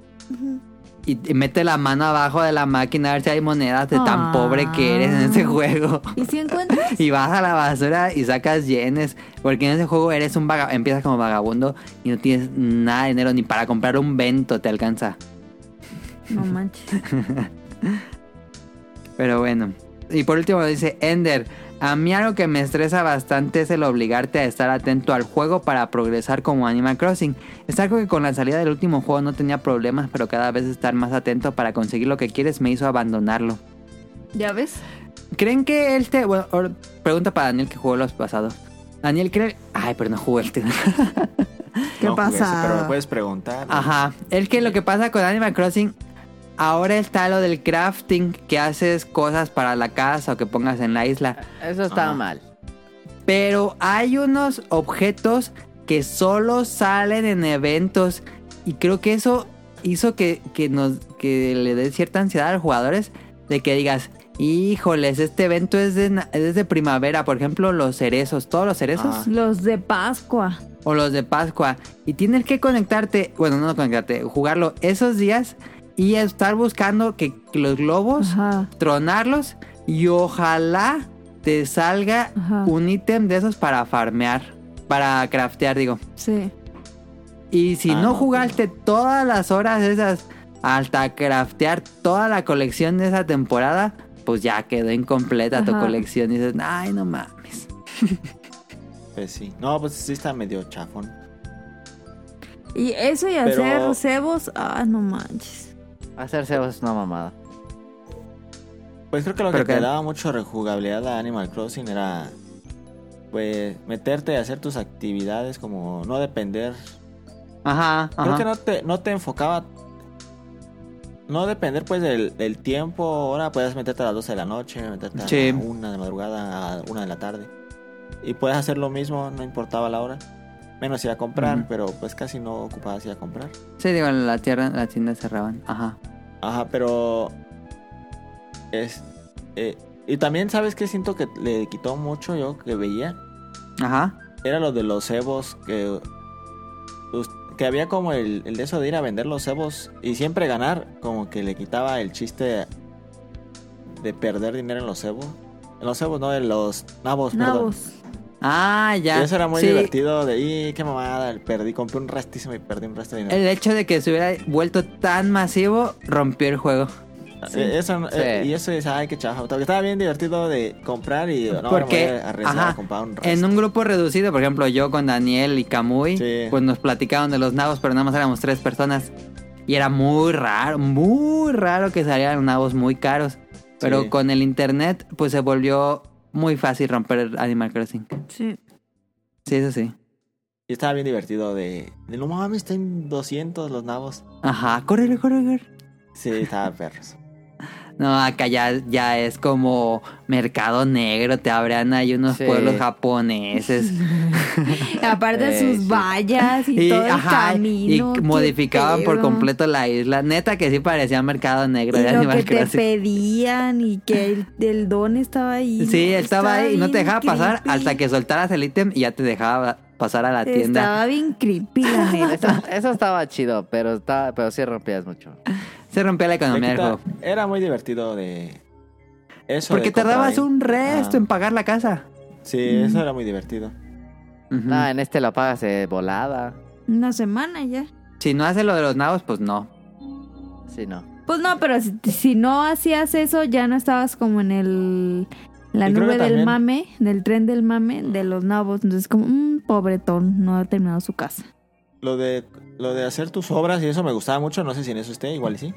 Speaker 2: y, y mete la mano abajo de la máquina a ver si hay monedas de tan
Speaker 5: Ah.
Speaker 2: pobre que eres en este juego.
Speaker 5: ¿Y si encuentras?
Speaker 2: Y vas a la basura y sacas yenes. Porque en ese juego eres un vaga empiezas como vagabundo y no tienes nada de dinero ni para comprar un vento te alcanza.
Speaker 5: No manches.
Speaker 2: Pero bueno. Y por último dice Ender, a mí algo que me estresa bastante es el obligarte a estar atento al juego para progresar como Animal Crossing. Es algo que con la salida del último juego no tenía problemas, pero cada vez estar más atento para conseguir lo que quieres me hizo abandonarlo.
Speaker 5: ¿Ya ves?
Speaker 2: ¿Creen que este... Bueno, ahora, pregunta para Daniel que jugó los pasados. Daniel, ¿cree... Ay, pero no jugó este.
Speaker 5: ¿Qué
Speaker 4: No jugué eso,
Speaker 5: pasa?
Speaker 4: pero me puedes preguntar.
Speaker 2: Ajá. Es que lo que pasa con Animal Crossing, ahora está lo del crafting, que haces cosas para la casa o que pongas en la isla.
Speaker 3: Eso estaba
Speaker 4: Ajá.
Speaker 3: mal.
Speaker 2: Pero hay unos objetos que solo salen en eventos. Y creo que eso hizo que, que nos, que le dé cierta ansiedad a los jugadores de que digas, híjoles, este evento es de, na- es de primavera. Por ejemplo, los cerezos, todos los cerezos.
Speaker 4: Ah.
Speaker 1: Los de Pascua.
Speaker 2: o los de Pascua y tienes que conectarte, bueno, no conectarte, jugarlo esos días y estar buscando que, que los globos,
Speaker 1: Ajá.
Speaker 2: tronarlos y ojalá te salga
Speaker 1: Ajá.
Speaker 2: un ítem de esos para farmear, para craftear, digo.
Speaker 1: Sí.
Speaker 2: Y si
Speaker 4: Ah,
Speaker 2: no
Speaker 4: no,
Speaker 2: jugaste todas las horas esas hasta craftear toda la colección de esa temporada, pues ya quedó incompleta tu
Speaker 1: Ajá.
Speaker 2: colección y dices, ay, no mames.
Speaker 4: Pues sí. No, pues sí está medio chafón.
Speaker 1: Y eso y
Speaker 4: Pero-
Speaker 1: hacer cebos, ah, no manches.
Speaker 3: Hacerse es una mamada.
Speaker 4: Pues creo que lo
Speaker 2: Pero
Speaker 4: que
Speaker 2: que-
Speaker 4: te daba mucho rejugabilidad a Animal Crossing era pues meterte y hacer tus actividades como no depender.
Speaker 2: Ajá,
Speaker 4: Creo
Speaker 2: ajá.
Speaker 4: que no te, no te enfocaba. No depender pues del, del tiempo. Ahora podías meterte a las 12 de la noche, meterte a
Speaker 2: Sí.
Speaker 4: la 1 de madrugada, a 1 de la tarde. Y puedes hacer lo mismo, no importaba la hora. Menos ir a comprar,
Speaker 2: Ujú.
Speaker 4: pero pues casi no ocupabas ir a comprar.
Speaker 2: Sí, digo, la tierra, la tienda cerraban. Ajá.
Speaker 4: Ajá, pero. Es. eh, y también, ¿sabes qué siento que le quitó mucho yo que veía?
Speaker 2: Ajá.
Speaker 4: Era lo de los cebos que. us- Que había como el, el de eso de ir a vender los cebos y siempre ganar, como que le quitaba el chiste de perder dinero en los cebos. En los cebos, no, en los nabos, perdón.
Speaker 1: Nabos.
Speaker 2: Ah, ya.
Speaker 4: Y eso era muy
Speaker 2: Sí,
Speaker 4: divertido de, y qué mamada, perdí, compré un rastísimo y perdí un resto de dinero.
Speaker 2: El hecho de que se hubiera vuelto tan masivo rompió el juego.
Speaker 4: Eh, Eso, no-
Speaker 2: Sí.
Speaker 4: eh, y eso es, ay, qué chafa. Porque estaba bien divertido de comprar y no,
Speaker 2: Porque,
Speaker 4: ahora me voy a arriesgar
Speaker 2: ajá,
Speaker 4: a comprar un resto.
Speaker 2: En
Speaker 1: Este.
Speaker 2: un grupo reducido, por ejemplo, yo con Daniel y Camuy,
Speaker 4: Sí.
Speaker 2: pues nos platicaban de los nabos, pero nada más éramos tres personas. Y era muy raro, muy raro que salieran nabos muy caros. Pero
Speaker 4: Sí.
Speaker 2: con el internet, pues se volvió muy fácil romper Animal Crossing.
Speaker 1: Sí.
Speaker 2: Sí, eso sí.
Speaker 4: Y estaba bien divertido de, de, no mames, está en 200 los nabos.
Speaker 2: Ajá, corre, corre, corre.
Speaker 4: Sí, estaba perros.
Speaker 2: No, acá ya, ya es como mercado negro, te abran ahí unos
Speaker 3: Sí.
Speaker 2: pueblos japoneses.
Speaker 1: Aparte
Speaker 3: Sí,
Speaker 1: sus
Speaker 3: sí.
Speaker 1: vallas y, todo el
Speaker 2: Eh, ajá,
Speaker 1: camino.
Speaker 2: y
Speaker 1: qué
Speaker 2: modificaban por
Speaker 1: pedo.
Speaker 2: completo la isla. Neta que sí parecía mercado negro
Speaker 1: Y
Speaker 2: de
Speaker 1: lo
Speaker 2: Animal
Speaker 1: que te
Speaker 2: Crossing.
Speaker 1: pedían y que el, el don estaba ahí.
Speaker 2: Sí, estaba ahí y no te
Speaker 1: bien
Speaker 2: dejaba pasar
Speaker 1: creepy.
Speaker 2: hasta que soltaras el ítem y ya te dejaba pasar a la tienda.
Speaker 1: Estaba bien creepy, la
Speaker 3: Eso,
Speaker 1: neta.
Speaker 3: eso estaba chido, pero, estaba, pero sí rompías mucho.
Speaker 2: Se rompía la economía del juego.
Speaker 4: Era muy divertido de... Eso
Speaker 2: Porque
Speaker 4: de comprar
Speaker 2: tardabas
Speaker 4: ahí.
Speaker 2: un resto
Speaker 4: Ah.
Speaker 2: en pagar la casa.
Speaker 4: Sí, eso era muy divertido.
Speaker 2: Ujú.
Speaker 3: Nada, en este la pagas eh, volada.
Speaker 1: Una semana ya.
Speaker 2: Si no haces lo de los nabos, pues no.
Speaker 3: Sí, no.
Speaker 1: Pues no, pero si, si no hacías eso, ya no estabas como en el. La
Speaker 4: Y creo que
Speaker 1: nube del
Speaker 4: también-
Speaker 1: mame, del tren del mame, de los nabos. Entonces, como, un pobretón, no ha terminado su casa.
Speaker 4: Lo de, lo de hacer tus obras y eso me gustaba mucho. No sé si en eso esté, igual y sí.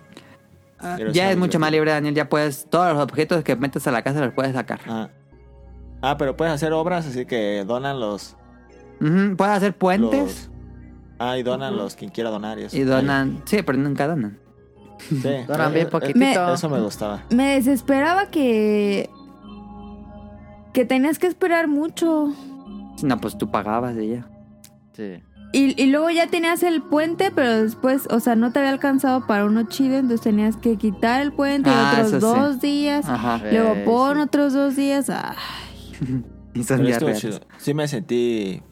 Speaker 4: Pero
Speaker 2: Ah, ya
Speaker 4: está
Speaker 2: es mucho
Speaker 4: divertido.
Speaker 2: más libre, Daniel. Ya puedes, todos los objetos que metes a la casa los puedes sacar.
Speaker 4: Ah. Ah, pero puedes hacer obras, así que donan los...
Speaker 2: Ujú, Puedes hacer puentes
Speaker 4: los- ah, y donan los quien quiera donar y eso.
Speaker 2: y donan. Sí, pero nunca donan.
Speaker 4: Sí.
Speaker 3: Donan bien
Speaker 4: Eh, eh,
Speaker 3: poquitito.
Speaker 4: Eso me gustaba.
Speaker 1: Me desesperaba que. que tenías que esperar mucho.
Speaker 2: Si No, pues tú pagabas y ya.
Speaker 3: Sí.
Speaker 1: Y, y luego ya tenías el puente, pero después, o sea, no te había alcanzado para uno chido, entonces tenías que quitar el puente
Speaker 2: Ah,
Speaker 1: otros
Speaker 2: eso sí.
Speaker 1: dos días.
Speaker 2: Ajá.
Speaker 3: Eh,
Speaker 1: Luego pon
Speaker 3: sí.
Speaker 1: otros dos días. Ah,
Speaker 2: Y son
Speaker 4: Pero estuvo
Speaker 2: diarreas.
Speaker 4: chido. Sí me sentí eh,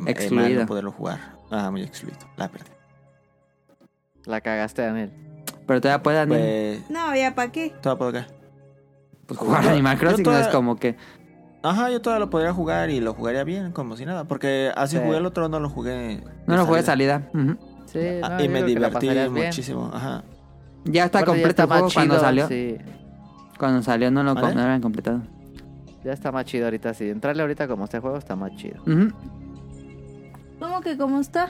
Speaker 4: mal
Speaker 2: Excluido.
Speaker 4: no poderlo jugar. Ah, muy excluido. La perdí.
Speaker 3: La cagaste, Daniel.
Speaker 2: Pero todavía puedes Daniel,
Speaker 4: Pues,
Speaker 1: No, ya para qué.
Speaker 4: todavía puedo acá.
Speaker 2: pues, jugar Animal
Speaker 4: yo
Speaker 2: Crossing. No es
Speaker 4: todavía-
Speaker 2: como que.
Speaker 4: Ajá, yo todavía lo podría jugar y lo jugaría bien, como si nada. Porque así
Speaker 3: Sí.
Speaker 4: jugué el otro, no lo jugué.
Speaker 2: No lo jugué de
Speaker 4: salir
Speaker 2: salida. Ujú.
Speaker 3: Sí, no, yo
Speaker 4: y me
Speaker 3: creo que la
Speaker 4: divertí
Speaker 3: pasarías bien.
Speaker 4: muchísimo. Ajá.
Speaker 2: Ya está
Speaker 3: Aparte, ya
Speaker 2: completo el
Speaker 3: más
Speaker 2: juego cuando
Speaker 3: chido,
Speaker 2: salió.
Speaker 3: sí.
Speaker 2: Cuando salió no lo com-
Speaker 4: ¿Vale?
Speaker 2: no lo habían completado.
Speaker 3: Ya está más chido ahorita, sí. Entrarle ahorita como este juego está más chido.
Speaker 2: Ujú.
Speaker 1: ¿Cómo que cómo está?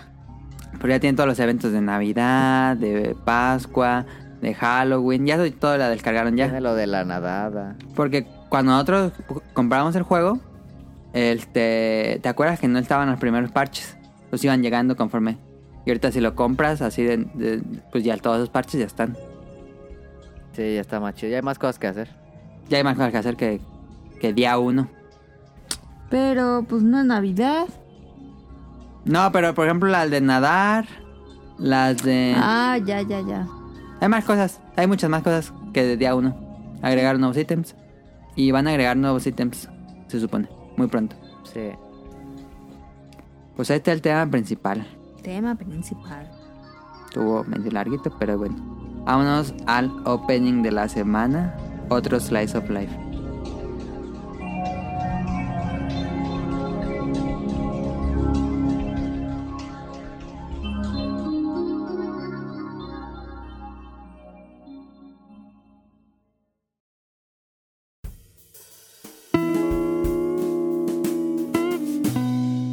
Speaker 2: Pero ya tienen todos los eventos de Navidad, de Pascua, de Halloween. Ya todo la descargaron ya.
Speaker 3: Tiene lo de la nadada.
Speaker 2: Porque cuando nosotros comprábamos el juego, este, ¿te acuerdas que no estaban los primeros parches? Los iban llegando conforme. Y ahorita si lo compras así, de, de- pues ya todos esos parches ya están.
Speaker 3: Sí, ya está más chido. Ya hay más cosas que hacer.
Speaker 2: Ya hay más cosas que hacer que, que día uno.
Speaker 1: Pero pues no es Navidad.
Speaker 2: No, pero por ejemplo las de nadar, las de...
Speaker 1: Ah, ya, ya, ya.
Speaker 2: Hay más cosas, hay muchas más cosas que de día uno. Agregar nuevos ítems. Y van a agregar nuevos ítems, se supone, muy pronto.
Speaker 3: Sí.
Speaker 2: Pues este es el tema principal.
Speaker 1: Tema principal.
Speaker 2: Estuvo medio larguito, pero bueno. Vámonos al opening de la semana. Otro Slice of Life.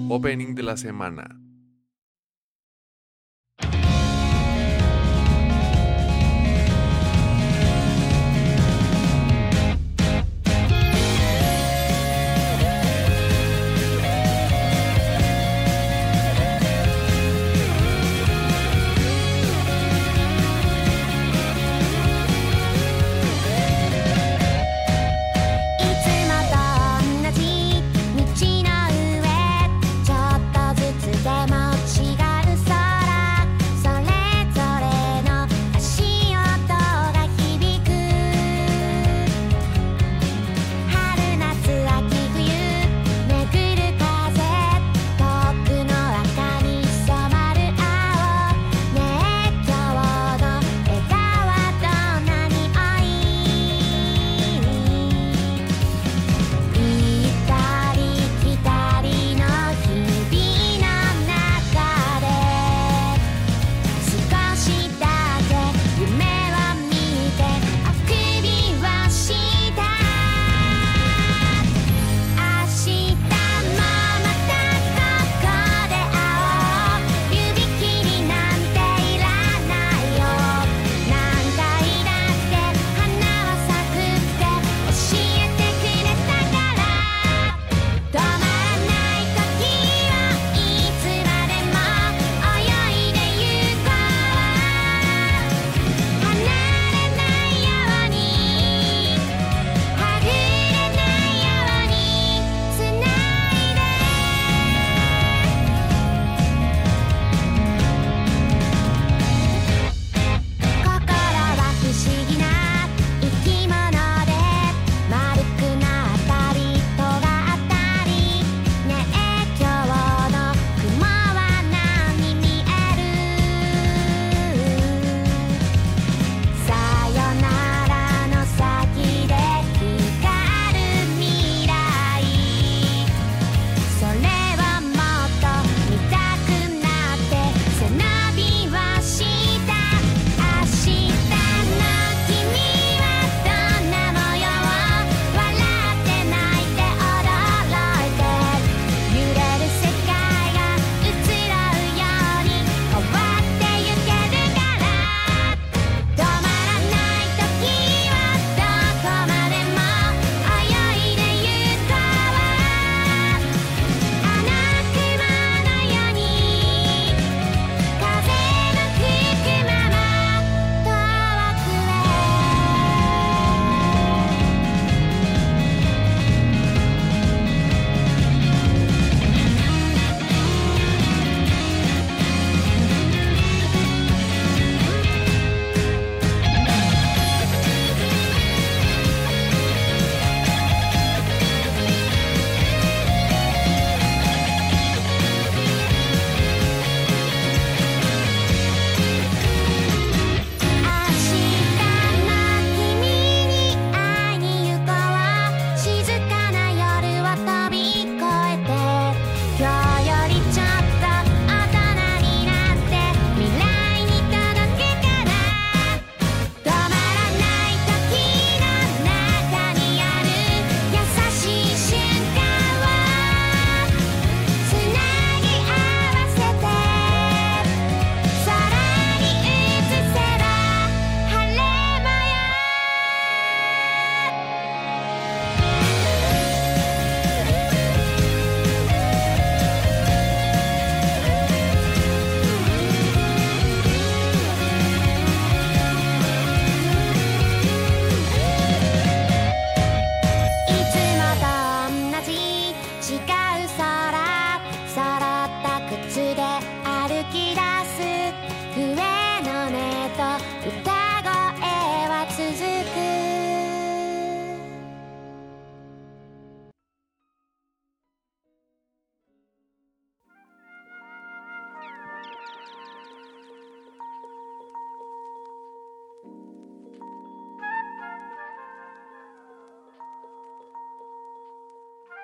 Speaker 6: Opening de la semana.
Speaker 7: 「いつもと同じ道の上」「ちょっとずつで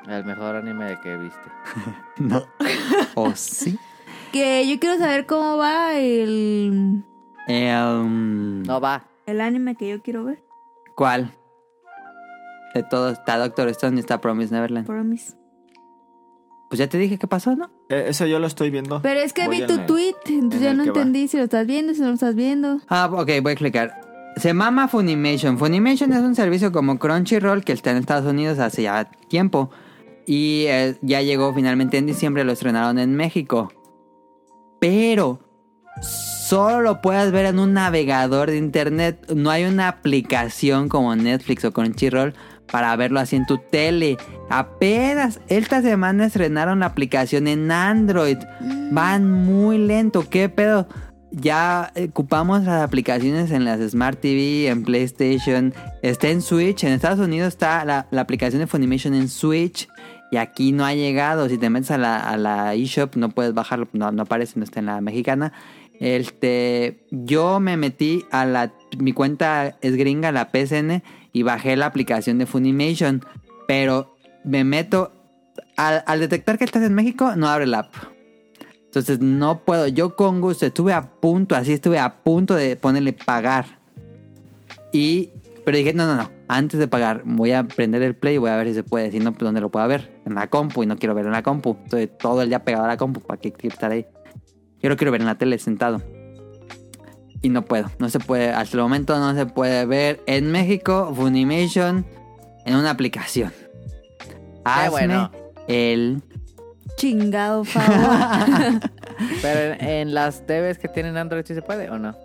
Speaker 3: El mejor anime que viste.
Speaker 2: No. ¿O sí?
Speaker 1: Que yo quiero saber cómo va el,
Speaker 2: Em,
Speaker 3: No va.
Speaker 1: el anime que yo quiero ver.
Speaker 2: ¿Cuál? De todo está Doctor Stone y está Promise Neverland.
Speaker 1: Promise.
Speaker 2: Pues ya te dije qué pasó, ¿no?
Speaker 4: Eh, Eso yo lo estoy viendo.
Speaker 1: Pero es que
Speaker 4: Voy
Speaker 1: vi
Speaker 4: en
Speaker 1: tu
Speaker 4: el-
Speaker 1: tweet, entonces
Speaker 4: en
Speaker 1: ya
Speaker 4: el
Speaker 1: no
Speaker 4: que va.
Speaker 1: entendí si lo estás viendo, si no lo estás viendo.
Speaker 2: Ah, ok, voy a explicar. Se mama Funimation. Funimation es un servicio como Crunchyroll que está en Estados Unidos hace ya tiempo. Y eh, ya llegó finalmente en diciembre, lo estrenaron en México. Pero solo lo puedes ver en un navegador de internet. No hay una aplicación como Netflix o Crunchyroll para verlo así en tu tele. Apenas esta semana estrenaron la aplicación en Android. Van muy lento, qué pedo. Ya ocupamos las aplicaciones en las Smart TV, en PlayStation, está en Switch. En Estados Unidos está la, la aplicación de Funimation en Switch. Y aquí no ha llegado. Si te metes a la, a la eShop, no puedes bajarlo. No, no aparece, no está en la mexicana. Este, yo me metí a la. Mi cuenta es gringa, la PSN, y bajé la aplicación de Funimation. Pero me meto. Al, al detectar que estás en México, no abre la app. Entonces no puedo. Yo con gusto estuve a punto, así estuve a punto de ponerle pagar. Y. Pero dije, no, no, no. Antes de pagar, voy a prender el play y voy a ver si se puede. Si no, pues dónde lo puedo ver. En la compu. Y no quiero verlo en la compu. Estoy todo el día pegado a la compu. ¿Para qué quiero estar ahí? Yo lo quiero ver en la tele sentado. Y no puedo. No se puede. Hasta el momento no se puede ver en México Funimation en una aplicación. Hazme
Speaker 3: bueno.
Speaker 2: el
Speaker 1: Chingado favor.
Speaker 3: Pero en, en las TVs que tienen Android sí se puede o no.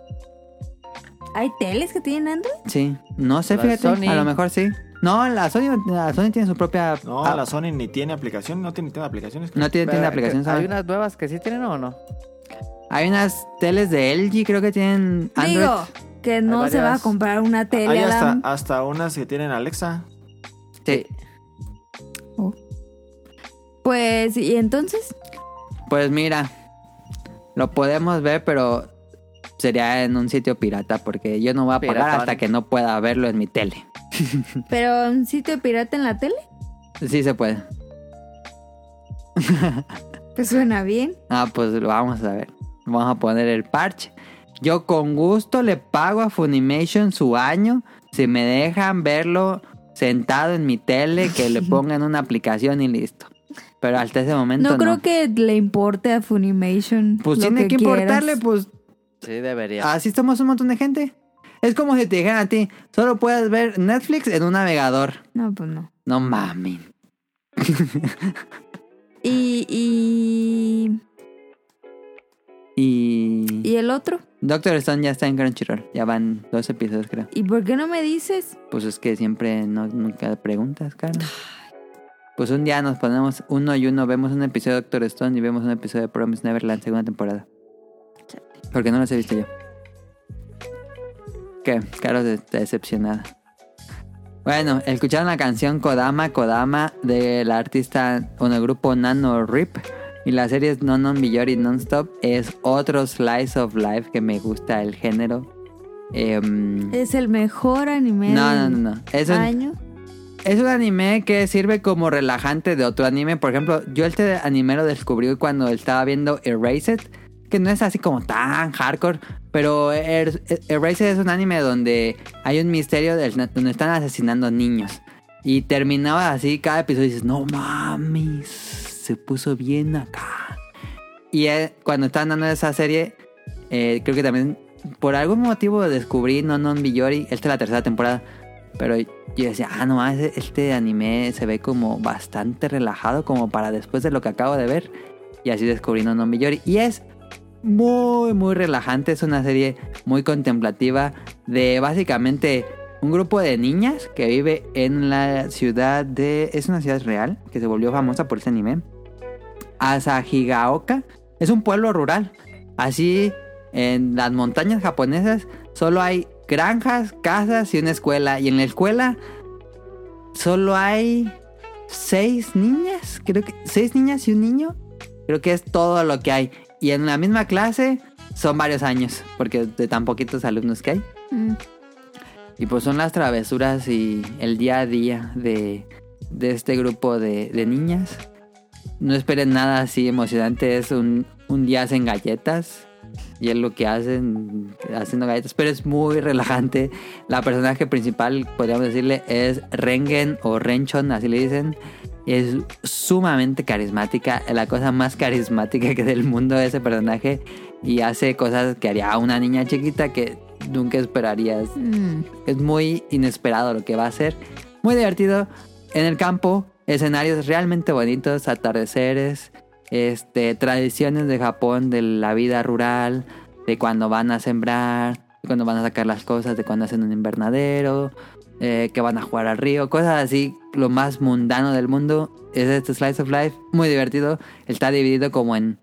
Speaker 1: ¿Hay teles que tienen Android?
Speaker 2: Sí, no sé,
Speaker 3: La
Speaker 2: fíjate.
Speaker 3: Sony.
Speaker 2: A lo mejor sí. No, la Sony, la Sony tiene su propia.
Speaker 4: No,
Speaker 2: ah,
Speaker 4: la Sony ni tiene aplicación, no tiene, tiene aplicaciones.
Speaker 2: No tiene, tiene
Speaker 3: Pero,
Speaker 2: aplicación, ¿sabes?
Speaker 3: ¿Hay unas nuevas que sí tienen o no?
Speaker 2: Hay unas teles de LG, creo que tienen Android.
Speaker 1: Digo, que no se va a
Speaker 3: varias.
Speaker 1: comprar una
Speaker 4: Hay
Speaker 1: tele.
Speaker 4: hasta,
Speaker 1: Adam.
Speaker 4: hasta unas que tienen Alexa.
Speaker 2: Sí.
Speaker 1: Pues, ¿y entonces?
Speaker 2: Pues mira, lo podemos ver, pero sería en un sitio pirata, porque yo no voy a pagar
Speaker 3: Piratón.
Speaker 2: hasta que no pueda verlo en mi tele.
Speaker 1: ¿Pero un sitio pirata en la tele?
Speaker 2: Sí se puede.
Speaker 1: Pues suena bien.
Speaker 2: Ah, pues lo vamos a ver. Vamos a poner el parche. Yo con gusto le pago a Funimation su año. Si me dejan verlo sentado en mi tele, que le pongan una aplicación y listo. Pero hasta ese momento no.
Speaker 1: No creo que le importe a Funimation.
Speaker 2: pues
Speaker 1: lo
Speaker 2: tiene que,
Speaker 1: quieras.
Speaker 2: importarle, pues
Speaker 3: Sí, debería.
Speaker 2: así somos un montón de gente. Es como si te dijeran a ti, solo puedes ver Netflix en un navegador.
Speaker 1: No, pues no.
Speaker 2: No mames.
Speaker 1: Y, y,
Speaker 2: Y...
Speaker 1: y el otro.
Speaker 2: Doctor Stone ya está en Crunchyroll. Ya van dos episodios, creo.
Speaker 1: ¿Y por qué no me dices?
Speaker 2: Pues es que siempre no, nunca preguntas, Carmen. Pues un día nos ponemos uno y uno, vemos un episodio de Doctor Stone y vemos un episodio de Promise Neverland, segunda temporada. Porque no los he visto yo. ¿Qué? Caro de- está decepcionada. Bueno, escucharon la canción Kodama Kodama del artista bueno, el grupo Nano Rip. Y la serie es Non Non Biyori Nonstop. Es otro slice of life que me gusta el género. Em,
Speaker 1: Es el mejor anime
Speaker 2: no, no,
Speaker 1: del
Speaker 2: no, no. Es un,
Speaker 1: año.
Speaker 2: es un anime que sirve como relajante de otro anime. Por ejemplo, yo este anime lo descubrí cuando estaba viendo Erased, que no es así como tan hardcore, pero Er- Erased es un anime donde hay un misterio del- donde están asesinando niños. Y terminaba así cada episodio y dices, no mames, se puso bien acá. Y eh, cuando estaban dando esa serie, eh, creo que también por algún motivo descubrí No Non Biyori. Esta es la tercera temporada. Pero yo decía, ah, no, mames, este anime se ve como bastante relajado, como para después de lo que acabo de ver. Y así descubrí No Non Biyori. Y es muy, muy relajante. Es una serie muy contemplativa de básicamente un grupo de niñas que vive en la ciudad de. Es una ciudad real que se volvió famosa por este anime. Asahigaoka. Es un pueblo rural. Así, en las montañas japonesas, solo hay granjas, casas y una escuela. Y en la escuela, solo hay seis niñas. Creo que seis niñas y un niño. Creo que es todo lo que hay. Y en la misma clase son varios años, porque de tan poquitos alumnos que hay.
Speaker 1: Mm.
Speaker 2: Y pues son las travesuras y el día a día de de este grupo de, de niñas. No esperen nada así emocionante, es un, un día hacen galletas y es lo que hacen haciendo galletas, pero es muy relajante. La personaje principal, podríamos decirle, es Rengen o Renchon, así le dicen. Es sumamente carismática, la cosa más carismática que del mundo ese personaje y hace cosas que haría una niña chiquita que nunca esperarías.
Speaker 1: Mm.
Speaker 2: Es muy inesperado lo que va a hacer. Muy divertido. En el campo, escenarios realmente bonitos, atardeceres, este, tradiciones de Japón, de la vida rural, de cuando van a sembrar, de cuando van a sacar las cosas, de cuando hacen un invernadero, eh, que van a jugar al río, cosas así, lo más mundano del mundo. Es este Slice of Life, muy divertido. Está dividido como en...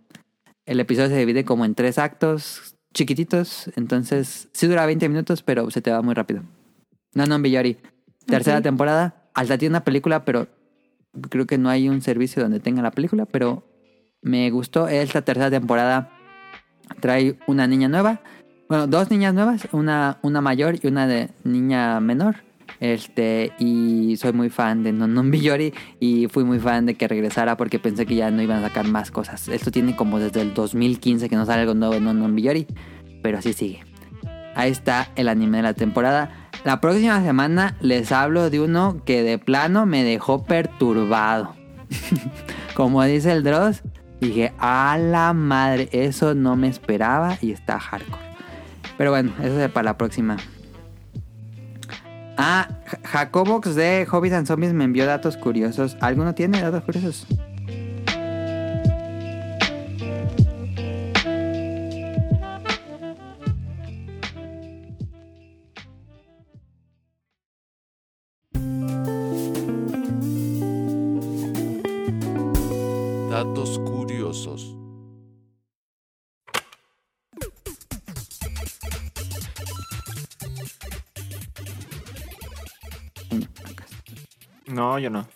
Speaker 2: El episodio se divide como en tres actos chiquititos, entonces sí dura 20 minutos, pero se te va muy rápido. No, no, Villori. Tercera
Speaker 1: Ok.
Speaker 2: temporada. Alta tiene una película, pero creo que no hay un servicio donde tenga la película, pero me gustó. Esta tercera temporada trae una niña nueva. Bueno, dos niñas nuevas, una, una mayor y una de niña menor. Este, y soy muy fan de Non Non Biyori y fui muy fan de que regresara porque pensé que ya no iban a sacar más cosas. Esto tiene como desde el 2015 que no sale algo nuevo de Non Non Biyori, pero así sigue. Ahí está el anime de la temporada. La próxima semana les hablo de uno que de plano me dejó perturbado. Como dice el Dross, dije, a la madre, eso no me esperaba y está hardcore. Pero bueno, eso es para la próxima. Ah, Ja- Jacobox de Hobbies and Zombies me envió datos curiosos. ¿Alguno tiene datos curiosos?
Speaker 6: Datos curiosos.
Speaker 4: No, yo no.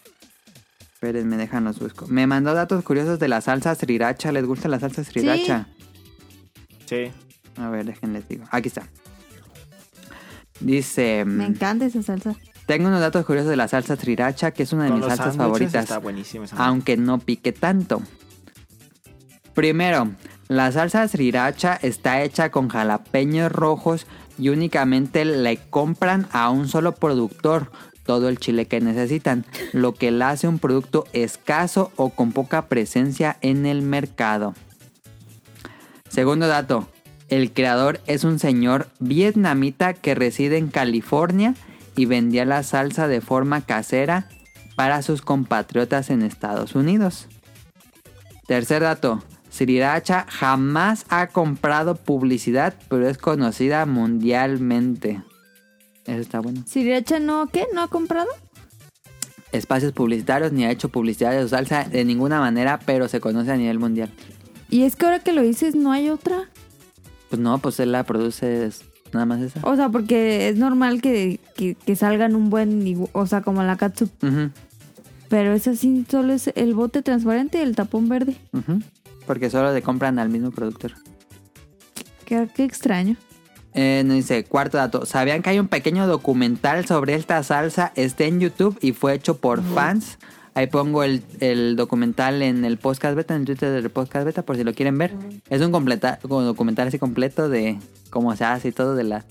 Speaker 2: Esperen, me dejan los busco. Me mandó datos curiosos de la salsa sriracha. ¿Les gusta la salsa sriracha?
Speaker 4: Sí.
Speaker 2: A ver, déjenles digo. Aquí está. Dice... mm,
Speaker 1: Me encanta esa salsa.
Speaker 2: Tengo unos datos curiosos de la salsa sriracha, que es una de
Speaker 4: Con
Speaker 2: mis
Speaker 4: los
Speaker 2: salsas
Speaker 4: sándwiches
Speaker 2: favoritas.
Speaker 4: Está buenísimo esa madre.
Speaker 2: aunque no pique tanto. Primero, la salsa sriracha está hecha con jalapeños rojos y únicamente le compran a un solo productor todo el chile que necesitan, lo que le hace un producto escaso o con poca presencia en el mercado. Segundo dato, el creador es un señor vietnamita que reside en California y vendía la salsa de forma casera para sus compatriotas en Estados Unidos. Tercer dato, Sriracha jamás ha comprado publicidad, pero es conocida mundialmente. Eso está bueno.
Speaker 1: Sriracha no, ¿qué? ¿No ha comprado?
Speaker 2: Espacios publicitarios ni ha hecho publicidad de su salsa de ninguna manera, pero se conoce a nivel mundial.
Speaker 1: Y es que ahora que lo dices, no hay otra.
Speaker 2: Pues no, pues él la produce es nada más esa.
Speaker 1: O sea, porque es normal que, que, que salgan un buen, igu- o sea, como la katsu.
Speaker 2: Ujú,
Speaker 1: Pero es así, solo es el bote transparente y el tapón verde.
Speaker 2: ujú. Porque solo le compran al mismo productor.
Speaker 1: Qué, qué extraño.
Speaker 2: Eh, nos dice, cuarto dato, ¿sabían que hay un pequeño documental sobre esta salsa? Está en YouTube y fue hecho por fans. Ahí pongo el, el documental en el podcast beta, en el Twitter del podcast beta, por si lo quieren ver. Es un completa, un documental así completo de cómo se hace y todo de la,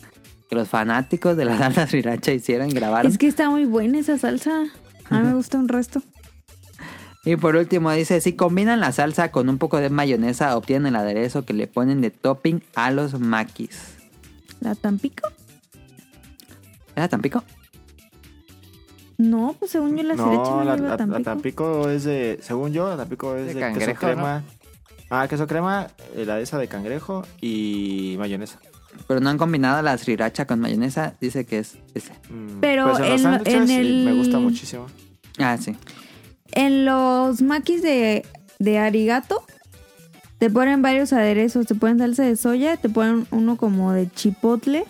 Speaker 2: que los fanáticos de la salsa sriracha hicieron, grabaron.
Speaker 1: Es que está muy buena esa salsa. A mí me gusta un resto.
Speaker 2: Y por último dice, si combinan la salsa con un poco de mayonesa, obtienen el aderezo que le ponen de topping a los maquis.
Speaker 1: ¿La Tampico?
Speaker 2: ¿Era Tampico?
Speaker 1: No, pues según yo la sriracha no,
Speaker 4: No, la,
Speaker 1: lleva
Speaker 4: la- la
Speaker 1: Tampico.
Speaker 4: Tampico es de. Según yo, la Tampico es
Speaker 2: De
Speaker 4: de,
Speaker 2: cangrejo,
Speaker 4: queso crema. Ah, queso crema, eh, la de esa de cangrejo y mayonesa.
Speaker 2: Pero no han combinado la sriracha con mayonesa. Dice que es ese.
Speaker 4: Mm,
Speaker 1: Pero
Speaker 4: pues los
Speaker 1: en-
Speaker 4: sándwiches,
Speaker 1: en
Speaker 4: sí,
Speaker 1: el-
Speaker 4: Me gusta muchísimo.
Speaker 2: Ah, sí.
Speaker 1: En los maquis de, de arigato te ponen varios aderezos. Te ponen salsa de soya, te ponen uno como de chipotle,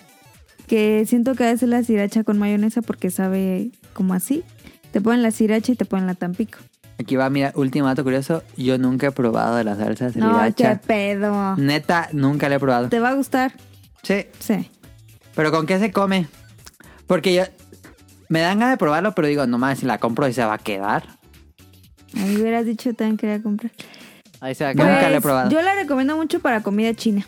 Speaker 1: que siento que a veces la sriracha con mayonesa porque sabe como así. Te ponen la sriracha y te ponen la tampico.
Speaker 2: Aquí va, mira, último dato curioso. Yo nunca he probado de la salsa
Speaker 1: No, qué
Speaker 2: sriracha. Mm.
Speaker 1: pedo.
Speaker 2: Neta, nunca la he probado.
Speaker 1: ¿Te va a gustar?
Speaker 2: Sí.
Speaker 1: Sí.
Speaker 2: ¿Pero con qué se come? Porque yo... me dan ganas de probarlo, pero digo, no mames, si la compro y se va a quedar.
Speaker 1: Ahí hubieras dicho tan que era comprar.
Speaker 3: Ahí se va a
Speaker 2: Nunca
Speaker 3: quedar.
Speaker 2: la he
Speaker 1: Pues,
Speaker 2: probado.
Speaker 1: yo la recomiendo mucho para comida china.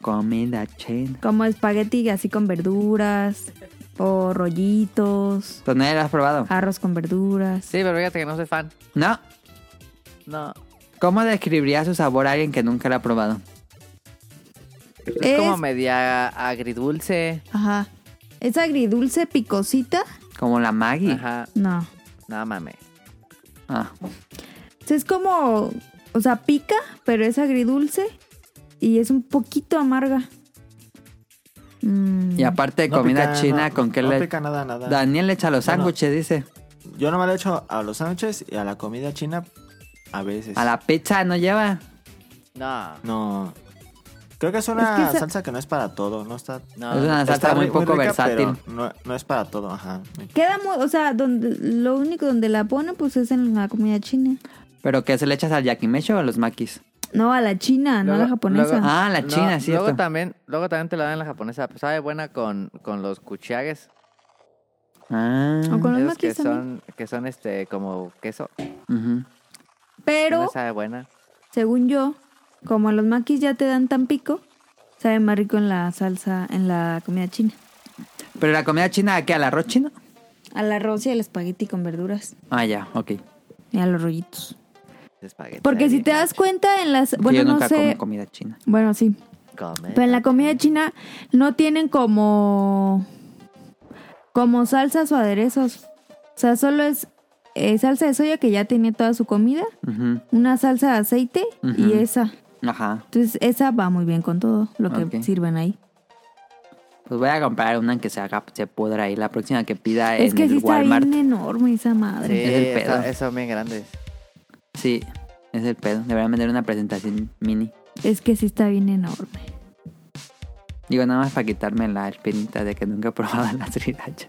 Speaker 2: Comida china.
Speaker 1: Como espagueti así con verduras. O rollitos.
Speaker 2: ¿Dónde Pues la has probado?
Speaker 1: Arroz con verduras.
Speaker 3: Sí, pero fíjate que no soy fan.
Speaker 2: No.
Speaker 3: No.
Speaker 2: ¿Cómo describiría su sabor a alguien que nunca la ha probado?
Speaker 3: Es,
Speaker 1: Es-
Speaker 3: como media agridulce.
Speaker 1: Ajá. ¿Es agridulce picosita?
Speaker 2: Como la Maggie.
Speaker 3: Ajá.
Speaker 1: No.
Speaker 3: No mames.
Speaker 2: Ah,
Speaker 1: O sea, es como. O sea, pica, pero es agridulce. Y es un poquito amarga. Mm,
Speaker 2: Y aparte de
Speaker 4: No
Speaker 2: comida
Speaker 4: pica,
Speaker 2: china,
Speaker 4: no-
Speaker 2: ¿con qué
Speaker 4: no
Speaker 2: le...
Speaker 4: pica nada, nada.
Speaker 2: Daniel le echa los
Speaker 4: Bueno.
Speaker 2: sándwiches, dice.
Speaker 4: Yo nomás le echo a los sándwiches y a la comida china a veces.
Speaker 2: A la pizza no lleva.
Speaker 1: Ah,
Speaker 3: No.
Speaker 4: No. Creo que es una
Speaker 1: Es que esa-
Speaker 4: salsa que no es para todo, no está...
Speaker 3: No.
Speaker 2: Es Ah, una salsa
Speaker 4: está
Speaker 2: muy
Speaker 4: ri-
Speaker 2: poco
Speaker 4: rica,
Speaker 2: versátil.
Speaker 4: pero No, no es para todo, ajá.
Speaker 1: Queda muy. O sea, donde, lo único donde la ponen, pues es en la comida china.
Speaker 2: ¿Pero qué se le echas al yakimecho o a los maquis?
Speaker 1: No, a la china, no a la
Speaker 3: Luego-
Speaker 1: japonesa.
Speaker 3: luego-
Speaker 2: Ah, la
Speaker 3: No,
Speaker 2: china, es cierto.
Speaker 3: Luego también, luego también te la dan en la japonesa. Pues sabe buena con, con los cuchagues.
Speaker 2: Ah.
Speaker 1: O con los
Speaker 3: Esos que
Speaker 1: maquis también.
Speaker 3: son, que son este como queso.
Speaker 2: ujú.
Speaker 1: Pero,
Speaker 3: No sabe buena.
Speaker 1: según yo, como los maquis ya te dan tan pico, sabe más rico en la salsa, en la comida china.
Speaker 2: ¿Pero la comida china a qué? ¿Al arroz chino?
Speaker 1: Al arroz y al espagueti con verduras.
Speaker 2: Ah, ya, ok.
Speaker 1: Y a los rollitos.
Speaker 3: Espagueti
Speaker 1: Porque si
Speaker 3: ahí.
Speaker 1: te das cuenta en las... Bueno,
Speaker 2: Yo
Speaker 1: no
Speaker 2: nunca
Speaker 1: sé...
Speaker 2: como comida china.
Speaker 1: Bueno, sí.
Speaker 3: Come.
Speaker 1: Pero en la comida china no tienen como... Como salsas o aderezos. O sea, solo es eh, salsa de soya que ya tiene toda su comida.
Speaker 2: Ujú,
Speaker 1: Una salsa de aceite y
Speaker 2: Ujú.
Speaker 1: esa.
Speaker 2: Ajá.
Speaker 1: Entonces esa va muy bien con todo lo que
Speaker 2: Ok.
Speaker 1: sirven ahí.
Speaker 2: Pues voy a comprar una que se haga, se pudra ahí. La próxima que pida
Speaker 1: Es
Speaker 2: en
Speaker 1: que
Speaker 2: el
Speaker 1: sí está
Speaker 2: Walmart.
Speaker 1: bien enorme esa
Speaker 3: Sí,
Speaker 1: madre.
Speaker 2: Es el
Speaker 3: está-
Speaker 2: pedo.
Speaker 3: son bien grandes.
Speaker 2: Sí, es el pedo. Deberían vender una presentación mini.
Speaker 1: Es que sí está bien enorme.
Speaker 2: Digo, nada más para quitarme la espinita de que nunca he probado la sriracha.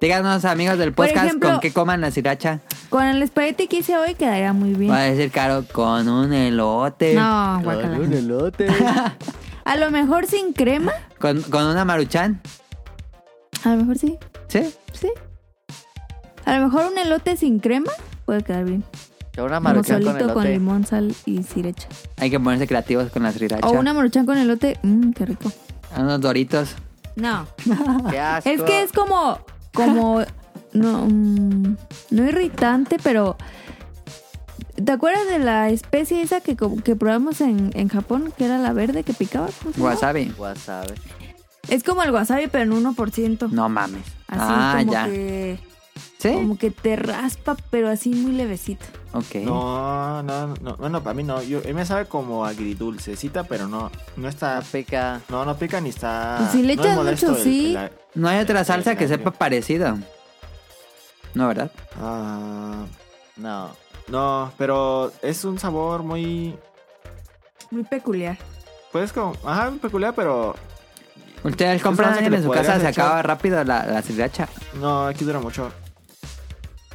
Speaker 2: Díganos, amigos del
Speaker 1: Por
Speaker 2: podcast,
Speaker 1: ejemplo-
Speaker 2: con qué coman la sriracha.
Speaker 1: Con el espagueti que hice hoy quedaría muy bien.
Speaker 2: Va a decir, Caro, con un elote.
Speaker 1: No, guacala.
Speaker 3: elote.
Speaker 1: A lo mejor sin crema.
Speaker 2: Con, con una maruchan.
Speaker 1: A lo mejor sí.
Speaker 2: Sí.
Speaker 1: Sí. A lo mejor un elote sin crema puede quedar bien.
Speaker 3: una
Speaker 1: Como
Speaker 3: maruchan con
Speaker 1: solito
Speaker 3: elote.
Speaker 1: con, limón, sal y sriracha.
Speaker 2: Hay que ponerse creativos con la sriracha.
Speaker 1: O una maruchan con elote. Mmm, qué rico.
Speaker 2: Unos doritos.
Speaker 1: No.
Speaker 3: Qué asco.
Speaker 1: Es que es como. Como. No, mm, no irritante, pero. ¿Te acuerdas de la especie esa que, co- que probamos en, en Japón? Que era la verde que picaba. ¿Cómo se llama?
Speaker 2: Wasabi.
Speaker 3: Wasabi.
Speaker 1: Es como el wasabi, pero en 1%.
Speaker 2: No mames.
Speaker 1: Así
Speaker 2: ah,
Speaker 1: como
Speaker 2: ya.
Speaker 1: que.
Speaker 2: Sí.
Speaker 1: Como que te raspa, pero así muy levecito.
Speaker 2: Ok.
Speaker 4: No, no, no. Bueno, para mí no. Yo, a mí me sabe como agridulcecita, pero no. No está...
Speaker 3: Ah, pica.
Speaker 4: No, no pica ni está...
Speaker 1: Pues si le
Speaker 4: no es
Speaker 1: echas
Speaker 4: molesto
Speaker 1: mucho, sí.
Speaker 4: la-
Speaker 2: No hay otra
Speaker 4: Eh,
Speaker 2: salsa que
Speaker 4: la-
Speaker 2: sepa parecido. No, ¿verdad?
Speaker 4: Ah,
Speaker 3: No.
Speaker 4: no, pero es un sabor muy...
Speaker 1: Muy peculiar.
Speaker 4: Pues como... Ajá, peculiar, pero...
Speaker 2: Ustedes
Speaker 4: salsa
Speaker 2: compran
Speaker 4: que
Speaker 2: en
Speaker 4: le
Speaker 2: su casa,
Speaker 4: podrías
Speaker 2: se
Speaker 4: echar.
Speaker 2: acaba rápido la, la sriracha.
Speaker 4: No, aquí dura mucho.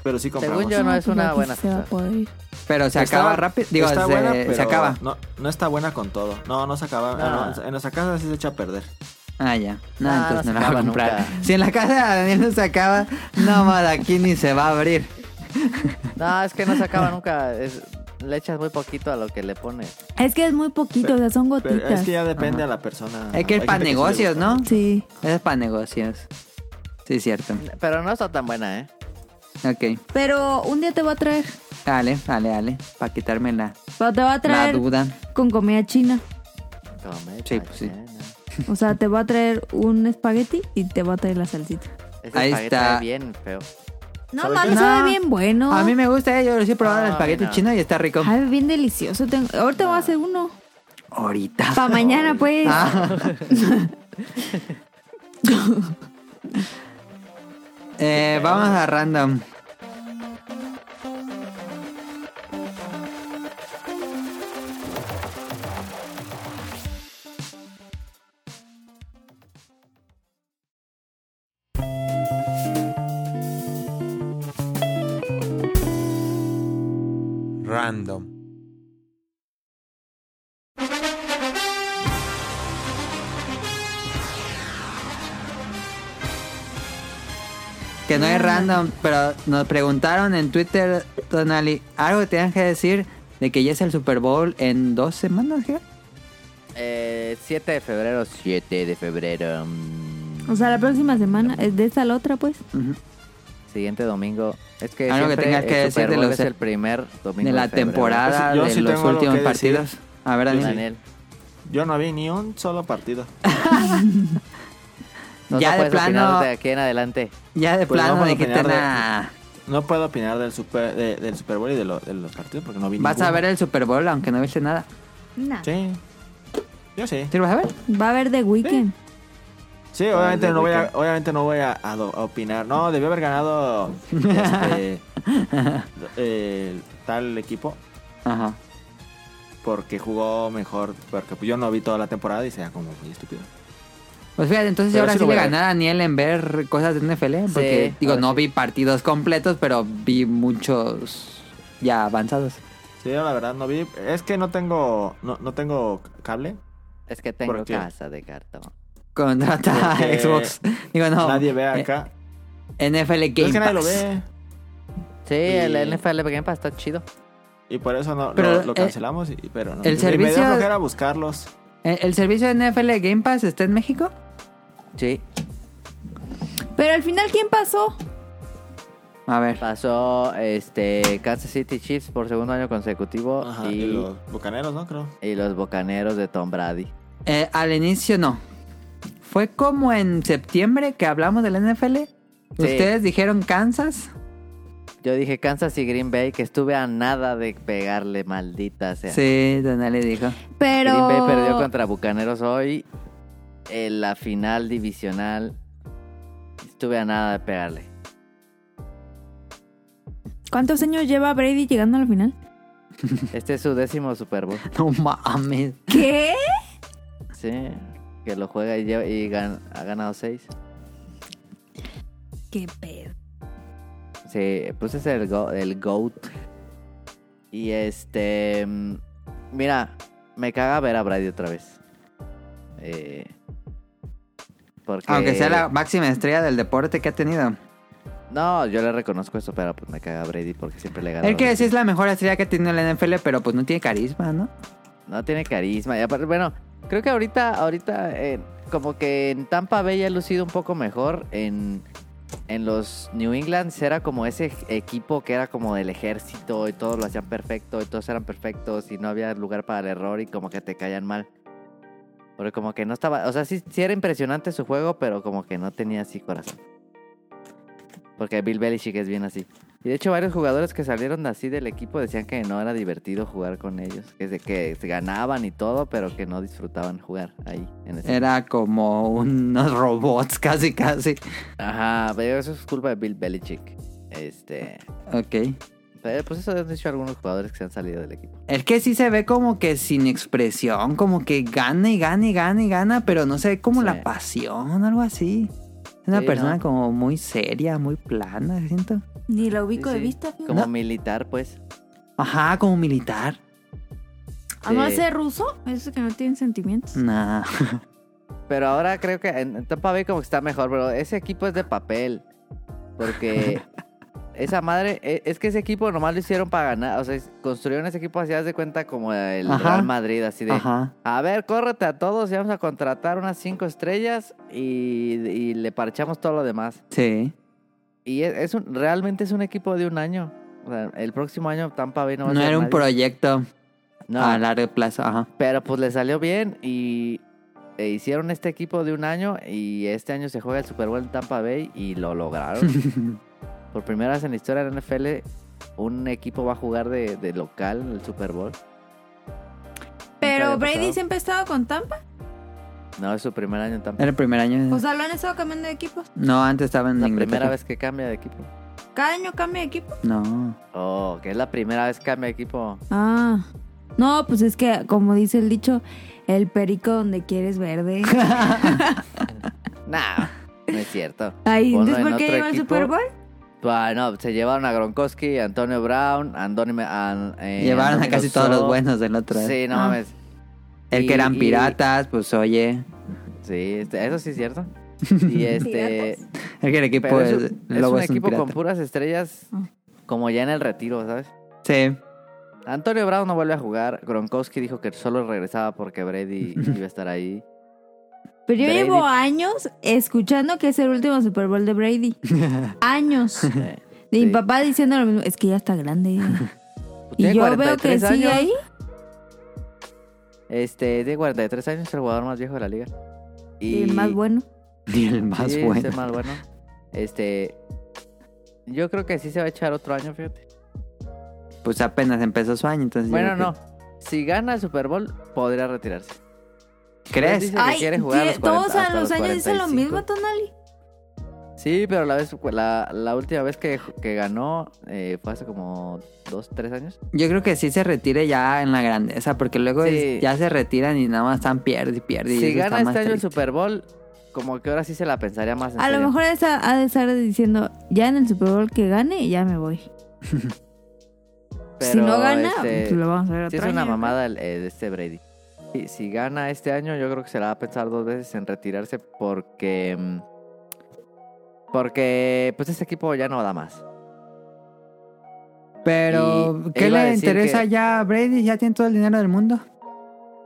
Speaker 4: Pero sí compramos.
Speaker 3: Según yo no es una buena
Speaker 1: Ah, pues Se va a
Speaker 3: salsa.
Speaker 1: poder ir.
Speaker 2: Pero se
Speaker 4: Está-
Speaker 2: acaba rápido. Digo, se,
Speaker 4: está buena, pero
Speaker 2: se acaba.
Speaker 4: No, no está buena con todo. No, no se acaba.
Speaker 3: Ah.
Speaker 4: Ah, no, en nuestra casa sí se echa a perder.
Speaker 2: Ah, ya. No,
Speaker 3: Ah,
Speaker 2: entonces no la
Speaker 3: no se
Speaker 2: voy a
Speaker 3: acaba
Speaker 2: comprar.
Speaker 3: nunca.
Speaker 2: Si en la casa de Daniel no se acaba, no, más aquí ni se va a abrir.
Speaker 3: No, es que no se acaba nunca. Es, le echas muy poquito a lo que le pones.
Speaker 1: Es que es muy poquito, o sea, son
Speaker 4: Pero
Speaker 1: gotitas.
Speaker 4: es que ya depende a la persona.
Speaker 2: Es que es
Speaker 4: Hay
Speaker 2: para
Speaker 4: gente sí le
Speaker 2: negocios,
Speaker 4: gusta.
Speaker 2: ¿no?
Speaker 1: Sí.
Speaker 2: Eso es para negocios. Sí, cierto.
Speaker 3: Pero no está tan buena, ¿eh?
Speaker 2: Ok.
Speaker 1: Pero un día te voy a traer.
Speaker 2: Dale, dale, dale. Para quitarme la,
Speaker 1: Pero te voy a
Speaker 2: la
Speaker 1: traer
Speaker 2: duda.
Speaker 1: con comida china.
Speaker 3: Come
Speaker 2: Sí, pues sí.
Speaker 3: ballena.
Speaker 1: O sea, te voy a traer un espagueti y te voy a traer la salsita.
Speaker 3: Ese
Speaker 2: Ahí
Speaker 3: espagueti
Speaker 2: está.
Speaker 3: sabe bien feo.
Speaker 1: No,
Speaker 4: ¿Sabe
Speaker 1: mames,
Speaker 2: qué?
Speaker 1: sabe
Speaker 2: No.
Speaker 1: bien bueno.
Speaker 2: A mí me gusta, eh, yo sí he probado el
Speaker 3: Ah,
Speaker 2: espagueti
Speaker 3: mira.
Speaker 2: chino y está rico.
Speaker 1: Sabe bien delicioso. Tengo... Ahorita voy a hacer uno.
Speaker 2: Ahorita.
Speaker 1: Para mañana, pues.
Speaker 2: Eh, vamos a random.
Speaker 6: Random.
Speaker 2: Que no es random, pero nos preguntaron en Twitter, Tonali, algo que tenían que decir de que ya es el Super Bowl en dos semanas, ¿qué?
Speaker 3: Eh, 7 de febrero, 7 de febrero. mm,
Speaker 1: O sea, la próxima semana, es de esta a la otra, pues.
Speaker 2: Ujú.
Speaker 3: Siguiente domingo. Es que
Speaker 2: Algo Ah, que
Speaker 3: siempre
Speaker 2: tengas que
Speaker 3: el Super
Speaker 2: decir de
Speaker 3: Bowl
Speaker 2: los-
Speaker 3: es el primer domingo
Speaker 2: De la
Speaker 3: febrero.
Speaker 2: temporada,
Speaker 4: Pues yo
Speaker 2: de
Speaker 4: sí
Speaker 2: los
Speaker 4: tengo algo
Speaker 2: últimos
Speaker 4: que decir.
Speaker 2: partidos. A ver, Daniel.
Speaker 3: Daniel.
Speaker 4: Yo no vi ni un solo partido.
Speaker 2: Ya
Speaker 3: No ya
Speaker 2: de
Speaker 3: puedes opinar
Speaker 2: plano-
Speaker 3: de aquí en adelante.
Speaker 2: Ya de
Speaker 4: Pues
Speaker 2: plano
Speaker 4: vamos a
Speaker 2: dijiste
Speaker 4: opinar de-
Speaker 2: nada.
Speaker 4: No puedo opinar del Super, de- del super Bowl y de, lo- de los partidos porque no vi
Speaker 2: Vas a
Speaker 4: ninguno.
Speaker 2: ver el Super Bowl aunque no viste nada.
Speaker 1: Nah.
Speaker 4: Sí. Yo sí.
Speaker 2: ¿Sí lo vas a ver?
Speaker 1: Va a haber de weekend.
Speaker 4: Sí, obviamente
Speaker 3: el
Speaker 4: no, voy a,
Speaker 3: Weeknd.
Speaker 4: obviamente no voy a, a do- a opinar. No, debió haber ganado este, eh, tal equipo
Speaker 2: Ajá.
Speaker 4: porque jugó mejor. Porque yo no vi toda la temporada y sea como muy estúpido.
Speaker 2: Pues fíjate, entonces
Speaker 3: Pero
Speaker 2: ahora
Speaker 3: sí
Speaker 2: sí,
Speaker 3: lo
Speaker 2: le
Speaker 3: voy a ver.
Speaker 2: gané a Daniel en ver cosas de NFL. Porque,
Speaker 3: Sí,
Speaker 2: digo,
Speaker 3: ahora
Speaker 2: no
Speaker 3: sí.
Speaker 2: vi partidos completos, pero vi muchos ya avanzados.
Speaker 4: Sí, yo la verdad no vi. Es que no tengo, no, no tengo cable.
Speaker 3: Es que tengo
Speaker 4: ¿Por qué?
Speaker 3: casa de cartón.
Speaker 2: Contrata a
Speaker 4: Porque
Speaker 2: Xbox. Digo, no.
Speaker 4: nadie ve
Speaker 2: eh,
Speaker 4: acá.
Speaker 2: NFL Game
Speaker 4: Pero es que nadie lo
Speaker 2: Pass.
Speaker 4: ve.
Speaker 3: Sí, el NFL Game Pass está chido.
Speaker 4: Y por eso no,
Speaker 2: Pero,
Speaker 4: lo, lo
Speaker 2: eh,
Speaker 4: cancelamos. y- pero no.
Speaker 2: el
Speaker 4: Y Me
Speaker 2: servicio-
Speaker 4: dio flojera buscarlos.
Speaker 2: ¿El, ¿E, el servicio de NFL Game Pass está en México?
Speaker 3: Sí.
Speaker 1: Pero al final, ¿quién pasó?
Speaker 2: A ver.
Speaker 3: Pasó este Kansas City Chiefs por segundo año consecutivo
Speaker 4: Ajá,
Speaker 3: y,
Speaker 4: y los bucaneros, ¿no? Creo.
Speaker 3: y los Bocaneros de Tom Brady.
Speaker 2: Eh, al inicio no. Fue como en septiembre que hablamos del NFL. Ustedes dijeron Kansas.
Speaker 3: Yo dije Kansas y Green Bay que estuve a nada de pegarle, maldita sea.
Speaker 2: Sí, Donale dijo.
Speaker 1: Pero.
Speaker 3: Green Bay perdió contra Bucaneros hoy en la final divisional. Estuve a nada de pegarle.
Speaker 1: ¿Cuántos años lleva Brady llegando a la final?
Speaker 3: Este es su décimo Super Bowl.
Speaker 2: No mames.
Speaker 1: ¿Qué?
Speaker 3: Sí, que lo juega y, lleva- y gan- ha ganado seis.
Speaker 1: ¿Qué pedo?
Speaker 3: Sí, pues es el, go- el GOAT. Y este. mm, Mira, me caga ver a Brady otra vez. Eh, porque.
Speaker 2: Aunque sea la máxima estrella del deporte que ha tenido.
Speaker 3: No, yo le reconozco eso, pero pues me caga Brady porque siempre le gana.
Speaker 2: Él que sí es la mejor estrella que ha tenido la NFL, pero pues no tiene carisma, ¿no?
Speaker 3: No tiene carisma. Y aparte, bueno, creo que ahorita, ahorita, eh, como que en Tampa Bay ya ha lucido un poco mejor. En, en los New England era como ese ej- equipo que era como del ejército y todos lo hacían perfecto y todos eran perfectos y no había lugar para el error y como que te caían mal. Porque como que no estaba, o sea, sí, sí era impresionante su juego, pero como que no tenía así corazón. Porque Bill Belichick es bien así. Y de hecho varios jugadores que salieron así del equipo decían que no era divertido jugar con ellos, que se, que se ganaban y todo, pero que no disfrutaban jugar ahí en ese
Speaker 2: Era como unos robots, casi, casi.
Speaker 3: Ajá, pero eso es culpa de Bill Belichick. Este,
Speaker 2: Ok.
Speaker 3: pero pues eso han dicho algunos jugadores que se han salido del equipo.
Speaker 2: Es que sí se ve como que sin expresión, como que gana y gana y gana y gana, pero no se ve como
Speaker 3: Sí.
Speaker 2: la pasión, algo así. Es una
Speaker 3: Sí,
Speaker 2: persona
Speaker 3: ¿no?
Speaker 2: como muy seria, muy plana, siento.
Speaker 1: Ni lo ubico
Speaker 3: Sí,
Speaker 1: de
Speaker 3: sí.
Speaker 1: vista, fíjate.
Speaker 3: Como
Speaker 2: No.
Speaker 3: militar, pues.
Speaker 2: Ajá, como militar.
Speaker 1: Además
Speaker 3: Sí.
Speaker 1: es ruso, eso que no tienen sentimientos.
Speaker 3: Mm,
Speaker 2: Nah.
Speaker 3: Pero ahora creo que en en Tampa Bay como que está mejor, pero ese equipo es de papel. Porque esa madre, e- es que ese equipo nomás lo hicieron para ganar. O sea, es- construyeron ese equipo así, haz de cuenta como el
Speaker 2: Ajá.
Speaker 3: Real Madrid, así de...
Speaker 2: Ajá.
Speaker 3: A ver, córrete a todos y vamos a contratar unas cinco estrellas y, y le parchamos todo lo demás.
Speaker 2: Sí.
Speaker 3: Y es, es un, realmente es un equipo de un año. O sea, el próximo año Tampa Bay no va
Speaker 2: No,
Speaker 3: a ser
Speaker 2: era un Ah,
Speaker 3: nadie.
Speaker 2: proyecto
Speaker 3: No,
Speaker 2: a largo plazo, ajá.
Speaker 3: pero pues le salió bien y e hicieron este equipo de un año y este año se juega el Super Bowl en Tampa Bay y lo lograron. Por primera vez en la historia de la NFL, un equipo va a jugar de, de local en el Super Bowl.
Speaker 1: Pero
Speaker 3: había
Speaker 1: Brady
Speaker 3: pasado.
Speaker 1: siempre ha estado con Tampa.
Speaker 3: No, es su primer año en Tampa
Speaker 2: Era el primer
Speaker 3: Mm.
Speaker 2: año.
Speaker 1: O sea, lo han estado cambiando de equipo.
Speaker 2: no, antes estaba en
Speaker 3: La
Speaker 2: Inglaterra.
Speaker 3: primera vez que cambia de equipo.
Speaker 1: Cada año cambia de equipo.
Speaker 2: No.
Speaker 3: Oh, que es la primera vez que cambia de equipo.
Speaker 1: Ah. No, pues es que, como dice el dicho, el perico donde quieres verde.
Speaker 3: Nah, no es cierto.
Speaker 1: Ahí,
Speaker 3: Ponlo
Speaker 1: entonces,
Speaker 3: en
Speaker 1: ¿por qué
Speaker 3: otro
Speaker 1: llegó al
Speaker 3: equipo.
Speaker 1: Super Bowl?
Speaker 3: Ah, no, se llevaron a Gronkowski, Antonio Brown, Andoni... An- eh,
Speaker 2: Llevaron a
Speaker 3: Andoni
Speaker 2: casi todos
Speaker 3: Rousseau.
Speaker 2: los buenos del otro. ¿eh?
Speaker 3: Sí, no
Speaker 1: Ah.
Speaker 3: mames.
Speaker 2: El que eran
Speaker 3: Y- y-
Speaker 2: piratas, pues oye.
Speaker 3: Sí, este, eso sí es cierto. Y este...
Speaker 1: ¿Piratas?
Speaker 2: Es que el equipo
Speaker 3: Pero es,
Speaker 2: del
Speaker 3: un- es
Speaker 2: lobo
Speaker 3: un
Speaker 2: es un
Speaker 3: equipo con
Speaker 2: pirata.
Speaker 3: puras estrellas, como ya en el retiro, ¿sabes?
Speaker 2: Sí.
Speaker 3: Antonio Brown no vuelve a jugar. Gronkowski dijo que solo regresaba porque Brady iba a estar ahí.
Speaker 1: Pero yo
Speaker 3: Brady.
Speaker 1: llevo años escuchando que es el último Super Bowl de Brady. años.
Speaker 3: Eh,
Speaker 1: De mi
Speaker 3: Sí.
Speaker 1: papá diciendo lo mismo. Es que ya está grande.
Speaker 3: tiene
Speaker 1: y yo veo que
Speaker 3: 43
Speaker 1: sigue
Speaker 3: años.
Speaker 1: ahí.
Speaker 3: Este, de 43 años, el jugador más viejo de la liga.
Speaker 1: Y el más bueno.
Speaker 2: Y el más
Speaker 3: sí,
Speaker 2: bueno.
Speaker 3: Es el más bueno. Este, yo creo que sí se va a echar otro año, fíjate.
Speaker 2: Pues apenas empezó su año, entonces. yo
Speaker 3: Bueno,
Speaker 2: creo
Speaker 3: no. Si gana el Super Bowl, podría retirarse.
Speaker 2: que- ¿Crees?
Speaker 3: pues, Dice que
Speaker 1: Ay,
Speaker 3: quiere jugar a los
Speaker 1: tie-
Speaker 3: 40
Speaker 1: todos a
Speaker 3: hasta
Speaker 1: los
Speaker 3: los
Speaker 1: años dicen lo
Speaker 3: 45.
Speaker 1: mismo, Tonali.
Speaker 3: Sí, pero la vez, la, la última vez que, que ganó eh, fue hace como dos, tres años.
Speaker 2: Yo creo que sí se retire ya en la grandeza, porque luego
Speaker 3: Sí.
Speaker 2: es- ya se retiran y nada más están pierde y pierde. y
Speaker 3: si
Speaker 2: eso está
Speaker 3: gana
Speaker 2: más
Speaker 3: este año el
Speaker 2: triste.
Speaker 3: Super Bowl, como que ahora sí se la pensaría más. En
Speaker 1: A lo
Speaker 3: serio.
Speaker 1: mejor esa- ha de estar diciendo, ya en el Super Bowl que gane, ya me voy. si
Speaker 3: Pero,
Speaker 1: no gana,
Speaker 3: este,
Speaker 1: pues lo vamos a ver
Speaker 3: sí es
Speaker 1: otro
Speaker 3: una
Speaker 1: año.
Speaker 3: mamada el- eh, de este Brady. Si, si gana este año, yo creo que se la va a pensar dos veces en retirarse porque. mm, Porque, pues, este equipo ya no da más.
Speaker 2: Pero,
Speaker 3: Y
Speaker 2: ¿qué
Speaker 3: iba a
Speaker 2: le
Speaker 3: decir
Speaker 2: interesa
Speaker 3: que-
Speaker 2: ya a Brady? ¿Ya tiene todo el dinero del mundo?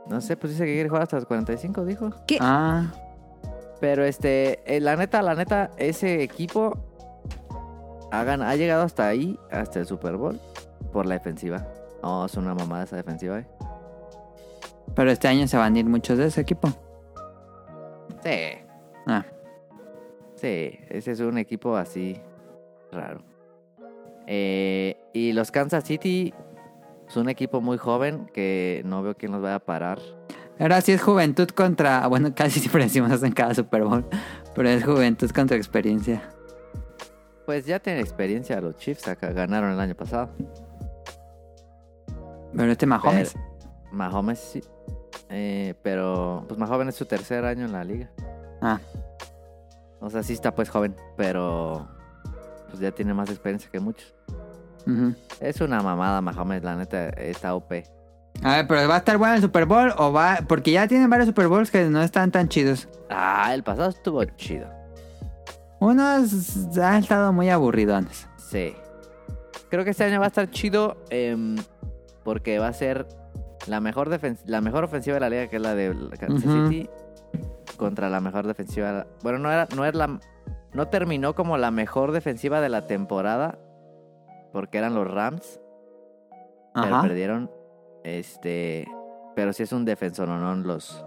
Speaker 3: No sé, pues dice que quiere jugar hasta los 45, dijo.
Speaker 1: ¿Qué?
Speaker 2: Ah,
Speaker 3: Pero, este, eh, la neta, la neta, ese equipo ha, gan- ha llegado hasta ahí, hasta el Super Bowl, por la defensiva. No, es una mamada esa defensiva, ¿eh?
Speaker 2: pero este año se van a ir muchos de ese equipo.
Speaker 3: Sí.
Speaker 2: Ah.
Speaker 3: Sí, ese es un equipo así raro. Eh, y los Kansas City es un equipo muy joven que no veo quién los vaya a parar.
Speaker 2: Ahora sí es juventud contra. Bueno, casi siempre decimos eso en cada Super Bowl. Pero es juventud contra experiencia.
Speaker 3: Pues ya tienen experiencia los Chiefs, acá ganaron el año pasado.
Speaker 2: Pero este Mahomes.
Speaker 3: Mahomes sí. Eh, pero pues Mahomes es su tercer año en la liga.
Speaker 2: Ah,
Speaker 3: O sea, sí está pues joven, pero pues ya tiene más experiencia que muchos.
Speaker 2: ujú.
Speaker 3: Es una mamada Mahomes, la neta, está OP.
Speaker 2: A ver, pero ¿va a estar bueno el Super Bowl o va.? Porque ya tienen varios Super Bowls que no están tan chidos.
Speaker 3: Ah, el pasado estuvo chido.
Speaker 2: Unos han estado muy aburridones.
Speaker 3: Sí. Creo que este año va a estar chido em, porque va a ser la mejor, defen- la mejor ofensiva de la liga, que es la de Kansas
Speaker 2: Ujú.
Speaker 3: City, contra la mejor defensiva. Bueno, no era, no es la, no terminó como la mejor defensiva de la temporada porque eran los Rams, pero
Speaker 2: Ajá.
Speaker 3: perdieron. Este, pero sí es un defensor, no los.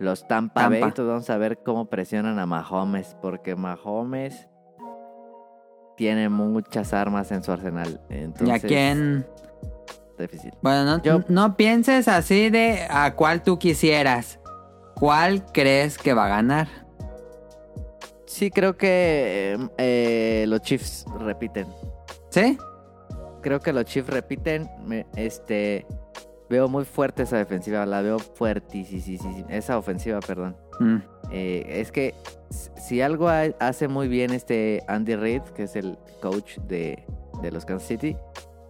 Speaker 3: Los Tampa, Bay,
Speaker 2: Tampa.
Speaker 3: entonces vamos a ver cómo presionan a Mahomes, porque Mahomes tiene muchas armas en su arsenal.
Speaker 2: ¿Y
Speaker 3: Entonces,
Speaker 2: a quién?
Speaker 3: Difícil.
Speaker 2: Bueno, no,
Speaker 3: Yo-
Speaker 2: no pienses así de a cuál tú quisieras. ¿Cuál crees que va a ganar?
Speaker 3: Sí, creo que eh, eh, los Chiefs repiten.
Speaker 2: ¿Sí?
Speaker 3: Creo que los Chiefs repiten. Me- Este, veo muy fuerte esa defensiva, la veo fuerte, sí, sí, sí, esa ofensiva, perdón.
Speaker 2: Mm.
Speaker 3: Eh, es que s- si algo ha- hace muy bien este Andy Reid, que es el coach de, de los Kansas City,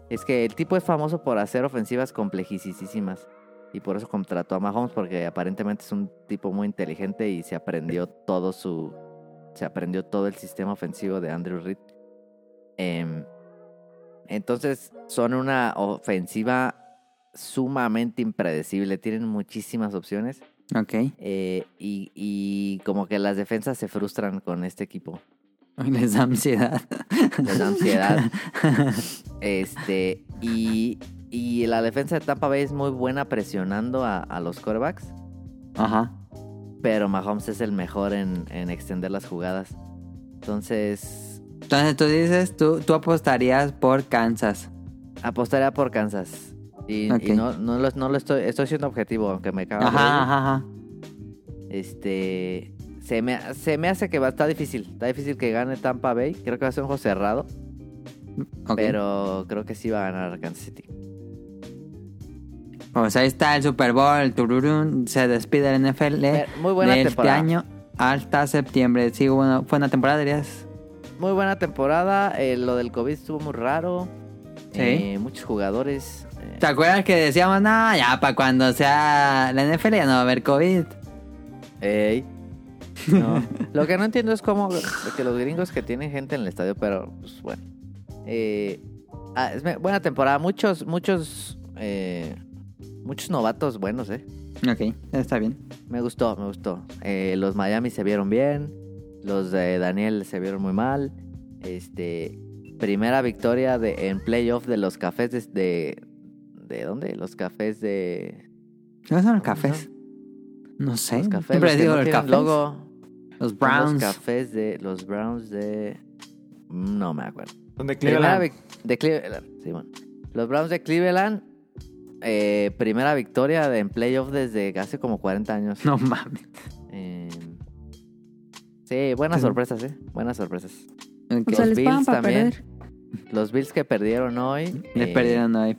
Speaker 3: es que el tipo es famoso por hacer ofensivas complejísimas. Y por eso contrató a Mahomes, porque aparentemente es un tipo muy inteligente y se aprendió todo su. Se aprendió todo el sistema ofensivo de Andrew Reid. Em, entonces, son una ofensiva sumamente impredecible. Tienen muchísimas opciones.
Speaker 2: Ok.
Speaker 3: Eh, y, y como que las defensas se frustran con este equipo.
Speaker 2: Les da ansiedad.
Speaker 3: Les da ansiedad. Este, y, y la defensa de Tampa Bay es muy buena presionando a, a los quarterbacks.
Speaker 2: Ajá.
Speaker 3: Pero Mahomes es el mejor en, en extender las jugadas. Entonces,
Speaker 2: Entonces tú dices, tú, tú apostarías por Kansas.
Speaker 3: apostaría por Kansas. Y, y
Speaker 2: Ok.
Speaker 3: no, no, lo, no lo estoy, estoy siendo objetivo, aunque me caga.
Speaker 2: Ajá,
Speaker 3: Brady.
Speaker 2: ajá, ajá.
Speaker 3: Este. Se me, se me hace que va, está difícil. Está difícil que gane Tampa Bay. Creo que va a ser un juego cerrado.
Speaker 2: Ok.
Speaker 3: Pero creo que sí va a ganar Kansas City.
Speaker 2: Pues ahí está el Super Bowl, tururún, se despide el NFL de
Speaker 3: Eh, muy buena
Speaker 2: este
Speaker 3: temporada.
Speaker 2: año hasta septiembre. Sí, bueno, fue una temporada, dirías.
Speaker 3: Muy buena temporada. eh, lo del COVID estuvo muy raro.
Speaker 2: Sí.
Speaker 3: Eh, muchos jugadores. eh,
Speaker 2: ¿Te acuerdas que decíamos, no, ya para cuando sea la NFL ya no va a haber COVID?
Speaker 3: ey, No. Lo que no entiendo es cómo que los gringos que tienen gente en el estadio, pero pues bueno. Eh, ah, es me- buena temporada. Muchos, muchos, eh, muchos novatos buenos, ¿eh?
Speaker 2: Ok, está bien.
Speaker 3: Me gustó, me gustó. Eh, los Miami se vieron bien. Los de Daniel se vieron muy mal. Este. Primera victoria de, en playoff de los cafés de, de. ¿de dónde? Los cafés de.
Speaker 2: ¿Qué son los cafés? No sé.
Speaker 3: Los cafés.
Speaker 2: Siempre
Speaker 3: los
Speaker 2: ¿Eh? Pues
Speaker 3: que
Speaker 2: digo
Speaker 3: no
Speaker 2: los
Speaker 3: tienen
Speaker 2: cafés.
Speaker 3: logo.
Speaker 2: Los
Speaker 3: Son
Speaker 2: Browns.
Speaker 3: Los cafés de. Los Browns de. mm, No me acuerdo.
Speaker 4: Donde
Speaker 3: Primera
Speaker 4: Cleveland.
Speaker 3: vic- de Cleveland. sí, bueno. Los Browns de Cleveland. eh, primera victoria de, en playoff desde hace como 40 años.
Speaker 2: No mames.
Speaker 3: Eh, sí, buenas
Speaker 2: Sí.
Speaker 3: sorpresas, ¿eh? Buenas sorpresas.
Speaker 2: Ok.
Speaker 1: O sea,
Speaker 3: Los
Speaker 1: les pagan
Speaker 3: Bills
Speaker 1: para
Speaker 3: también.
Speaker 1: perder.
Speaker 3: Los Bills que perdieron hoy.
Speaker 2: Les
Speaker 3: eh,
Speaker 2: perdieron ahí.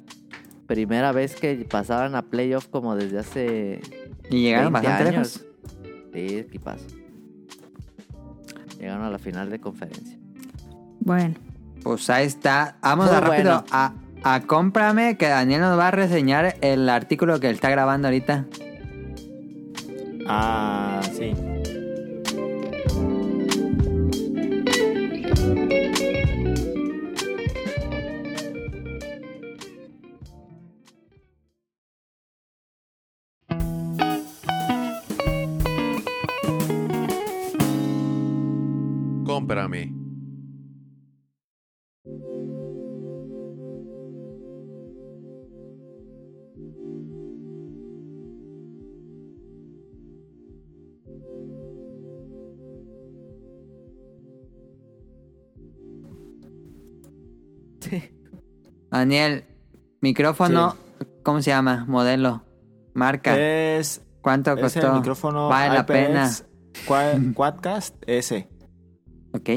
Speaker 3: Primera vez que pasaban a playoff como desde hace.
Speaker 2: Y llegaron
Speaker 3: 20
Speaker 2: bastante
Speaker 3: años.
Speaker 2: lejos.
Speaker 3: Sí, equipazo. Llegaron a la final de conferencia.
Speaker 1: Bueno.
Speaker 2: Pues ahí está. Vamos
Speaker 3: Muy
Speaker 2: a rápido
Speaker 3: bueno.
Speaker 2: a, a cómprame que Daniel nos va a reseñar el artículo que él está grabando ahorita.
Speaker 4: Ah, sí.
Speaker 6: Cómprame.
Speaker 2: Daniel, micrófono, ¿cómo se llama? Modelo, marca.
Speaker 4: Es,
Speaker 2: ¿Cuánto
Speaker 4: es
Speaker 2: costó?
Speaker 4: el Eh, micrófono
Speaker 2: Vale la
Speaker 4: iPS
Speaker 2: pena.
Speaker 4: Qua- Quadcast S.
Speaker 2: Ok.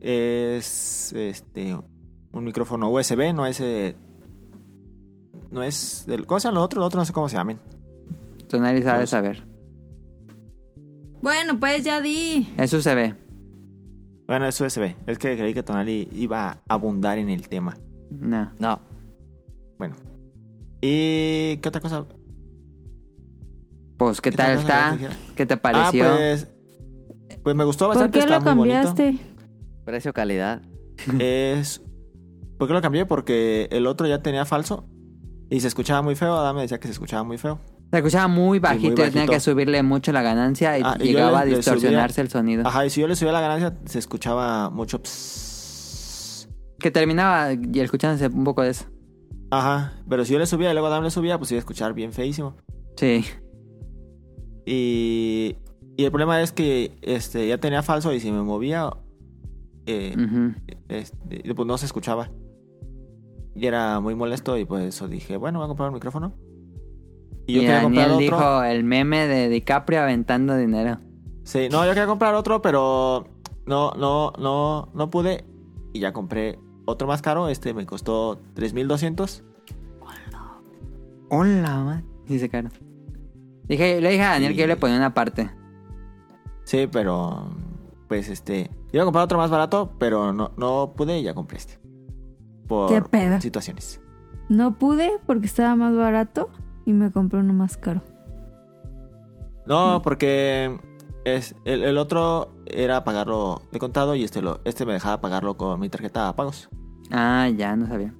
Speaker 4: Es este un micrófono USB, no es eh, no es el cosa lo otro, lo otro no sé cómo se llaman.
Speaker 2: Tú nadie sabe
Speaker 4: Pues-
Speaker 2: saber.
Speaker 1: Bueno, pues ya di.
Speaker 2: Eso se ve.
Speaker 4: Bueno, es USB. Es que creí que Tonali iba a abundar en el tema.
Speaker 2: No.
Speaker 3: No.
Speaker 4: Bueno. ¿Y qué otra cosa?
Speaker 2: Pues, ¿qué,
Speaker 4: ¿Qué
Speaker 2: tal
Speaker 4: tal
Speaker 2: está?
Speaker 4: está?
Speaker 2: ¿Qué te pareció?
Speaker 4: Ah, pues pues me gustó
Speaker 1: ¿Por
Speaker 4: bastante,
Speaker 1: qué
Speaker 4: está
Speaker 1: lo
Speaker 4: muy bonito.
Speaker 1: cambiaste?
Speaker 3: Precio, calidad.
Speaker 4: Es. ¿Por qué lo cambié? Porque el otro ya tenía falso y se escuchaba muy feo. Adam me decía que se escuchaba muy feo.
Speaker 2: Se escuchaba muy bajito, y tenía
Speaker 4: bajito.
Speaker 2: que subirle mucho la ganancia y
Speaker 4: Ah, y yo
Speaker 2: llegaba
Speaker 4: le-
Speaker 2: a
Speaker 4: le
Speaker 2: distorsionarse
Speaker 4: subía- Ah.
Speaker 2: el sonido.
Speaker 4: Ajá, y si yo le subía la ganancia, se escuchaba mucho. pss.
Speaker 2: Que terminaba y escuchándose un poco de eso.
Speaker 4: Ajá, pero si yo le subía y luego Adam le subía, pues iba a escuchar bien feísimo.
Speaker 2: Sí.
Speaker 4: Y, y el problema es que este ya tenía falso y si me movía, eh,
Speaker 2: Ujú.
Speaker 4: este, pues no se escuchaba. Y era muy molesto y pues eso dije, bueno, voy a comprar un micrófono.
Speaker 2: Y,
Speaker 4: yo quería comprar
Speaker 2: Daniel
Speaker 4: otro.
Speaker 2: dijo el meme de DiCaprio aventando dinero.
Speaker 4: Sí, no, yo quería comprar otro, pero no, no, no, no pude. Y ya compré otro más caro. Este me costó 3200.
Speaker 2: Hola, man. Dice Caro. Dije, le dije a Daniel que yo le ponía una parte.
Speaker 4: Sí, pero pues este. Iba a comprar otro más barato, pero no, no pude y ya compré este. Por
Speaker 1: ¿Qué pedo?
Speaker 4: situaciones.
Speaker 1: No pude porque estaba más barato y me compré uno más caro. Mm.
Speaker 4: No, porque es, el, el otro era pagarlo de contado y este lo, este me dejaba pagarlo con mi tarjeta a pagos.
Speaker 2: Ah, ya, no sabía.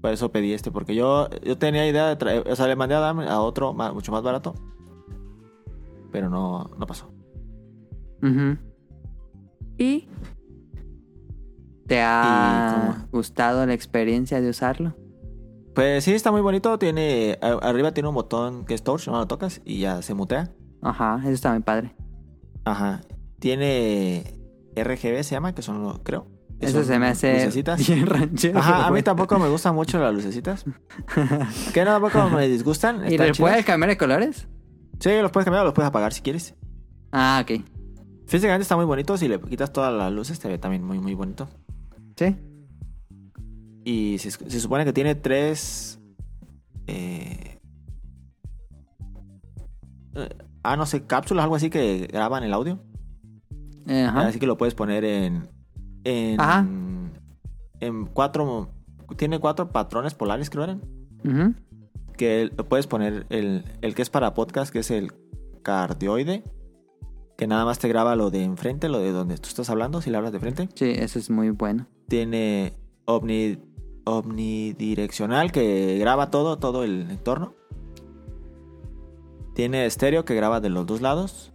Speaker 4: Por eso pedí este, porque yo, yo tenía idea de traer, o sea, le mandé a Adam a otro ma- mucho más barato, pero no, no pasó.
Speaker 2: Ujú.
Speaker 1: Y
Speaker 2: ¿Te
Speaker 4: ¿Y
Speaker 2: ha
Speaker 4: cómo?
Speaker 2: gustado la experiencia de usarlo?
Speaker 4: Pues sí, está muy bonito, tiene, a- arriba tiene un botón que es touch, no lo tocas y ya se mutea.
Speaker 2: Ajá, eso está muy padre.
Speaker 4: Ajá, tiene RGB se llama, que son, los- creo. que
Speaker 2: Eso
Speaker 4: son
Speaker 2: se me hace
Speaker 4: lucecitas.
Speaker 2: bien pues. ranchero.
Speaker 4: Ajá, a mí
Speaker 2: güey.
Speaker 4: tampoco me gustan mucho las lucecitas. que no, tampoco me disgustan.
Speaker 2: ¿Y
Speaker 4: están
Speaker 2: le
Speaker 4: chidas.
Speaker 2: puedes cambiar de colores?
Speaker 4: Sí, los puedes cambiar o los puedes apagar si quieres.
Speaker 2: Ah, ok.
Speaker 4: Físicamente está muy bonito, si le quitas todas las luces te ve también muy, muy bonito.
Speaker 2: Sí.
Speaker 4: Y se, se supone que tiene tres. eh, eh, ah, no sé, cápsulas, algo así que graban el audio.
Speaker 2: Ajá.
Speaker 4: Así que lo puedes poner en. En,
Speaker 2: Ajá.
Speaker 4: en cuatro. Tiene cuatro patrones polares, creo eran.
Speaker 2: Ujú.
Speaker 4: Que lo puedes poner el, el que es para podcast, que es el cardioide. que nada más te graba lo de enfrente, lo de donde tú estás hablando, si le hablas de frente.
Speaker 2: Sí, eso es muy bueno.
Speaker 4: Tiene ovni, omnidireccional que graba todo, todo el entorno. Tiene estéreo que graba de los dos lados.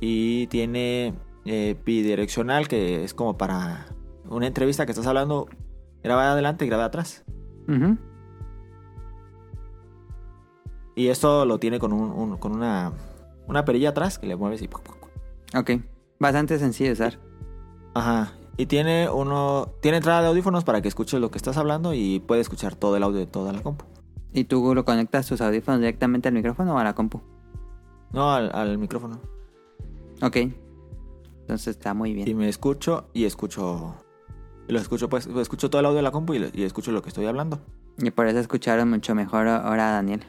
Speaker 4: Y tiene eh, bidireccional que es como para una entrevista que estás hablando, graba de adelante y graba de atrás.
Speaker 2: Ujú.
Speaker 4: Y esto lo tiene con, un, un- con una, una perilla atrás que le mueves y... pu- pu- pu-
Speaker 2: Ok. Bastante sencillo de usar.
Speaker 4: Ajá. Y tiene uno... Tiene entrada de audífonos para que escuches lo que estás hablando y puede escuchar todo el audio de toda la compu.
Speaker 2: ¿Y tú lo conectas tus audífonos directamente al micrófono o a la compu?
Speaker 4: No, al, al micrófono.
Speaker 2: Ok. Entonces está muy bien.
Speaker 4: Y me escucho y escucho... Lo escucho, pues, escucho todo el audio de la compu y, lo- y escucho lo que estoy hablando.
Speaker 2: Y por eso escucharon mucho mejor ahora a Daniel.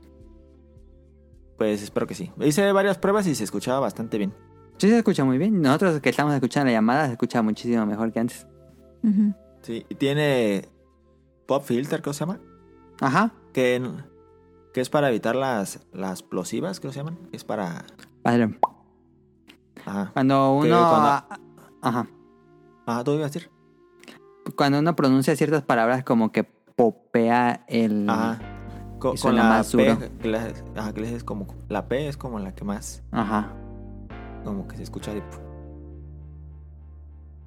Speaker 4: Pues espero que sí. Hice varias pruebas y se escuchaba bastante bien.
Speaker 2: Sí, se escucha muy bien. Nosotros que estamos escuchando la llamada se escucha muchísimo mejor que antes.
Speaker 1: Ujú.
Speaker 4: Sí, y tiene pop filter, ¿cómo se llama?
Speaker 2: Ajá.
Speaker 4: Que, en- que es para evitar las, las plosivas, ¿cómo se llaman? Es para...
Speaker 2: Padre.
Speaker 4: Ajá.
Speaker 2: Cuando
Speaker 4: Que
Speaker 2: uno...
Speaker 4: cuando-
Speaker 2: Ajá.
Speaker 4: Ajá, tú ibas a decir.
Speaker 2: Cuando uno pronuncia ciertas palabras como que popea el...
Speaker 4: Ajá. Co-
Speaker 2: Mm. Y
Speaker 4: Con,
Speaker 2: suena
Speaker 4: la
Speaker 2: más duro.
Speaker 4: P, que la- ajá, que le- es como la P es como la que más
Speaker 2: Ajá.
Speaker 4: como que se escucha de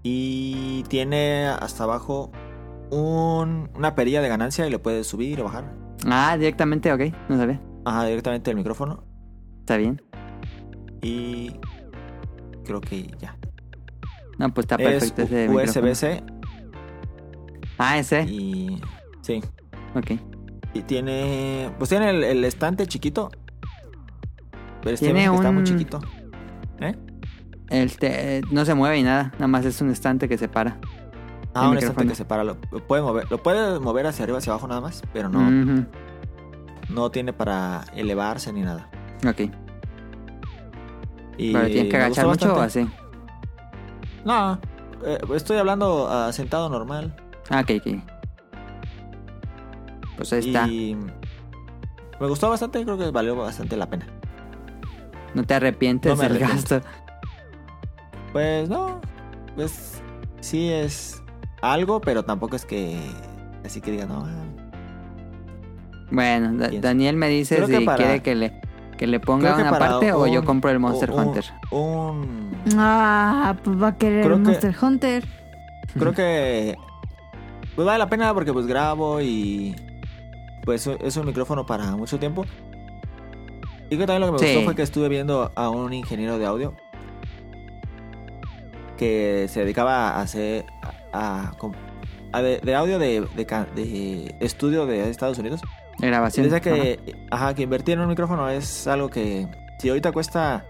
Speaker 4: y tiene hasta abajo un- una perilla de ganancia y le puedes subir o bajar.
Speaker 2: Ah, directamente, ok. No sabía.
Speaker 4: Ajá, directamente del micrófono
Speaker 2: Está bien.
Speaker 4: y creo que ya.
Speaker 2: No, pues está
Speaker 4: Es
Speaker 2: perfecto ese micrófono.
Speaker 4: USB-C
Speaker 2: Ah, ese.
Speaker 4: y sí.
Speaker 2: Ok.
Speaker 4: Y tiene pues tiene el, el estante chiquito. Pero este
Speaker 2: Tiene
Speaker 4: que está muy
Speaker 2: un-
Speaker 4: chiquito. ¿Eh?
Speaker 2: Este, eh, no se mueve ni nada. Nada más es un estante que se para.
Speaker 4: Ah, un
Speaker 2: El
Speaker 4: estante
Speaker 2: micrófono.
Speaker 4: que separa. Lo, lo puede mover, lo puede mover hacia arriba, hacia abajo nada más, pero no,
Speaker 2: Ujú.
Speaker 4: no tiene para elevarse ni nada.
Speaker 2: Ok.
Speaker 4: Y
Speaker 2: Pero tienes que
Speaker 4: me
Speaker 2: agachar
Speaker 4: gustó
Speaker 2: mucho o
Speaker 4: bastante.
Speaker 2: así.
Speaker 4: No, eh, estoy hablando ah, sentado normal.
Speaker 2: Ah, ok, ok. Pues ahí está.
Speaker 4: Y me gustó bastante, creo que valió bastante la pena.
Speaker 2: No te arrepientes
Speaker 4: No me
Speaker 2: del
Speaker 4: arrepiento.
Speaker 2: gasto.
Speaker 4: Pues no, pues sí es algo, pero tampoco es que así que diga no. ah.
Speaker 2: Bueno, Da-
Speaker 4: Pienso.
Speaker 2: Daniel me dice
Speaker 4: Creo que
Speaker 2: si
Speaker 4: para-
Speaker 2: quiere que le, que le ponga
Speaker 4: Creo que
Speaker 2: una
Speaker 4: para
Speaker 2: parte o yo
Speaker 4: un-
Speaker 2: compro el Monster
Speaker 4: un-
Speaker 2: Hunter.
Speaker 4: Un,
Speaker 1: Ah, pues va a querer
Speaker 4: Creo que-
Speaker 1: Monster Hunter.
Speaker 4: Creo que pues vale la pena porque pues grabo y pues es un micrófono para mucho tiempo. Y que también lo que me
Speaker 2: Sí.
Speaker 4: gustó fue que estuve viendo a un ingeniero de audio que se dedicaba a hacer a, a- a de, de audio de, de ca- de estudio de Estados Unidos.
Speaker 2: De
Speaker 4: Y
Speaker 2: Grabación.
Speaker 4: decía que, ajá, que invertir en un micrófono es algo que si ahorita cuesta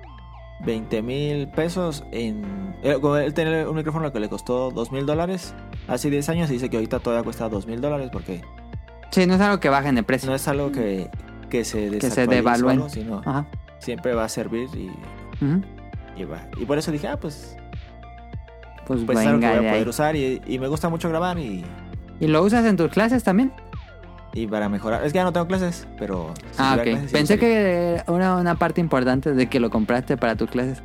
Speaker 4: 20 mil pesos en... eh, como Él tenía un micrófono que le costó 2 mil dólares hace 10 años y dice que ahorita todavía cuesta 2 mil dólares porque
Speaker 2: Ajá. Sí, no es algo que bajen de precio.
Speaker 4: no es algo que, que
Speaker 2: se
Speaker 4: se
Speaker 2: Ah.
Speaker 4: desactualice o
Speaker 2: devalúen.
Speaker 4: algo, sino
Speaker 2: Ajá.
Speaker 4: siempre va a servir y,
Speaker 2: Ujú.
Speaker 4: y va. Y por eso dije, ah, pues,
Speaker 2: Pues,
Speaker 4: pues es algo que
Speaker 2: venga
Speaker 4: voy a
Speaker 2: de ahí.
Speaker 4: poder usar y, y me gusta mucho grabar y,
Speaker 2: ¿Y lo usas en tus clases también?
Speaker 4: y para mejorar. Es que ya no tengo clases, pero... si
Speaker 2: ah,
Speaker 4: tuviera
Speaker 2: ok.
Speaker 4: clases, sí
Speaker 2: Pensé
Speaker 4: usaría.
Speaker 2: que era una, una parte importante de que lo compraste para tus clases.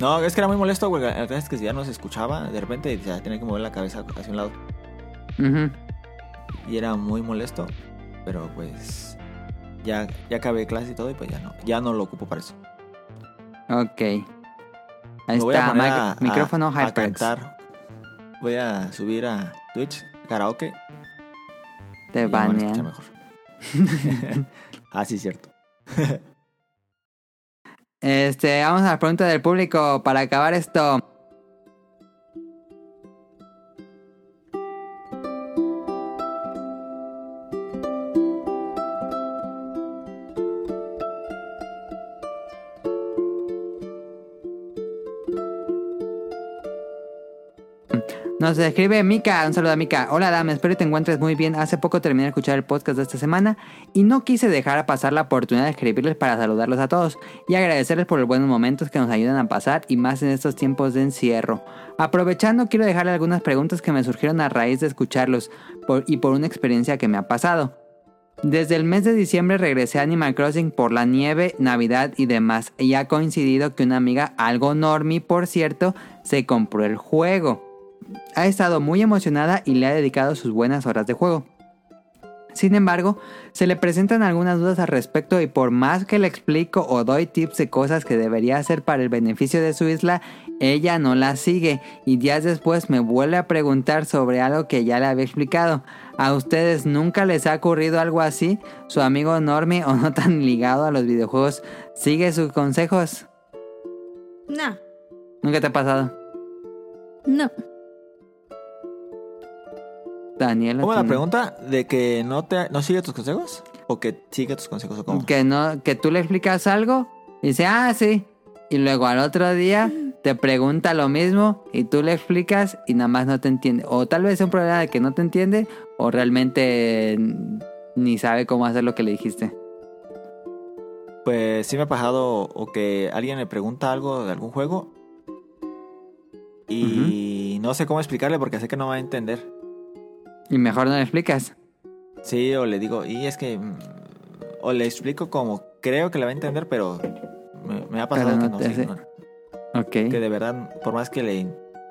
Speaker 4: No, es que era muy molesto, güey. La verdad es que ya no se escuchaba. De repente ya tenía que mover la cabeza hacia un lado.
Speaker 2: Ujú.
Speaker 4: Y era muy molesto. Pero pues. Ya, ya acabé clase y todo. Y pues ya no. Ya no lo ocupo para eso.
Speaker 2: Ok. Ahí
Speaker 4: Me voy a
Speaker 2: está.
Speaker 4: poner
Speaker 2: mic-
Speaker 4: a- a-
Speaker 2: micrófono
Speaker 4: a
Speaker 2: HyperX.
Speaker 4: cantar. Voy a subir a Twitch karaoke.
Speaker 2: Te
Speaker 4: y ya me van a escuchar
Speaker 2: banean.
Speaker 4: mejor. ah, sí, cierto.
Speaker 2: Este, vamos a la pregunta del público para acabar esto. Nos escribe Mika, un saludo a Mika. Hola Dame, espero que te encuentres muy bien. Hace poco terminé de escuchar el podcast de esta semana y no quise dejar pasar la oportunidad de escribirles para saludarlos a todos y agradecerles por los buenos momentos que nos ayudan a pasar y más en estos tiempos de encierro. Aprovechando, quiero dejarle algunas preguntas que me surgieron a raíz de escucharlos por- y por una experiencia que me ha pasado. Desde el mes de diciembre regresé a Animal Crossing por la nieve, Navidad y demás. Y ha coincidido que una amiga, algo normie por cierto, se compró el juego. Ha estado muy emocionada y le ha dedicado sus buenas horas de juego. Sin embargo, se le presentan algunas dudas al respecto y por más que le explico o doy tips de cosas que debería hacer para el beneficio de su isla, ella no las sigue y días después me vuelve a preguntar sobre algo que ya le había explicado. ¿A ustedes nunca les ha ocurrido algo así? ¿Su amigo Normie o no tan ligado a los videojuegos sigue sus consejos?
Speaker 5: No,
Speaker 2: ¿Nunca te ha pasado?
Speaker 5: no.
Speaker 2: Daniel.
Speaker 4: ¿Cómo
Speaker 2: a ti
Speaker 4: la
Speaker 2: no?
Speaker 4: pregunta? ¿De que no te no sigue tus consejos? ¿O que sigue tus consejos o cómo?
Speaker 2: Que no, que tú le explicas algo y dice, ah, sí. Y luego al otro día te pregunta lo mismo y tú le explicas y nada más no te entiende. O tal vez es un problema de que no te entiende o realmente mm, ni sabe cómo hacer lo que le dijiste.
Speaker 4: Pues sí me ha pasado o que alguien me pregunta algo de algún juego y no sé cómo explicarle porque sé que no va a entender.
Speaker 2: Y mejor no le explicas.
Speaker 4: Sí, o le digo, y es que... mm, O le explico como creo que la va a entender, pero me, me ha pasado
Speaker 2: Pero no
Speaker 4: que no
Speaker 2: te
Speaker 4: sé,
Speaker 2: hace-
Speaker 4: no-
Speaker 2: Ok.
Speaker 4: Que de verdad, por más que le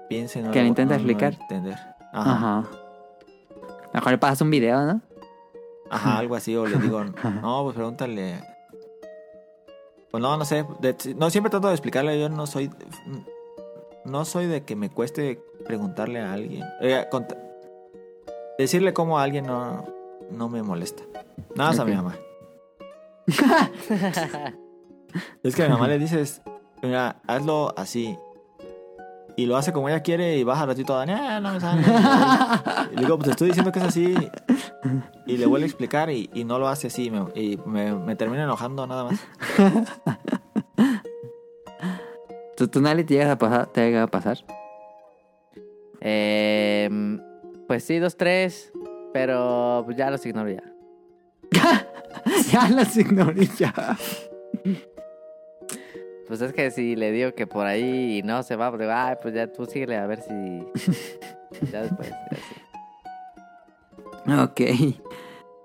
Speaker 4: piense... No
Speaker 2: Que le
Speaker 4: voy-
Speaker 2: intenta
Speaker 4: no- no voy a
Speaker 2: explicar.
Speaker 4: entender. Ajá. Ajá.
Speaker 2: Ajá. Mejor le pasas un video, ¿no?
Speaker 4: algo así. O le digo, no, pues pregúntale... Pues no, no sé. de- no, siempre trato de explicarle. Yo no soy... No soy de que me cueste preguntarle a alguien. Eh, cont- decirle cómo a alguien no, no me molesta. Nada más
Speaker 2: Ok.
Speaker 4: a mi mamá. Es que a mi mamá le dices, mira, hazlo así. Y lo hace como ella quiere y baja ratito a Dani, "Ah, no me sale". Y le digo, pues te estoy diciendo que es así. Y le vuelvo a explicar y, y no lo hace así. Y me, y me, me termina enojando nada más.
Speaker 2: ¿Tú, tú Nali, te llegas a pasar? ¿Te llega a pasar?
Speaker 3: Eh, pues sí, dos, tres. Pero ya los ignoro ya.
Speaker 2: ya las ignoré ya.
Speaker 3: Pues es que si le digo que por ahí y no se va, pues digo, ay, pues ya tú síguele a ver si. ya después. ya sí.
Speaker 2: Ok.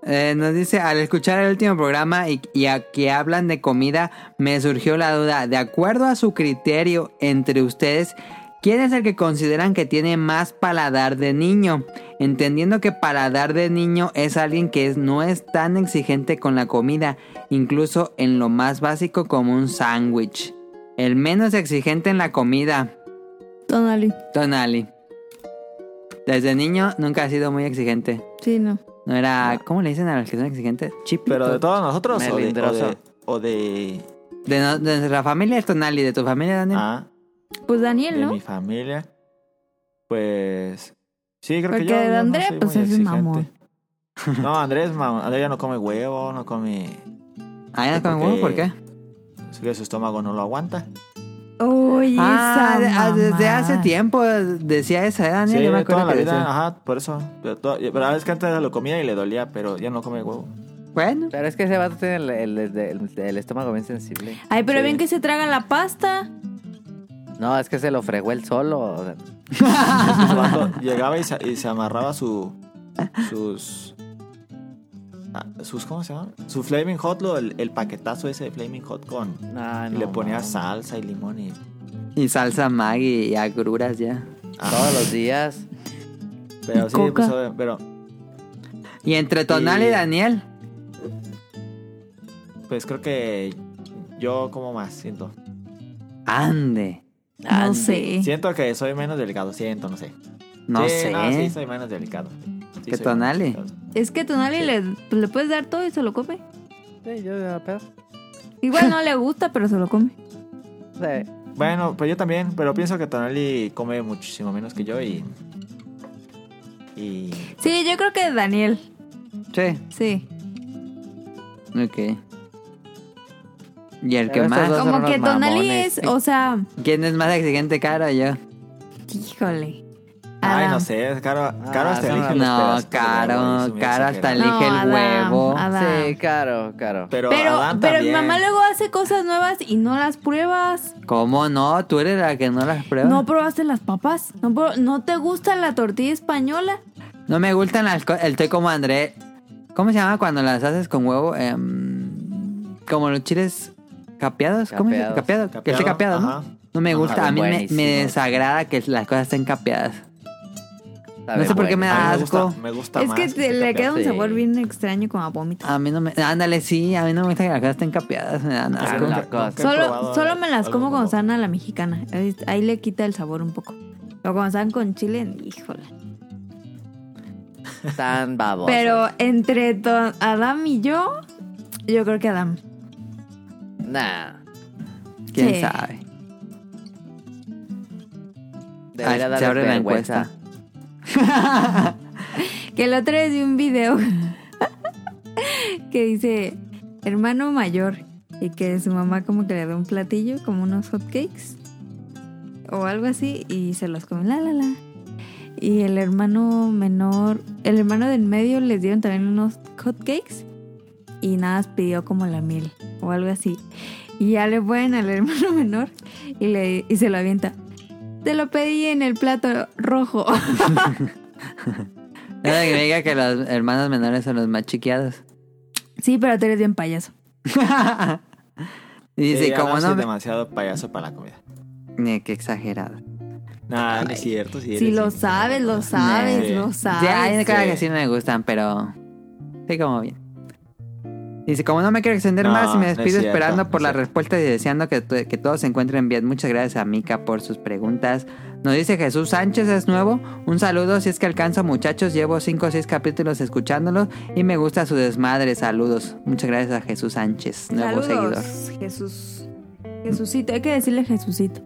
Speaker 2: Eh, nos dice, al escuchar el último programa y, y a que hablan de comida, me surgió la duda, de acuerdo a su criterio entre ustedes, ¿quién es el que consideran que tiene más paladar de niño? Entendiendo que paladar de niño es alguien que es- no es tan exigente con la comida, incluso en lo más básico como un sándwich. El menos exigente en la comida,
Speaker 5: Tonali.
Speaker 2: Tonali. Desde niño nunca ha sido muy exigente.
Speaker 5: Sí, no.
Speaker 2: No era. ¿Cómo le dicen a los que son exigentes? Chip.
Speaker 4: Pero de todos nosotros o de, o
Speaker 3: Melindroso.
Speaker 4: de, o de-
Speaker 2: De, no- de nuestra familia es Tonali, de tu familia, Dani.
Speaker 4: ah,
Speaker 5: Pues Daniel,
Speaker 4: de
Speaker 5: ¿no?
Speaker 4: mi familia. Pues sí, creo
Speaker 5: Porque
Speaker 4: que yo,
Speaker 5: de
Speaker 4: yo no
Speaker 5: André,
Speaker 4: soy
Speaker 5: pues,
Speaker 4: muy
Speaker 5: es un
Speaker 4: exigente.
Speaker 5: mamón.
Speaker 4: No, Andrés, mam- Andrés ya no come huevo, no come...
Speaker 2: Ahí no comen huevo, ¿por qué?
Speaker 4: Que su estómago no lo aguanta.
Speaker 5: Uy,
Speaker 2: Ah,
Speaker 5: esa
Speaker 2: de- ah, desde
Speaker 5: mamá.
Speaker 2: hace tiempo decía esa, ¿eh, Dani.
Speaker 4: Sí,
Speaker 2: Yo me
Speaker 4: de toda
Speaker 2: acuerdo
Speaker 4: la
Speaker 2: que
Speaker 4: vida,
Speaker 2: decía.
Speaker 4: ajá, por eso. Pero, to- pero a veces que antes lo comía y le dolía, pero ya no come huevo.
Speaker 2: Bueno,
Speaker 3: Pero es que ese vato tiene el, el- el- el- el estómago bien sensible.
Speaker 5: Ay, pero
Speaker 4: Sí.
Speaker 5: bien que se traga la pasta.
Speaker 3: No, es que se lo fregó él solo. o sea,
Speaker 4: Ese vato llegaba y se, y se amarraba su. sus. ah, sus ¿Cómo se llama? Su Flaming Hot, lo- el, el paquetazo ese de Flaming Hot con.
Speaker 3: no,
Speaker 2: Ah,
Speaker 4: y le
Speaker 3: no,
Speaker 4: ponía
Speaker 3: no.
Speaker 4: salsa y limón y.
Speaker 2: y salsa Maggi y agruras ya.
Speaker 3: Todos los días.
Speaker 4: Pero sí,
Speaker 5: Coca.
Speaker 4: pues, sabe, pero.
Speaker 2: Y entre Tonali y
Speaker 4: Y-
Speaker 2: Daniel.
Speaker 4: Pues creo que. Yo como más, siento.
Speaker 2: Ande.
Speaker 5: No sé.
Speaker 4: Siento que soy menos delicado, siento, no sé.
Speaker 2: No
Speaker 4: Sí,
Speaker 2: sé.
Speaker 4: No, sí, soy menos delicado.
Speaker 2: Que tonale.
Speaker 5: Es que Tonali le, pues, le puedes dar todo y se lo come.
Speaker 3: Sí, yo de la pedo.
Speaker 5: Igual no le gusta, pero se lo come.
Speaker 3: Sí.
Speaker 4: Bueno, pues yo también, pero pienso que Tonali come muchísimo menos que yo y. Y.
Speaker 5: Sí, yo creo que Daniel.
Speaker 2: Sí.
Speaker 5: Sí.
Speaker 2: Ok. Y el
Speaker 3: Pero
Speaker 2: que
Speaker 3: estos
Speaker 2: más.
Speaker 3: dos-
Speaker 5: Como
Speaker 3: unos
Speaker 5: que Tonali
Speaker 3: mamones.
Speaker 5: es, o sea,
Speaker 2: ¿Quién es más exigente, Cara o yo?
Speaker 5: híjole.
Speaker 4: Ay,
Speaker 5: Adam.
Speaker 4: no sé, es caro, caro
Speaker 3: Ah,
Speaker 4: hasta
Speaker 3: son
Speaker 4: elige
Speaker 3: unos
Speaker 4: los
Speaker 2: No,
Speaker 4: pedazos de
Speaker 2: Caro,
Speaker 4: huevo, es muy
Speaker 2: Caro hasta
Speaker 4: exagerado.
Speaker 2: elige el
Speaker 5: Adam,
Speaker 2: huevo.
Speaker 5: Adam.
Speaker 3: Sí, caro, caro.
Speaker 4: Pero,
Speaker 5: Pero,
Speaker 4: Adán
Speaker 5: pero mi
Speaker 4: también.
Speaker 5: mamá luego hace cosas nuevas y no las pruebas.
Speaker 2: ¿Cómo no? ¿Tú eres la que no las prueba?
Speaker 5: No
Speaker 2: No,
Speaker 5: probaste las papas. No, pro- no te gusta la tortilla española.
Speaker 2: me gustan las cosas. Estoy como André. ¿Cómo se llama cuando las haces con huevo? Em, como los chiles capeados. ¿Cómo se llama?
Speaker 3: Capeados.
Speaker 2: Capeado. Que esté capeado, ¿no?
Speaker 4: Ajá.
Speaker 2: No me gusta.
Speaker 3: Ajá,
Speaker 2: a mí me,
Speaker 3: buenísimo.
Speaker 2: me desagrada que las cosas estén capeadas.
Speaker 3: Sabe
Speaker 2: sé por qué me
Speaker 3: bueno.
Speaker 2: da-
Speaker 4: A mí me
Speaker 2: asco.
Speaker 4: gusta- Me gusta
Speaker 1: es
Speaker 4: más
Speaker 1: que
Speaker 4: que Ah,
Speaker 1: te-
Speaker 4: esté
Speaker 1: le queda
Speaker 4: capeado.
Speaker 1: un sabor
Speaker 3: Sí.
Speaker 1: bien extraño como a vómito.
Speaker 2: A mí no me... Ándale, sí. A mí no me gusta que las cosas estén capeadas. Me dan asco.
Speaker 3: la
Speaker 4: Ah, Nunca- nunca he
Speaker 1: Solo,
Speaker 4: probado
Speaker 1: solo
Speaker 4: algo-
Speaker 1: me las
Speaker 4: algo
Speaker 1: como
Speaker 4: nuevo.
Speaker 1: cuando están a la mexicana. Ahí, ahí le quita el sabor un poco. Pero cuando están con chile, híjole.
Speaker 3: Están babos.
Speaker 1: Pero entre to- Adam y yo, yo creo que Adam.
Speaker 3: Nah.
Speaker 2: ¿Quién
Speaker 1: Sí.
Speaker 2: sabe?
Speaker 3: Debería
Speaker 2: Ah,
Speaker 3: darles
Speaker 2: se abre la
Speaker 3: vergüenza.
Speaker 2: encuesta.
Speaker 1: Que el otro día vi un video que dice hermano mayor y que su mamá como que le da un platillo, como unos hotcakes o algo así y se los come, la la la. Y el hermano menor, el hermano del medio les dieron también unos hotcakes y nada más pidió como la miel o algo así. Y ya le ponen al hermano menor y, le, y se lo avienta. Te lo pedí en el plato rojo.
Speaker 2: Nada que me diga que los hermanos menores son los más chiqueados.
Speaker 1: Sí, pero tú eres bien payaso.
Speaker 2: y dice,
Speaker 4: Sí,
Speaker 2: como
Speaker 4: Adam
Speaker 2: no?
Speaker 4: es
Speaker 2: me-
Speaker 4: demasiado payaso para la comida.
Speaker 2: Ni Qué exagerado.
Speaker 4: Nah, no es cierto. Sí,
Speaker 1: Si
Speaker 4: eres
Speaker 1: lo
Speaker 4: bien.
Speaker 1: sabes, lo sabes,
Speaker 4: Sí.
Speaker 1: lo
Speaker 2: Sí, hay
Speaker 1: sabes.
Speaker 2: cosas
Speaker 4: sí.
Speaker 2: que sí me gustan, pero... Sí, como bien. Dice, como no me quiero extender
Speaker 4: No,
Speaker 2: más, me
Speaker 4: no es
Speaker 2: despido
Speaker 4: cierto,
Speaker 2: esperando
Speaker 4: no
Speaker 2: por
Speaker 4: es
Speaker 2: las
Speaker 4: cierto.
Speaker 2: respuestas y deseando que, tu- que todos se encuentren bien. Muchas gracias a Mika por sus preguntas. Nos dice Jesús Sánchez, es nuevo. Un saludo si es que alcanzo, muchachos. Llevo 5 o 6 capítulos escuchándolos y me gusta su desmadre. Saludos. Muchas gracias a Jesús Sánchez, nuevo seguidor.
Speaker 1: Saludos, Jesús. Jesucito, hay que decirle Jesucito.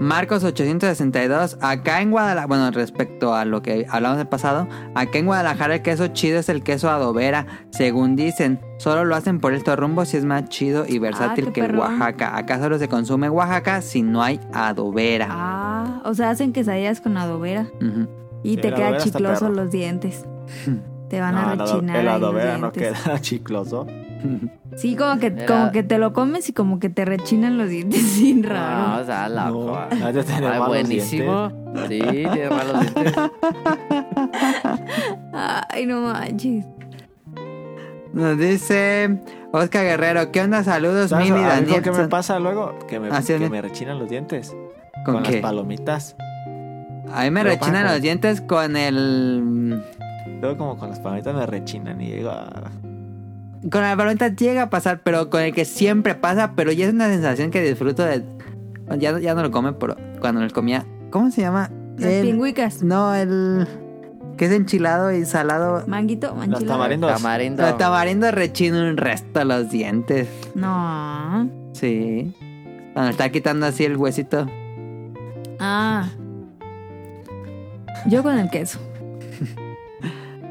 Speaker 2: Marcos 862, acá en Guadalajara, bueno, respecto a lo que hablamos del pasado, acá en Guadalajara el queso chido es el queso adobera, según dicen, solo lo hacen por estos rumbos si es más chido y versátil
Speaker 1: Ah, qué
Speaker 2: que el
Speaker 1: perrón.
Speaker 2: Oaxaca. Acá solo se consume en Oaxaca si no hay adobera.
Speaker 1: Ah, o sea, hacen quesadillas con adobera
Speaker 2: Ujú.
Speaker 1: y
Speaker 4: Sí,
Speaker 1: te
Speaker 4: la
Speaker 1: queda
Speaker 4: adobera está
Speaker 1: chicloso
Speaker 4: perro.
Speaker 1: los dientes. Te van
Speaker 4: No,
Speaker 1: a
Speaker 4: el ado-
Speaker 1: rechinar. ahí
Speaker 4: El
Speaker 1: los
Speaker 4: adobera no
Speaker 1: dientes.
Speaker 4: queda chicloso.
Speaker 1: Sí, como que,
Speaker 3: Era-
Speaker 1: como que te lo comes y como que te rechinan los dientes sin
Speaker 3: No,
Speaker 1: raro.
Speaker 3: o sea,
Speaker 4: No,
Speaker 3: loco.
Speaker 4: has de tener
Speaker 3: Ay,
Speaker 4: malos
Speaker 3: buenísimo. Sí, tiene malos dientes.
Speaker 1: Ay, no manches.
Speaker 2: Nos dice Oscar Guerrero, ¿qué onda? Saludos,
Speaker 4: ¿Sabes
Speaker 2: Mimi
Speaker 4: a mí
Speaker 2: Daniel.
Speaker 4: ¿Qué me pasa luego? Que me,
Speaker 2: Ah, sí,
Speaker 4: que
Speaker 2: Daniel.
Speaker 4: me rechinan los dientes.
Speaker 2: ¿Con
Speaker 4: Con
Speaker 2: qué?
Speaker 4: las palomitas.
Speaker 2: A mí me
Speaker 4: Lo
Speaker 2: rechinan
Speaker 4: pago.
Speaker 2: los dientes con el...
Speaker 4: Luego como con las palomitas me rechinan y digo... ah.
Speaker 2: Con la palomita llega a pasar, pero con el que siempre pasa, pero ya es una sensación que disfruto de... Ya, ya no lo come, pero cuando lo comía... ¿Cómo se llama?
Speaker 1: Las
Speaker 2: El-
Speaker 1: pingüicas.
Speaker 2: No, el... Que es enchilado y salado.
Speaker 1: Manguito,
Speaker 4: Los
Speaker 1: manchilado.
Speaker 4: tamarindos.
Speaker 3: Tamarindo.
Speaker 2: Los tamarindo rechino un resto los dientes.
Speaker 1: No.
Speaker 2: Sí. Cuando está quitando así el huesito.
Speaker 1: Ah. Yo con el queso.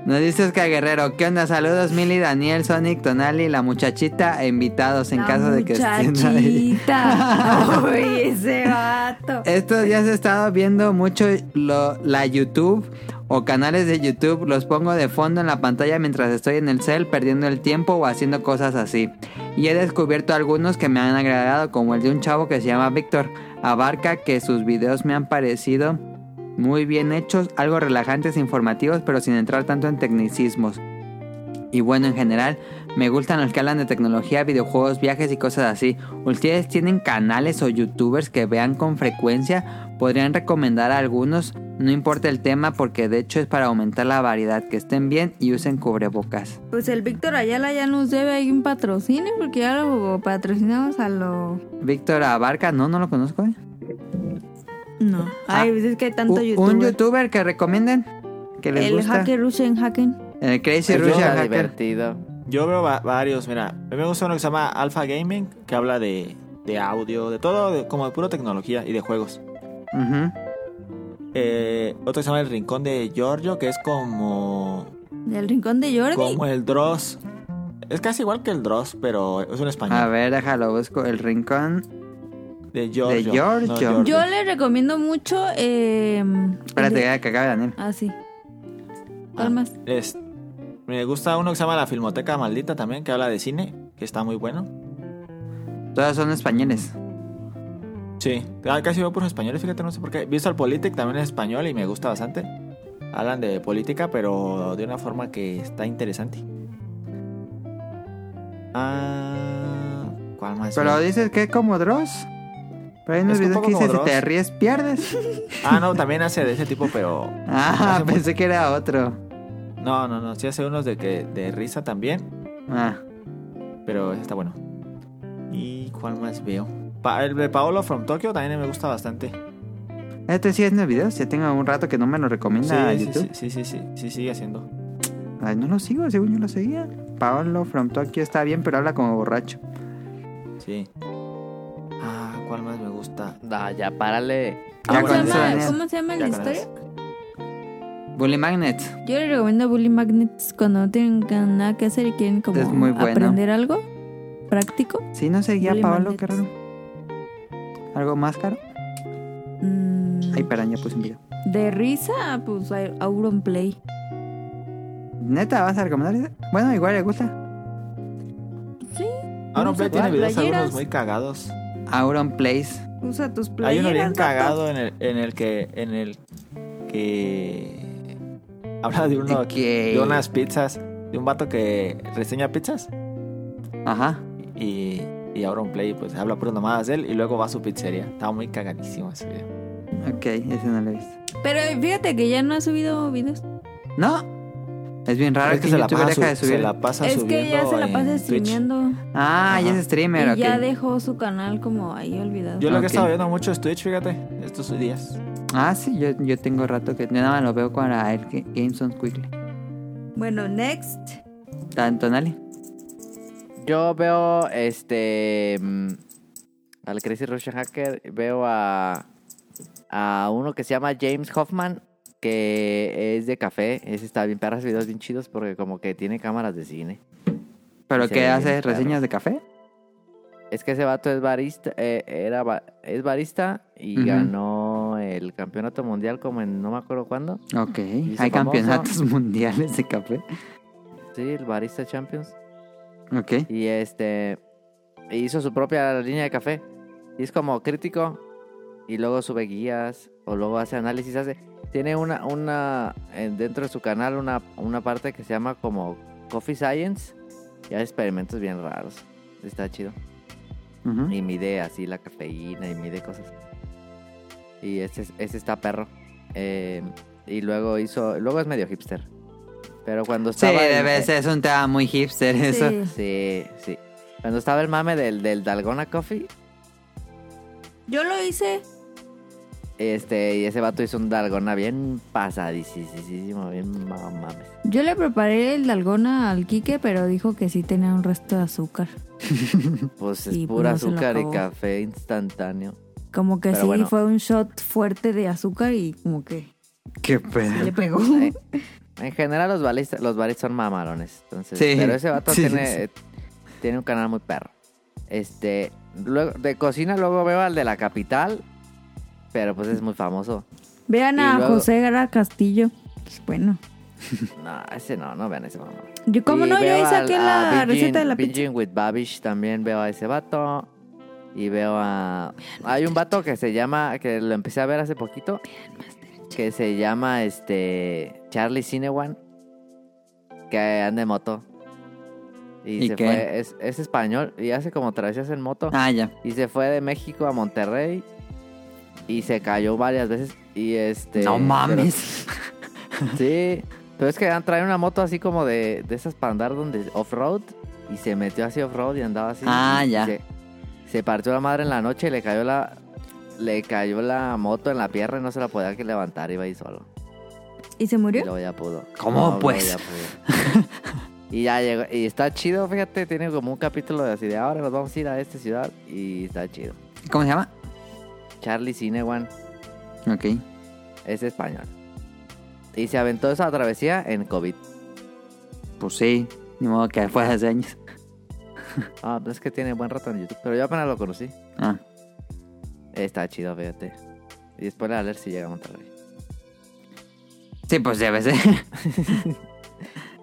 Speaker 2: Nos dice Oscar Guerrero, ¿qué onda? Saludos Mili, Daniel, Sonic, Tonali, la muchachita e invitados en
Speaker 1: La
Speaker 2: caso de que estén ahí.
Speaker 1: muchachita. Uy, ese vato.
Speaker 2: Estos días he estado viendo mucho lo- la YouTube o canales de YouTube. Los pongo de fondo en la pantalla mientras estoy en el cel perdiendo el tiempo o haciendo cosas así. Y he descubierto algunos que me han agradado, como el de un chavo que se llama Víctor Abarca, que sus videos me han parecido muy bien hechos, algo relajantes, informativos, pero sin entrar tanto en tecnicismos. Y bueno, en general, me gustan los que hablan de tecnología, videojuegos, viajes y cosas así. ¿Ustedes tienen canales o youtubers que vean con frecuencia? Podrían recomendar a algunos, no importa el tema, porque de hecho es para aumentar la variedad, que estén bien y usen cubrebocas.
Speaker 1: Pues el Víctor Ayala ya nos debe ahí un patrocinio porque ya lo patrocinamos a lo.
Speaker 2: Víctor Abarca, no, no lo conozco. ¿eh?
Speaker 1: No. Ay, pues es que hay tanto
Speaker 2: Ah, Un-
Speaker 1: YouTube.
Speaker 2: ¿Un youtuber que recomienden? Que les
Speaker 1: El
Speaker 2: gusta.
Speaker 1: hacker Russian Hacken.
Speaker 2: El Crazy
Speaker 3: Eso
Speaker 2: Russian
Speaker 3: está
Speaker 2: Hacker.
Speaker 3: divertido.
Speaker 4: Yo veo va- varios, mira. A mí me gusta uno que se llama Alpha Gaming, que habla de, de audio, de todo, de- como de pura tecnología y de juegos.
Speaker 2: Ujú.
Speaker 4: Eh, otro que se llama El Rincón de Giorgio, que es como...
Speaker 1: Del rincón de Jordi.
Speaker 4: Como el Dross. Es casi igual que el Dross, pero es un español.
Speaker 2: A ver, déjalo, busco el rincón.
Speaker 4: De Giorgio.
Speaker 2: De Giorgio.
Speaker 4: No,
Speaker 1: Yo le recomiendo mucho. Eh,
Speaker 2: Espérate,
Speaker 1: el-
Speaker 2: ya que acabe Daniel.
Speaker 1: Ah, sí. ¿Cuál
Speaker 4: Ah.
Speaker 1: más?
Speaker 4: Es- me gusta uno que se llama La Filmoteca Maldita también, que habla de cine, que está muy bueno.
Speaker 2: Todos son españoles.
Speaker 4: Sí, ah, casi veo puros españoles, fíjate, no sé por qué. Visual Politic también es español y me gusta bastante. Hablan de política, pero de una forma que está interesante. Ah, ¿Cuál más?
Speaker 2: Pero dices que como Dross. Pero hay unos
Speaker 4: Es que
Speaker 2: videos
Speaker 4: un
Speaker 2: que
Speaker 4: poco
Speaker 2: dicen,
Speaker 4: como
Speaker 2: si te
Speaker 4: Dross".
Speaker 2: ríes, pierdes.
Speaker 4: Ah, no, también hace de ese tipo, pero...
Speaker 2: Ah,
Speaker 4: hace mu-
Speaker 2: pensé que era otro.
Speaker 4: No, no, no, sí hace unos de, que, de risa también,
Speaker 2: Ah,
Speaker 4: pero ese está bueno. ¿Y cuál más veo? Pa- el de Paolo from Tokyo también me gusta bastante.
Speaker 2: este sí es nuevo video. Ya tengo un rato que no me lo recomienda
Speaker 4: sí,
Speaker 2: YouTube.
Speaker 4: sí, sí, sí, sí, sí, sigue haciendo.
Speaker 2: Ay, no lo sigo, según yo lo seguía. Paolo from Tokyo está bien, pero habla como borracho.
Speaker 4: Sí. Ah, ¿cuál más me gusta?
Speaker 3: No, ya párale.
Speaker 2: Ya
Speaker 1: ¿Cómo,
Speaker 2: con
Speaker 1: se
Speaker 2: eso,
Speaker 1: llama,
Speaker 2: Daniel.
Speaker 1: ¿Cómo se llama la
Speaker 4: Ya con
Speaker 1: historia?
Speaker 4: eso.
Speaker 2: Bully Magnet.
Speaker 1: Yo le recomiendo Bully Magnets cuando no tienen nada que hacer y quieren como
Speaker 2: Es muy bueno.
Speaker 1: aprender algo práctico.
Speaker 2: Sí, no seguía
Speaker 1: Bully
Speaker 2: Paolo,
Speaker 1: Magnet.
Speaker 2: qué raro. ¿Algo más caro?
Speaker 1: Mm,
Speaker 2: Ay, perdón, ya puse un video.
Speaker 1: de risa, pues hay Auron Play.
Speaker 2: ¿Neta vas a recomendar ese? Bueno, igual le gusta.
Speaker 4: Ah, no,
Speaker 1: Vamos a
Speaker 4: pero tiene
Speaker 1: jugar
Speaker 4: videos
Speaker 1: playeras.
Speaker 4: algunos muy cagados.
Speaker 2: Auron Place.
Speaker 1: Usa tus
Speaker 4: Hay
Speaker 1: playeras.
Speaker 4: uno bien
Speaker 1: vato.
Speaker 4: cagado en el, en el que... En el que... Habla de uno...
Speaker 2: Que-
Speaker 4: De unas pizzas. De un vato que reseña pizzas.
Speaker 2: Ajá.
Speaker 4: Y, y ahora un play, pues habla puras nomadas de él y luego va a su pizzería. Estaba muy cagadísimo ese video.
Speaker 2: Ok, ese no lo he visto.
Speaker 1: Pero eh, fíjate que ya no ha subido videos.
Speaker 2: No. Es bien raro
Speaker 4: Pero es
Speaker 2: que, YouTube
Speaker 4: pasa
Speaker 2: deja de
Speaker 4: su-
Speaker 2: subir.
Speaker 4: se la pasa
Speaker 1: es
Speaker 4: subiendo
Speaker 1: que ya se la
Speaker 4: en
Speaker 1: pasa
Speaker 4: Twitch.
Speaker 1: streameando.
Speaker 2: Ah, ya
Speaker 4: Ajá.
Speaker 2: es streamer,
Speaker 1: y
Speaker 2: ok.
Speaker 1: ya dejó su canal como ahí olvidado.
Speaker 4: Yo lo
Speaker 2: Ok.
Speaker 4: que he estado viendo mucho es Twitch, fíjate, estos días.
Speaker 2: Ah, sí, yo, yo tengo rato que yo nada más lo veo con la Air Ga- Games on Quickly.
Speaker 1: Bueno, next.
Speaker 2: Tanto, Nali.
Speaker 3: Yo veo este. mm, Al Crazy Russian Hacker. Veo a. A uno que se llama James Hoffman. Que es de café. Ese está bien perras, videos bien chidos. Porque como que tiene cámaras de cine.
Speaker 2: ¿Pero
Speaker 3: Sí,
Speaker 2: qué hace?
Speaker 3: bien, claro.
Speaker 2: ¿Reseñas de café?
Speaker 3: Es que ese vato es barista. eh, era ba- es barista. Y
Speaker 2: Ujú.
Speaker 3: ganó el campeonato mundial. Como en no me acuerdo cuándo.
Speaker 2: Ok. Hay
Speaker 3: famoso.
Speaker 2: campeonatos mundiales de café.
Speaker 3: Sí, el Barista Champions.
Speaker 2: Ok.
Speaker 3: Y este hizo su propia línea de café. Y es como crítico. Y luego sube guías. O luego hace análisis. Hace. Tiene una, una. eh, Dentro de su canal una, una parte que se llama como Coffee Science. Y hace experimentos bien raros. Está chido.
Speaker 2: Ujú.
Speaker 3: Y mide así la cafeína y mide cosas. Y ese, es- ese está perro. Eh, y luego hizo. Luego es medio hipster. Pero cuando
Speaker 2: Sí,
Speaker 3: estaba. en-
Speaker 2: debe ser, es un tema muy hipster eso.
Speaker 1: Sí.
Speaker 3: Sí, sí. Cuando estaba el mame del, del Dalgona Coffee,
Speaker 1: Yo lo hice.
Speaker 3: este, y ese vato hizo un Dalgona bien pasadísimo, bien ma- mames.
Speaker 1: Yo le preparé el dalgona al Quique, pero dijo que sí tenía un resto de azúcar.
Speaker 3: Pues es
Speaker 1: Sí,
Speaker 3: pura
Speaker 1: pues no se lo
Speaker 3: azúcar y
Speaker 1: acabó.
Speaker 3: café instantáneo.
Speaker 1: Como que
Speaker 3: Pero
Speaker 1: sí
Speaker 3: bueno.
Speaker 1: fue un shot fuerte de azúcar y como que
Speaker 2: Qué pedo.
Speaker 1: le pegó.
Speaker 3: Eh, en general los baristas, los baristas son mamalones, entonces.
Speaker 2: Sí,
Speaker 3: Pero ese vato
Speaker 2: sí,
Speaker 3: tiene,
Speaker 2: sí.
Speaker 3: eh, tiene un canal muy perro. Este, luego, de cocina luego veo al de la capital, pero pues es muy famoso.
Speaker 1: Vean
Speaker 3: Y
Speaker 1: a
Speaker 3: luego-
Speaker 1: José Gara Castillo. Pues bueno.
Speaker 3: No, ese no, no vean ese mamón.
Speaker 1: Yo como
Speaker 3: Y
Speaker 1: no, yo
Speaker 3: veo
Speaker 1: hice
Speaker 3: al-
Speaker 1: aquí
Speaker 3: a
Speaker 1: la
Speaker 3: Beijing-
Speaker 1: receta de la pizza.
Speaker 3: Beijing with Babish también veo a ese vato. Y veo a... Hay un vato que se llama, que lo empecé a ver hace poquito, que se llama este Charlie Cinewan, que anda en moto. Y,
Speaker 2: ¿Y
Speaker 3: se
Speaker 2: qué?
Speaker 3: fue, es, es español y hace como travesías en moto.
Speaker 2: Ah, ya.
Speaker 3: Y se fue de México a Monterrey y se cayó varias veces. Y este...
Speaker 2: no
Speaker 3: pero-
Speaker 2: mames.
Speaker 3: Sí, pero es que ah, traen una moto así como de, de esas para andar donde off-road y se metió así off-road y andaba así.
Speaker 2: Ah,
Speaker 3: y
Speaker 2: ya.
Speaker 3: Se, se partió la madre en la noche y le cayó la le cayó la moto en la pierna y no se la podía que levantar, iba ahí solo.
Speaker 1: ¿Y se
Speaker 3: Y
Speaker 1: murió?
Speaker 3: luego ya pudo.
Speaker 2: ¿Cómo,
Speaker 3: No, luego
Speaker 2: pues?
Speaker 3: ya pudo. y ya llegó y está chido, fíjate, tiene como un capítulo de así de ahora nos vamos a ir a esta ciudad y está chido.
Speaker 2: ¿Cómo se llama?
Speaker 3: Charlie Cinewan
Speaker 2: Ok.
Speaker 3: es español. Y se aventó esa travesía en COVID.
Speaker 2: Pues sí. Ni modo que fue hace años.
Speaker 3: Ah, pues es que tiene buen rato en YouTube, pero yo apenas lo conocí. Eh,
Speaker 2: Ah.
Speaker 3: Está chido, fíjate. Y después a leer si llega a Monterrey.
Speaker 2: Sí, pues debe ser.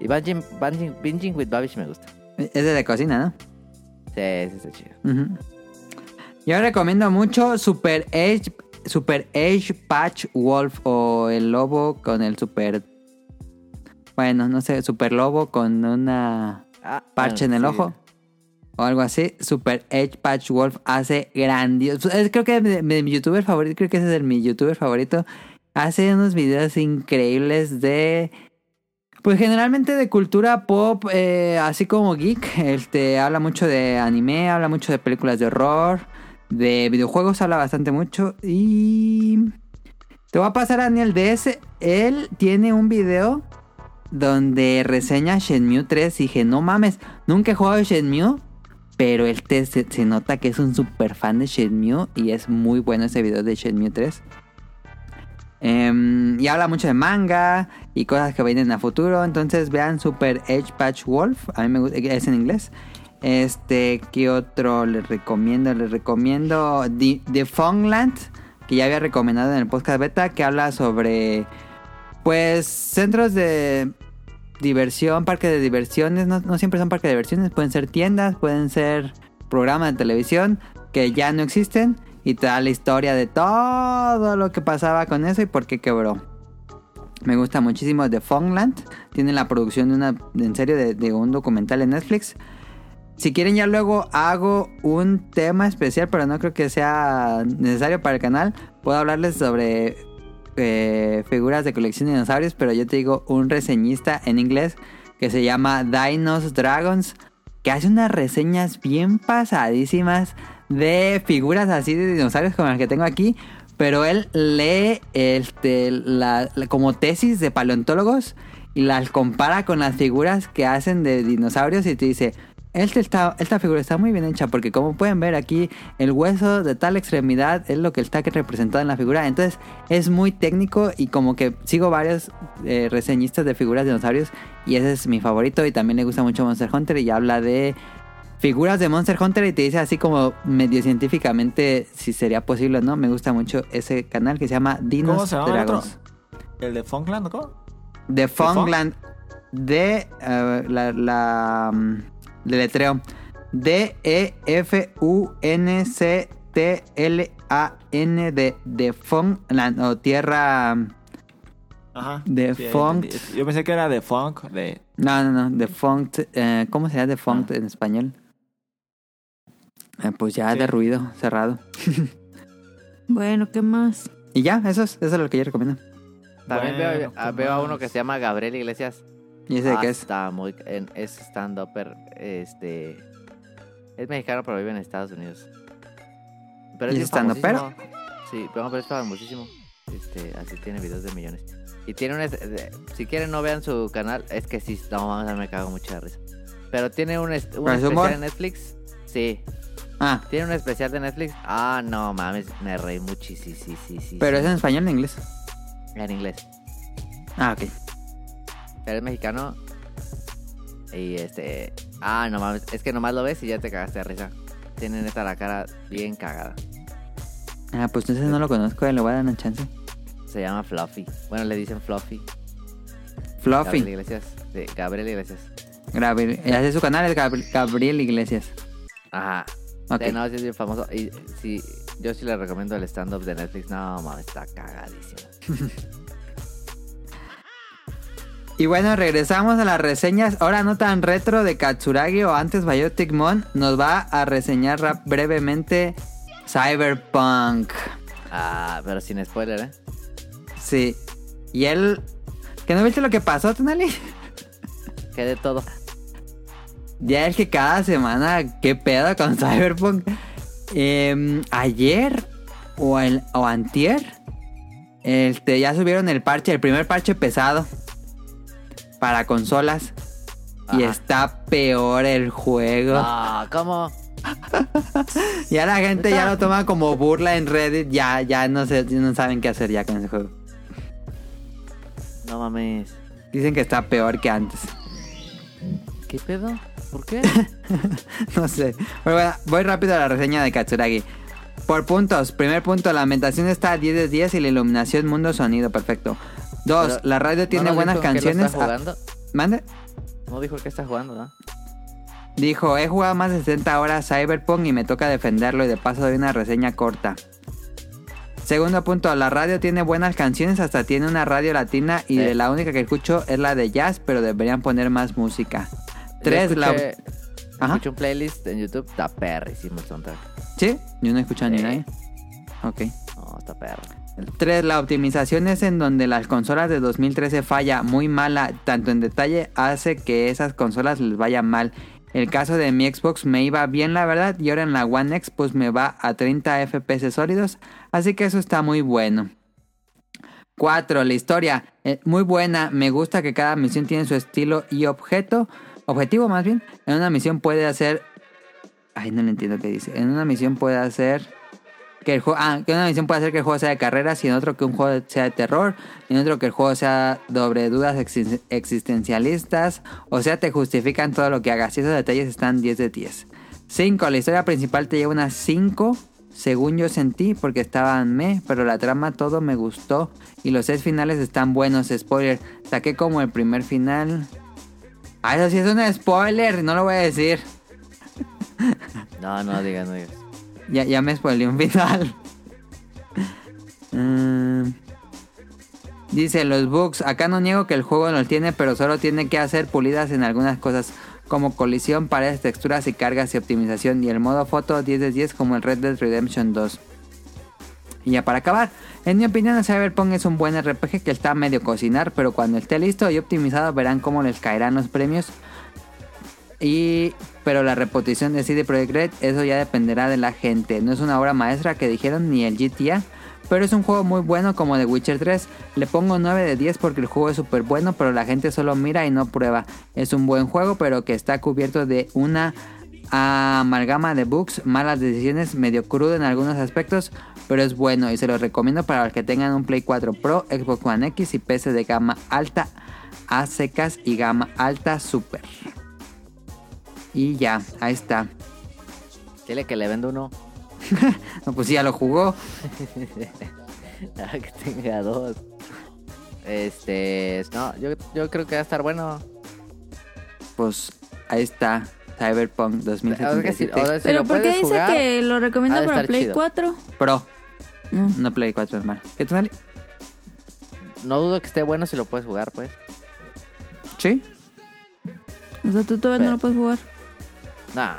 Speaker 3: Y Binging, Binging, Binging with Babish me gusta.
Speaker 2: es de la cocina, ¿no?
Speaker 3: Sí, ese está chido.
Speaker 2: Ujú. Yo recomiendo mucho Super Edge, Super Edge Patch Wolf o el lobo con el super. Bueno, no sé, super lobo con una
Speaker 3: Ah,
Speaker 2: parche en el
Speaker 3: sí.
Speaker 2: ojo. o algo así, Super Edge Patch Wolf hace grandioso. es- creo que de- de mi youtuber favorito, creo que ese es el, mi youtuber favorito. Hace unos videos increíbles de. Pues generalmente de cultura pop, eh, así como geek. Este habla mucho de anime, habla mucho de películas de horror, de videojuegos, habla bastante mucho. Y. Te voy a pasar a Daniel DS. Él tiene un video donde reseña Shenmue 3 y dije, no mames, nunca he jugado Shenmue, pero él te- se, se nota que es un super fan de Shenmue y es muy bueno ese video de Shenmue 3. Em, y habla mucho de manga y cosas que vienen a futuro, entonces vean Super Edge Patch Wolf, a mí me gusta, es en inglés. Este, ¿qué otro les recomiendo? Les recomiendo The, The Fongland, que ya había recomendado en el podcast beta, que habla sobre pues centros de diversión, parques de diversiones, no, no siempre son parques de diversiones, pueden ser tiendas, pueden ser programas de televisión que ya no existen y te da la historia de todo lo que pasaba con eso y por qué quebró. Me gusta muchísimo The Fongland, tiene la producción de una, en serio, de, de un documental en Netflix. Si quieren ya luego hago un tema especial, pero no creo que sea necesario para el canal. Puedo hablarles sobre eh, figuras de colección de dinosaurios, pero yo te digo un reseñista en inglés que se llama Dinos Dragons, que hace unas reseñas bien pasadísimas de figuras así de dinosaurios como las que tengo aquí, pero él lee este, la- la- como tesis de paleontólogos y las compara con las figuras que hacen de dinosaurios y te dice, este está, esta figura está muy bien hecha porque como pueden ver aquí el hueso de tal extremidad es lo que está que representado en la figura. Entonces es muy técnico y como que sigo varios eh, reseñistas de figuras de dinosaurios y ese es mi favorito y también le gusta mucho Monster Hunter y habla de figuras de Monster Hunter y te dice así como medio científicamente si sería posible o no. Me gusta mucho ese canal que se llama Dinos
Speaker 4: ¿Cómo se llama el otro?
Speaker 2: Dragons.
Speaker 4: ¿El de Funkland, cómo?
Speaker 2: De Fongland. De eh, la, la mm, deletreo. E D-E-F-U-N-C-T-L-A-N-D. De Fongland. O tierra. mm,
Speaker 4: Ajá.
Speaker 2: De
Speaker 4: ya
Speaker 2: Funk.
Speaker 4: entendí. Yo pensé que era de Funk, de...
Speaker 2: No, no, no. De Font. eh, ¿Cómo sería de Font en español? Eh, pues ya
Speaker 4: Sí.
Speaker 2: de ruido, cerrado.
Speaker 1: Bueno, ¿qué más?
Speaker 2: Y ya, eso es, eso es lo que yo recomiendo.
Speaker 3: También
Speaker 4: Bueno, pues,
Speaker 3: veo, a,
Speaker 4: ¿qué
Speaker 3: veo a
Speaker 4: más?
Speaker 3: uno que se llama Gabriel Iglesias.
Speaker 2: ¿Y
Speaker 3: Ah.
Speaker 2: ese de qué es?
Speaker 3: Está muy... en- es stand-upper, este... Es mexicano, pero vive en Estados Unidos. Pero
Speaker 2: ¿Y
Speaker 3: bien
Speaker 2: es stand-upero?
Speaker 3: famosísimo. Sí, pero, pero es famosísimo. Este, así tiene videos de millones. Y tiene un... es- de- Si quieren no vean su canal, es que sí, no mames, a mí me cago mucha risa. Pero tiene un, est- un
Speaker 2: ¿Pero es
Speaker 3: especial
Speaker 2: humor?
Speaker 3: en Netflix. Sí,
Speaker 2: Ah,
Speaker 3: tiene un especial de Netflix. Ah, no mames, me reí muchísimo. Sí, sí, sí,
Speaker 2: pero es
Speaker 3: sí.
Speaker 2: en español o en inglés.
Speaker 3: en inglés.
Speaker 2: Ah, ok.
Speaker 3: Pero es mexicano. Y este. Ah, no mames. Es que nomás lo ves y ya te cagaste de risa. Tienen esta la cara bien cagada.
Speaker 2: Ah, pues entonces no lo conozco, le voy a dar una chance.
Speaker 3: Se llama Fluffy. Bueno, le dicen Fluffy. Gabriel
Speaker 2: Fluffy.
Speaker 3: Iglesias. Sí, Gabriel Iglesias.
Speaker 2: Gabriel. eh, Hace su canal es Gabri- Gabriel Iglesias.
Speaker 3: Ajá.
Speaker 2: Ok.
Speaker 3: De, no, sí es bien famoso. Y sí, yo sí le recomiendo el stand-up de Netflix. No mames, está cagadísimo.
Speaker 2: Y bueno, regresamos a las reseñas. Ahora no tan retro de Katsuragi o antes Biotic Mon. Nos va a reseñar rap- brevemente Cyberpunk.
Speaker 3: Ah, pero sin spoiler, ¿eh?
Speaker 2: Sí. Y él. ¿Que no viste lo que pasó, Tonali?
Speaker 3: Que de todo.
Speaker 2: Ya es que cada semana, qué pedo con Cyberpunk. Em, ayer o, el, o antier, este, ya subieron el parche, el primer parche pesado para consolas. Y
Speaker 3: Ajá.
Speaker 2: está peor el juego.
Speaker 3: Ah, ¿cómo?
Speaker 2: Ya la gente ya lo toma como burla en Reddit. Ya, ya no, sé, no saben qué hacer ya con ese juego.
Speaker 3: No mames.
Speaker 2: Dicen que está peor que antes.
Speaker 3: ¿Qué pedo? ¿Por qué?
Speaker 2: No sé. Pero bueno, voy rápido a la reseña de Katsuragi. Por puntos. Primer punto, la ambientación está a 10 de 10 y la iluminación, mundo, sonido. Perfecto. Dos,
Speaker 3: Pero,
Speaker 2: la radio tiene
Speaker 3: ¿No nos
Speaker 2: buenas
Speaker 3: dijo en qué lo
Speaker 2: canciones.
Speaker 3: está
Speaker 2: Ah,
Speaker 3: jugando?
Speaker 2: ¿Mande?
Speaker 3: No dijo que está jugando, ¿no?
Speaker 2: Dijo, he jugado más de 60 horas Cyberpunk y me toca defenderlo y de paso doy una reseña corta. Segundo punto, la radio tiene buenas canciones, hasta tiene una radio latina y
Speaker 3: Sí.
Speaker 2: de la única que escucho es la de jazz, pero deberían poner más música.
Speaker 3: Yo
Speaker 2: Tres, la...
Speaker 3: escuché-
Speaker 2: Ajá.
Speaker 3: Escuché un playlist en YouTube, está perrísimo el soundtrack.
Speaker 2: ¿Sí? Yo no he escuchado ni
Speaker 3: Sí.
Speaker 2: nadie. Ok.
Speaker 3: No, está perro.
Speaker 2: 3. La optimización es en donde las consolas de 2013 falla muy mala, tanto en detalle hace que esas consolas les vaya mal. El caso de mi Xbox me iba bien la verdad y ahora en la One X pues me va a 30 FPS sólidos, así que eso está muy bueno. 4. La historia. Eh, muy buena. Me gusta que cada misión tiene su estilo y objeto. Objetivo más bien. En una misión puede hacer... Ay, no le entiendo qué dice. En una misión puede hacer... Que el juego... Ah, que en una misión puede hacer que el juego sea de carreras y en otro que un juego sea de terror. Y en otro que el juego sea sobre dudas existen- existencialistas. O sea, te justifican todo lo que hagas. Y esos detalles están 10 de 10. 5. La historia principal te lleva unas 5. Según yo sentí, porque estaban me, pero la trama todo me gustó. Y los seis finales están buenos. Spoiler. Saqué como el primer final. Ah, eso sí es un spoiler. No lo voy a decir.
Speaker 3: No, no digas, no digas.
Speaker 2: Ya, ya me spoileé un final. Mm. Dice los bugs. Acá no niego que el juego los tiene, pero solo tiene que hacer pulidas en algunas cosas. Como colisión, paredes, texturas y cargas y optimización. Y el modo foto 10 de 10 como el Red Dead Redemption 2. Y ya para acabar, en mi opinión el Cyberpunk es un buen RPG que está a medio cocinar, pero cuando esté listo y optimizado verán cómo les caerán los premios y pero la reputación de CD Projekt Red, eso ya dependerá de la gente. No es una obra maestra que dijeron ni el GTA, pero es un juego muy bueno como The Witcher 3. Le pongo 9 de 10 porque el juego es súper bueno, pero la gente solo mira y no prueba. Es un buen juego, pero que está cubierto de una amalgama de bugs, malas decisiones, medio crudo en algunos aspectos, pero es bueno y se lo recomiendo para los que tengan un Play 4 Pro, Xbox One X y PC de gama alta a secas y gama alta super. Y ya, ahí está.
Speaker 3: Dile que le vendo uno.
Speaker 2: No, pues sí, ya lo jugó.
Speaker 3: Ah, que tenga dos. Este, no, yo, yo creo que va a estar bueno.
Speaker 2: Pues ahí está. Cyberpunk
Speaker 3: Ahora que si,
Speaker 2: 2077
Speaker 3: ahora si
Speaker 1: Pero
Speaker 3: lo
Speaker 1: ¿por qué
Speaker 3: puedes
Speaker 1: dice
Speaker 3: jugar,
Speaker 1: que lo
Speaker 3: ha
Speaker 1: recomienda
Speaker 3: de
Speaker 1: para
Speaker 3: estar
Speaker 1: Play
Speaker 3: chido.
Speaker 1: 4?
Speaker 2: Pro.
Speaker 1: Mm.
Speaker 2: No Play 4, hermano. ¿Qué tal?
Speaker 3: no dudo que esté bueno si lo puedes jugar, pues.
Speaker 2: Sí.
Speaker 1: O sea, tú todavía no lo puedes jugar.
Speaker 3: Nah.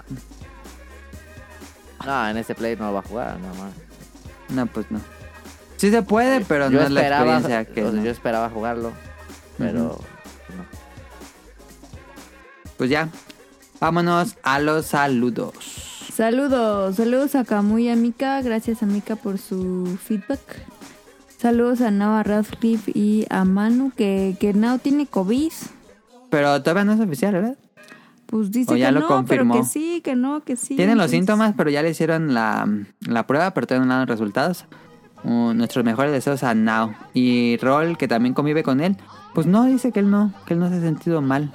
Speaker 3: No, en este play no lo va a jugar, no mames.
Speaker 2: No, pues no. Sí se puede, pero
Speaker 3: Yo
Speaker 2: no es la experiencia que.
Speaker 3: o sea,
Speaker 2: no.
Speaker 3: Yo esperaba jugarlo, pero no.
Speaker 2: Pues ya. Vámonos a los saludos.
Speaker 1: Saludos, saludos a Camu y a Mika. Gracias a Mika por su feedback. Saludos a Nava Radcliffe y a Manu, que, que Nao tiene COVID.
Speaker 2: Pero todavía no es oficial, ¿verdad?
Speaker 1: Pues dice
Speaker 2: O ya
Speaker 1: que
Speaker 2: lo
Speaker 1: no,
Speaker 2: confirmó.
Speaker 1: pero que sí, que no, que sí.
Speaker 2: Tienen los
Speaker 1: entonces-
Speaker 2: síntomas, pero ya le hicieron la, la prueba, pero todavía no dan los resultados. Uh, nuestros mejores deseos a Now. Y Roll, que también convive con él, pues no, dice que él no, que él no se ha sentido mal.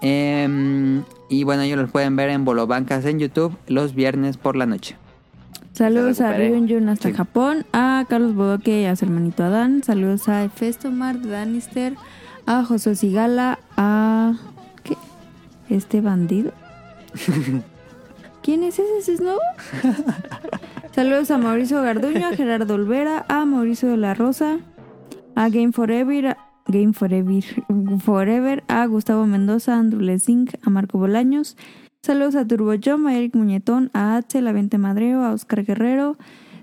Speaker 2: Em, y bueno, ellos los pueden ver en Bolobancas en YouTube los viernes por la noche.
Speaker 1: Saludos
Speaker 3: Que se
Speaker 1: a
Speaker 3: recupere.
Speaker 1: Ryunjun hasta
Speaker 2: Sí.
Speaker 1: Japón, a Carlos Bodoque y a su hermanito Adán. Saludos a Festomar, Danister, a José Sigala, a. ¿Qué? ¿Este bandido? ¿Quién es ese? ¿Ese es nuevo? Saludos a Mauricio Garduño, a Gerardo Olvera, a Mauricio de la Rosa, a Game Forever, a- Game Forever, Forever a Gustavo Mendoza, a Andrew Lessing, a Marco Bolaños. Saludos a Turbo Jam, a Eric Muñetón, a Axel, a Vente Madreo, a Oscar Guerrero.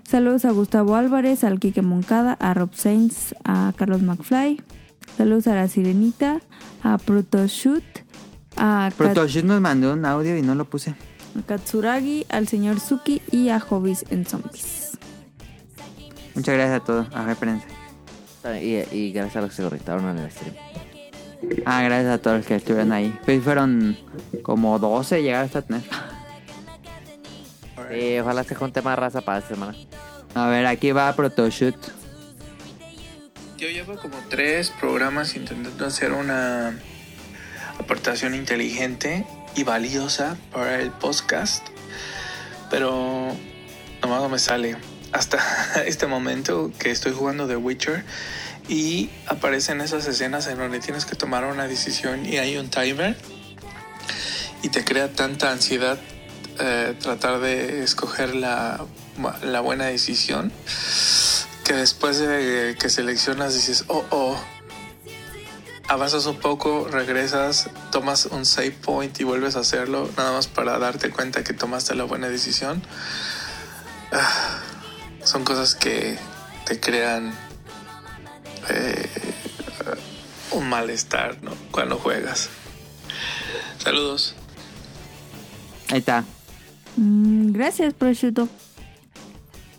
Speaker 1: Saludos a Gustavo Álvarez, al Quique Moncada, a Rob Sainz, a Carlos McFly. Saludos a La Sirenita, a Protoshoot, a Kat-
Speaker 2: Protoshoot nos mandó un audio y no lo puse.
Speaker 1: a Katsuragi, al señor Suki y a Hobbies en Zombies.
Speaker 2: Muchas gracias a todos. A ver, espérense.
Speaker 3: Y, y gracias a los que se conectaron en el stream.
Speaker 2: Ah, gracias a todos los que estuvieron ahí. Pues fueron como 12 llegar hasta tener.
Speaker 3: Sí, Eh, ojalá se junte más raza para esta semana.
Speaker 2: A ver, aquí va Protoshoot.
Speaker 8: Yo llevo como tres programas intentando hacer una aportación inteligente y valiosa para el podcast, pero nomás no me sale. Hasta este momento que estoy jugando The Witcher y aparecen esas escenas en donde tienes que tomar una decisión y hay un timer y te crea tanta ansiedad eh, tratar de escoger la, la buena decisión que después de que seleccionas dices, oh, oh, avanzas un poco, regresas, tomas un save point y vuelves a hacerlo, nada más para darte cuenta que tomaste la buena decisión. Ah, son cosas que te crean eh, un malestar ¿no? cuando juegas. Saludos.
Speaker 2: Ahí está.
Speaker 1: Mm, gracias, prosciutto.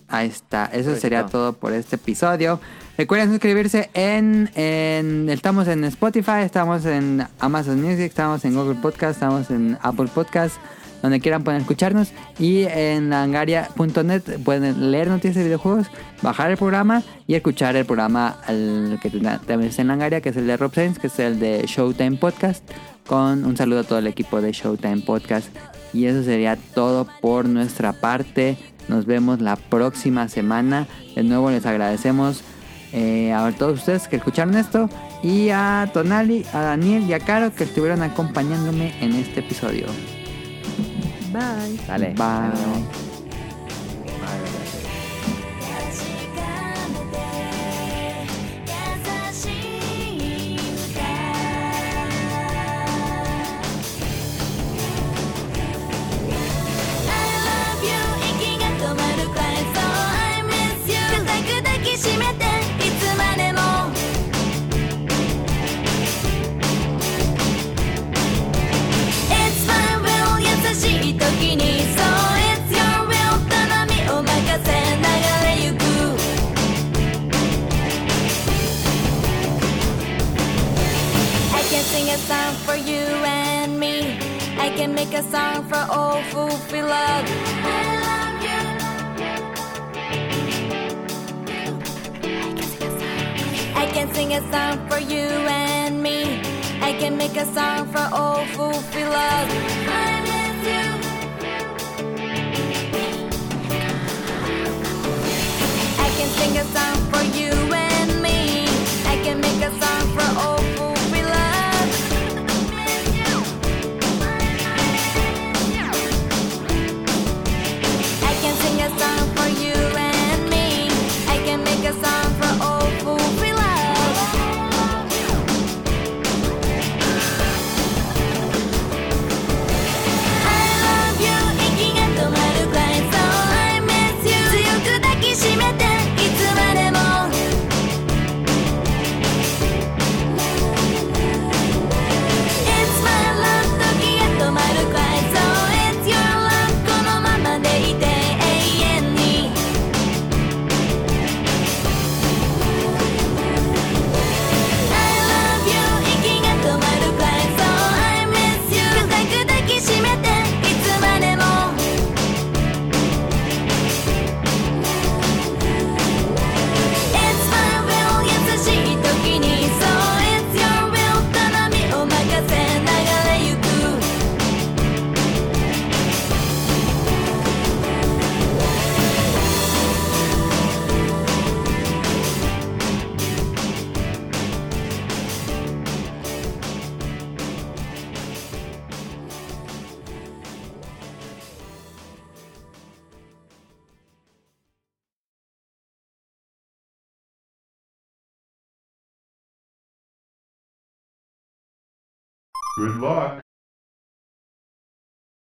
Speaker 2: Ahí está. Eso
Speaker 3: Perfecto.
Speaker 2: sería todo por este episodio. Recuerden suscribirse en, en- Estamos en Spotify, estamos en Amazon Music, estamos en Google Podcast, estamos en Apple Podcast, donde quieran pueden escucharnos. Y en langaria.net pueden leer noticias de videojuegos, bajar el programa y escuchar el programa al que tenga- también está en Langaria, que es el de Rob Sainz, que es el de Showtime Podcast. Con un saludo a todo el equipo de Showtime Podcast. Y eso sería todo por nuestra parte. Nos vemos la próxima semana. De nuevo les agradecemos eh, a todos ustedes que escucharon esto y a Tonali, a Daniel y a Caro que estuvieron acompañándome en este episodio.
Speaker 1: Bye.
Speaker 3: Dale. ahí nos vemos.
Speaker 2: Bye.
Speaker 7: 確かめて優しい歌「I love you」「息が止まるくらい So I miss you」「固く抱きしめていつまでも」It's my will 優しい時に So it's your will 頼みお任せ流れゆくI can sing a song for you and me I can make a song for all who we love I love you I can sing a song for you and me. I can make a song for all who feel love. I miss you. I can sing a song for you and me. I can make a song for all who feel love. Miss you. I can sing a song for you and me. I can make a song for all who we love. I love you. 息が止まるくらい So I miss you. 強く抱きしめていつまでも。It's my love 時が止まるくらい So it's your love このままでいて永遠に I love you 息が止まるくらい So I miss you 固く抱きしめていつまでも It's my will 優しい時に So it's your will 頼みお任せ流れゆく
Speaker 9: Good luck.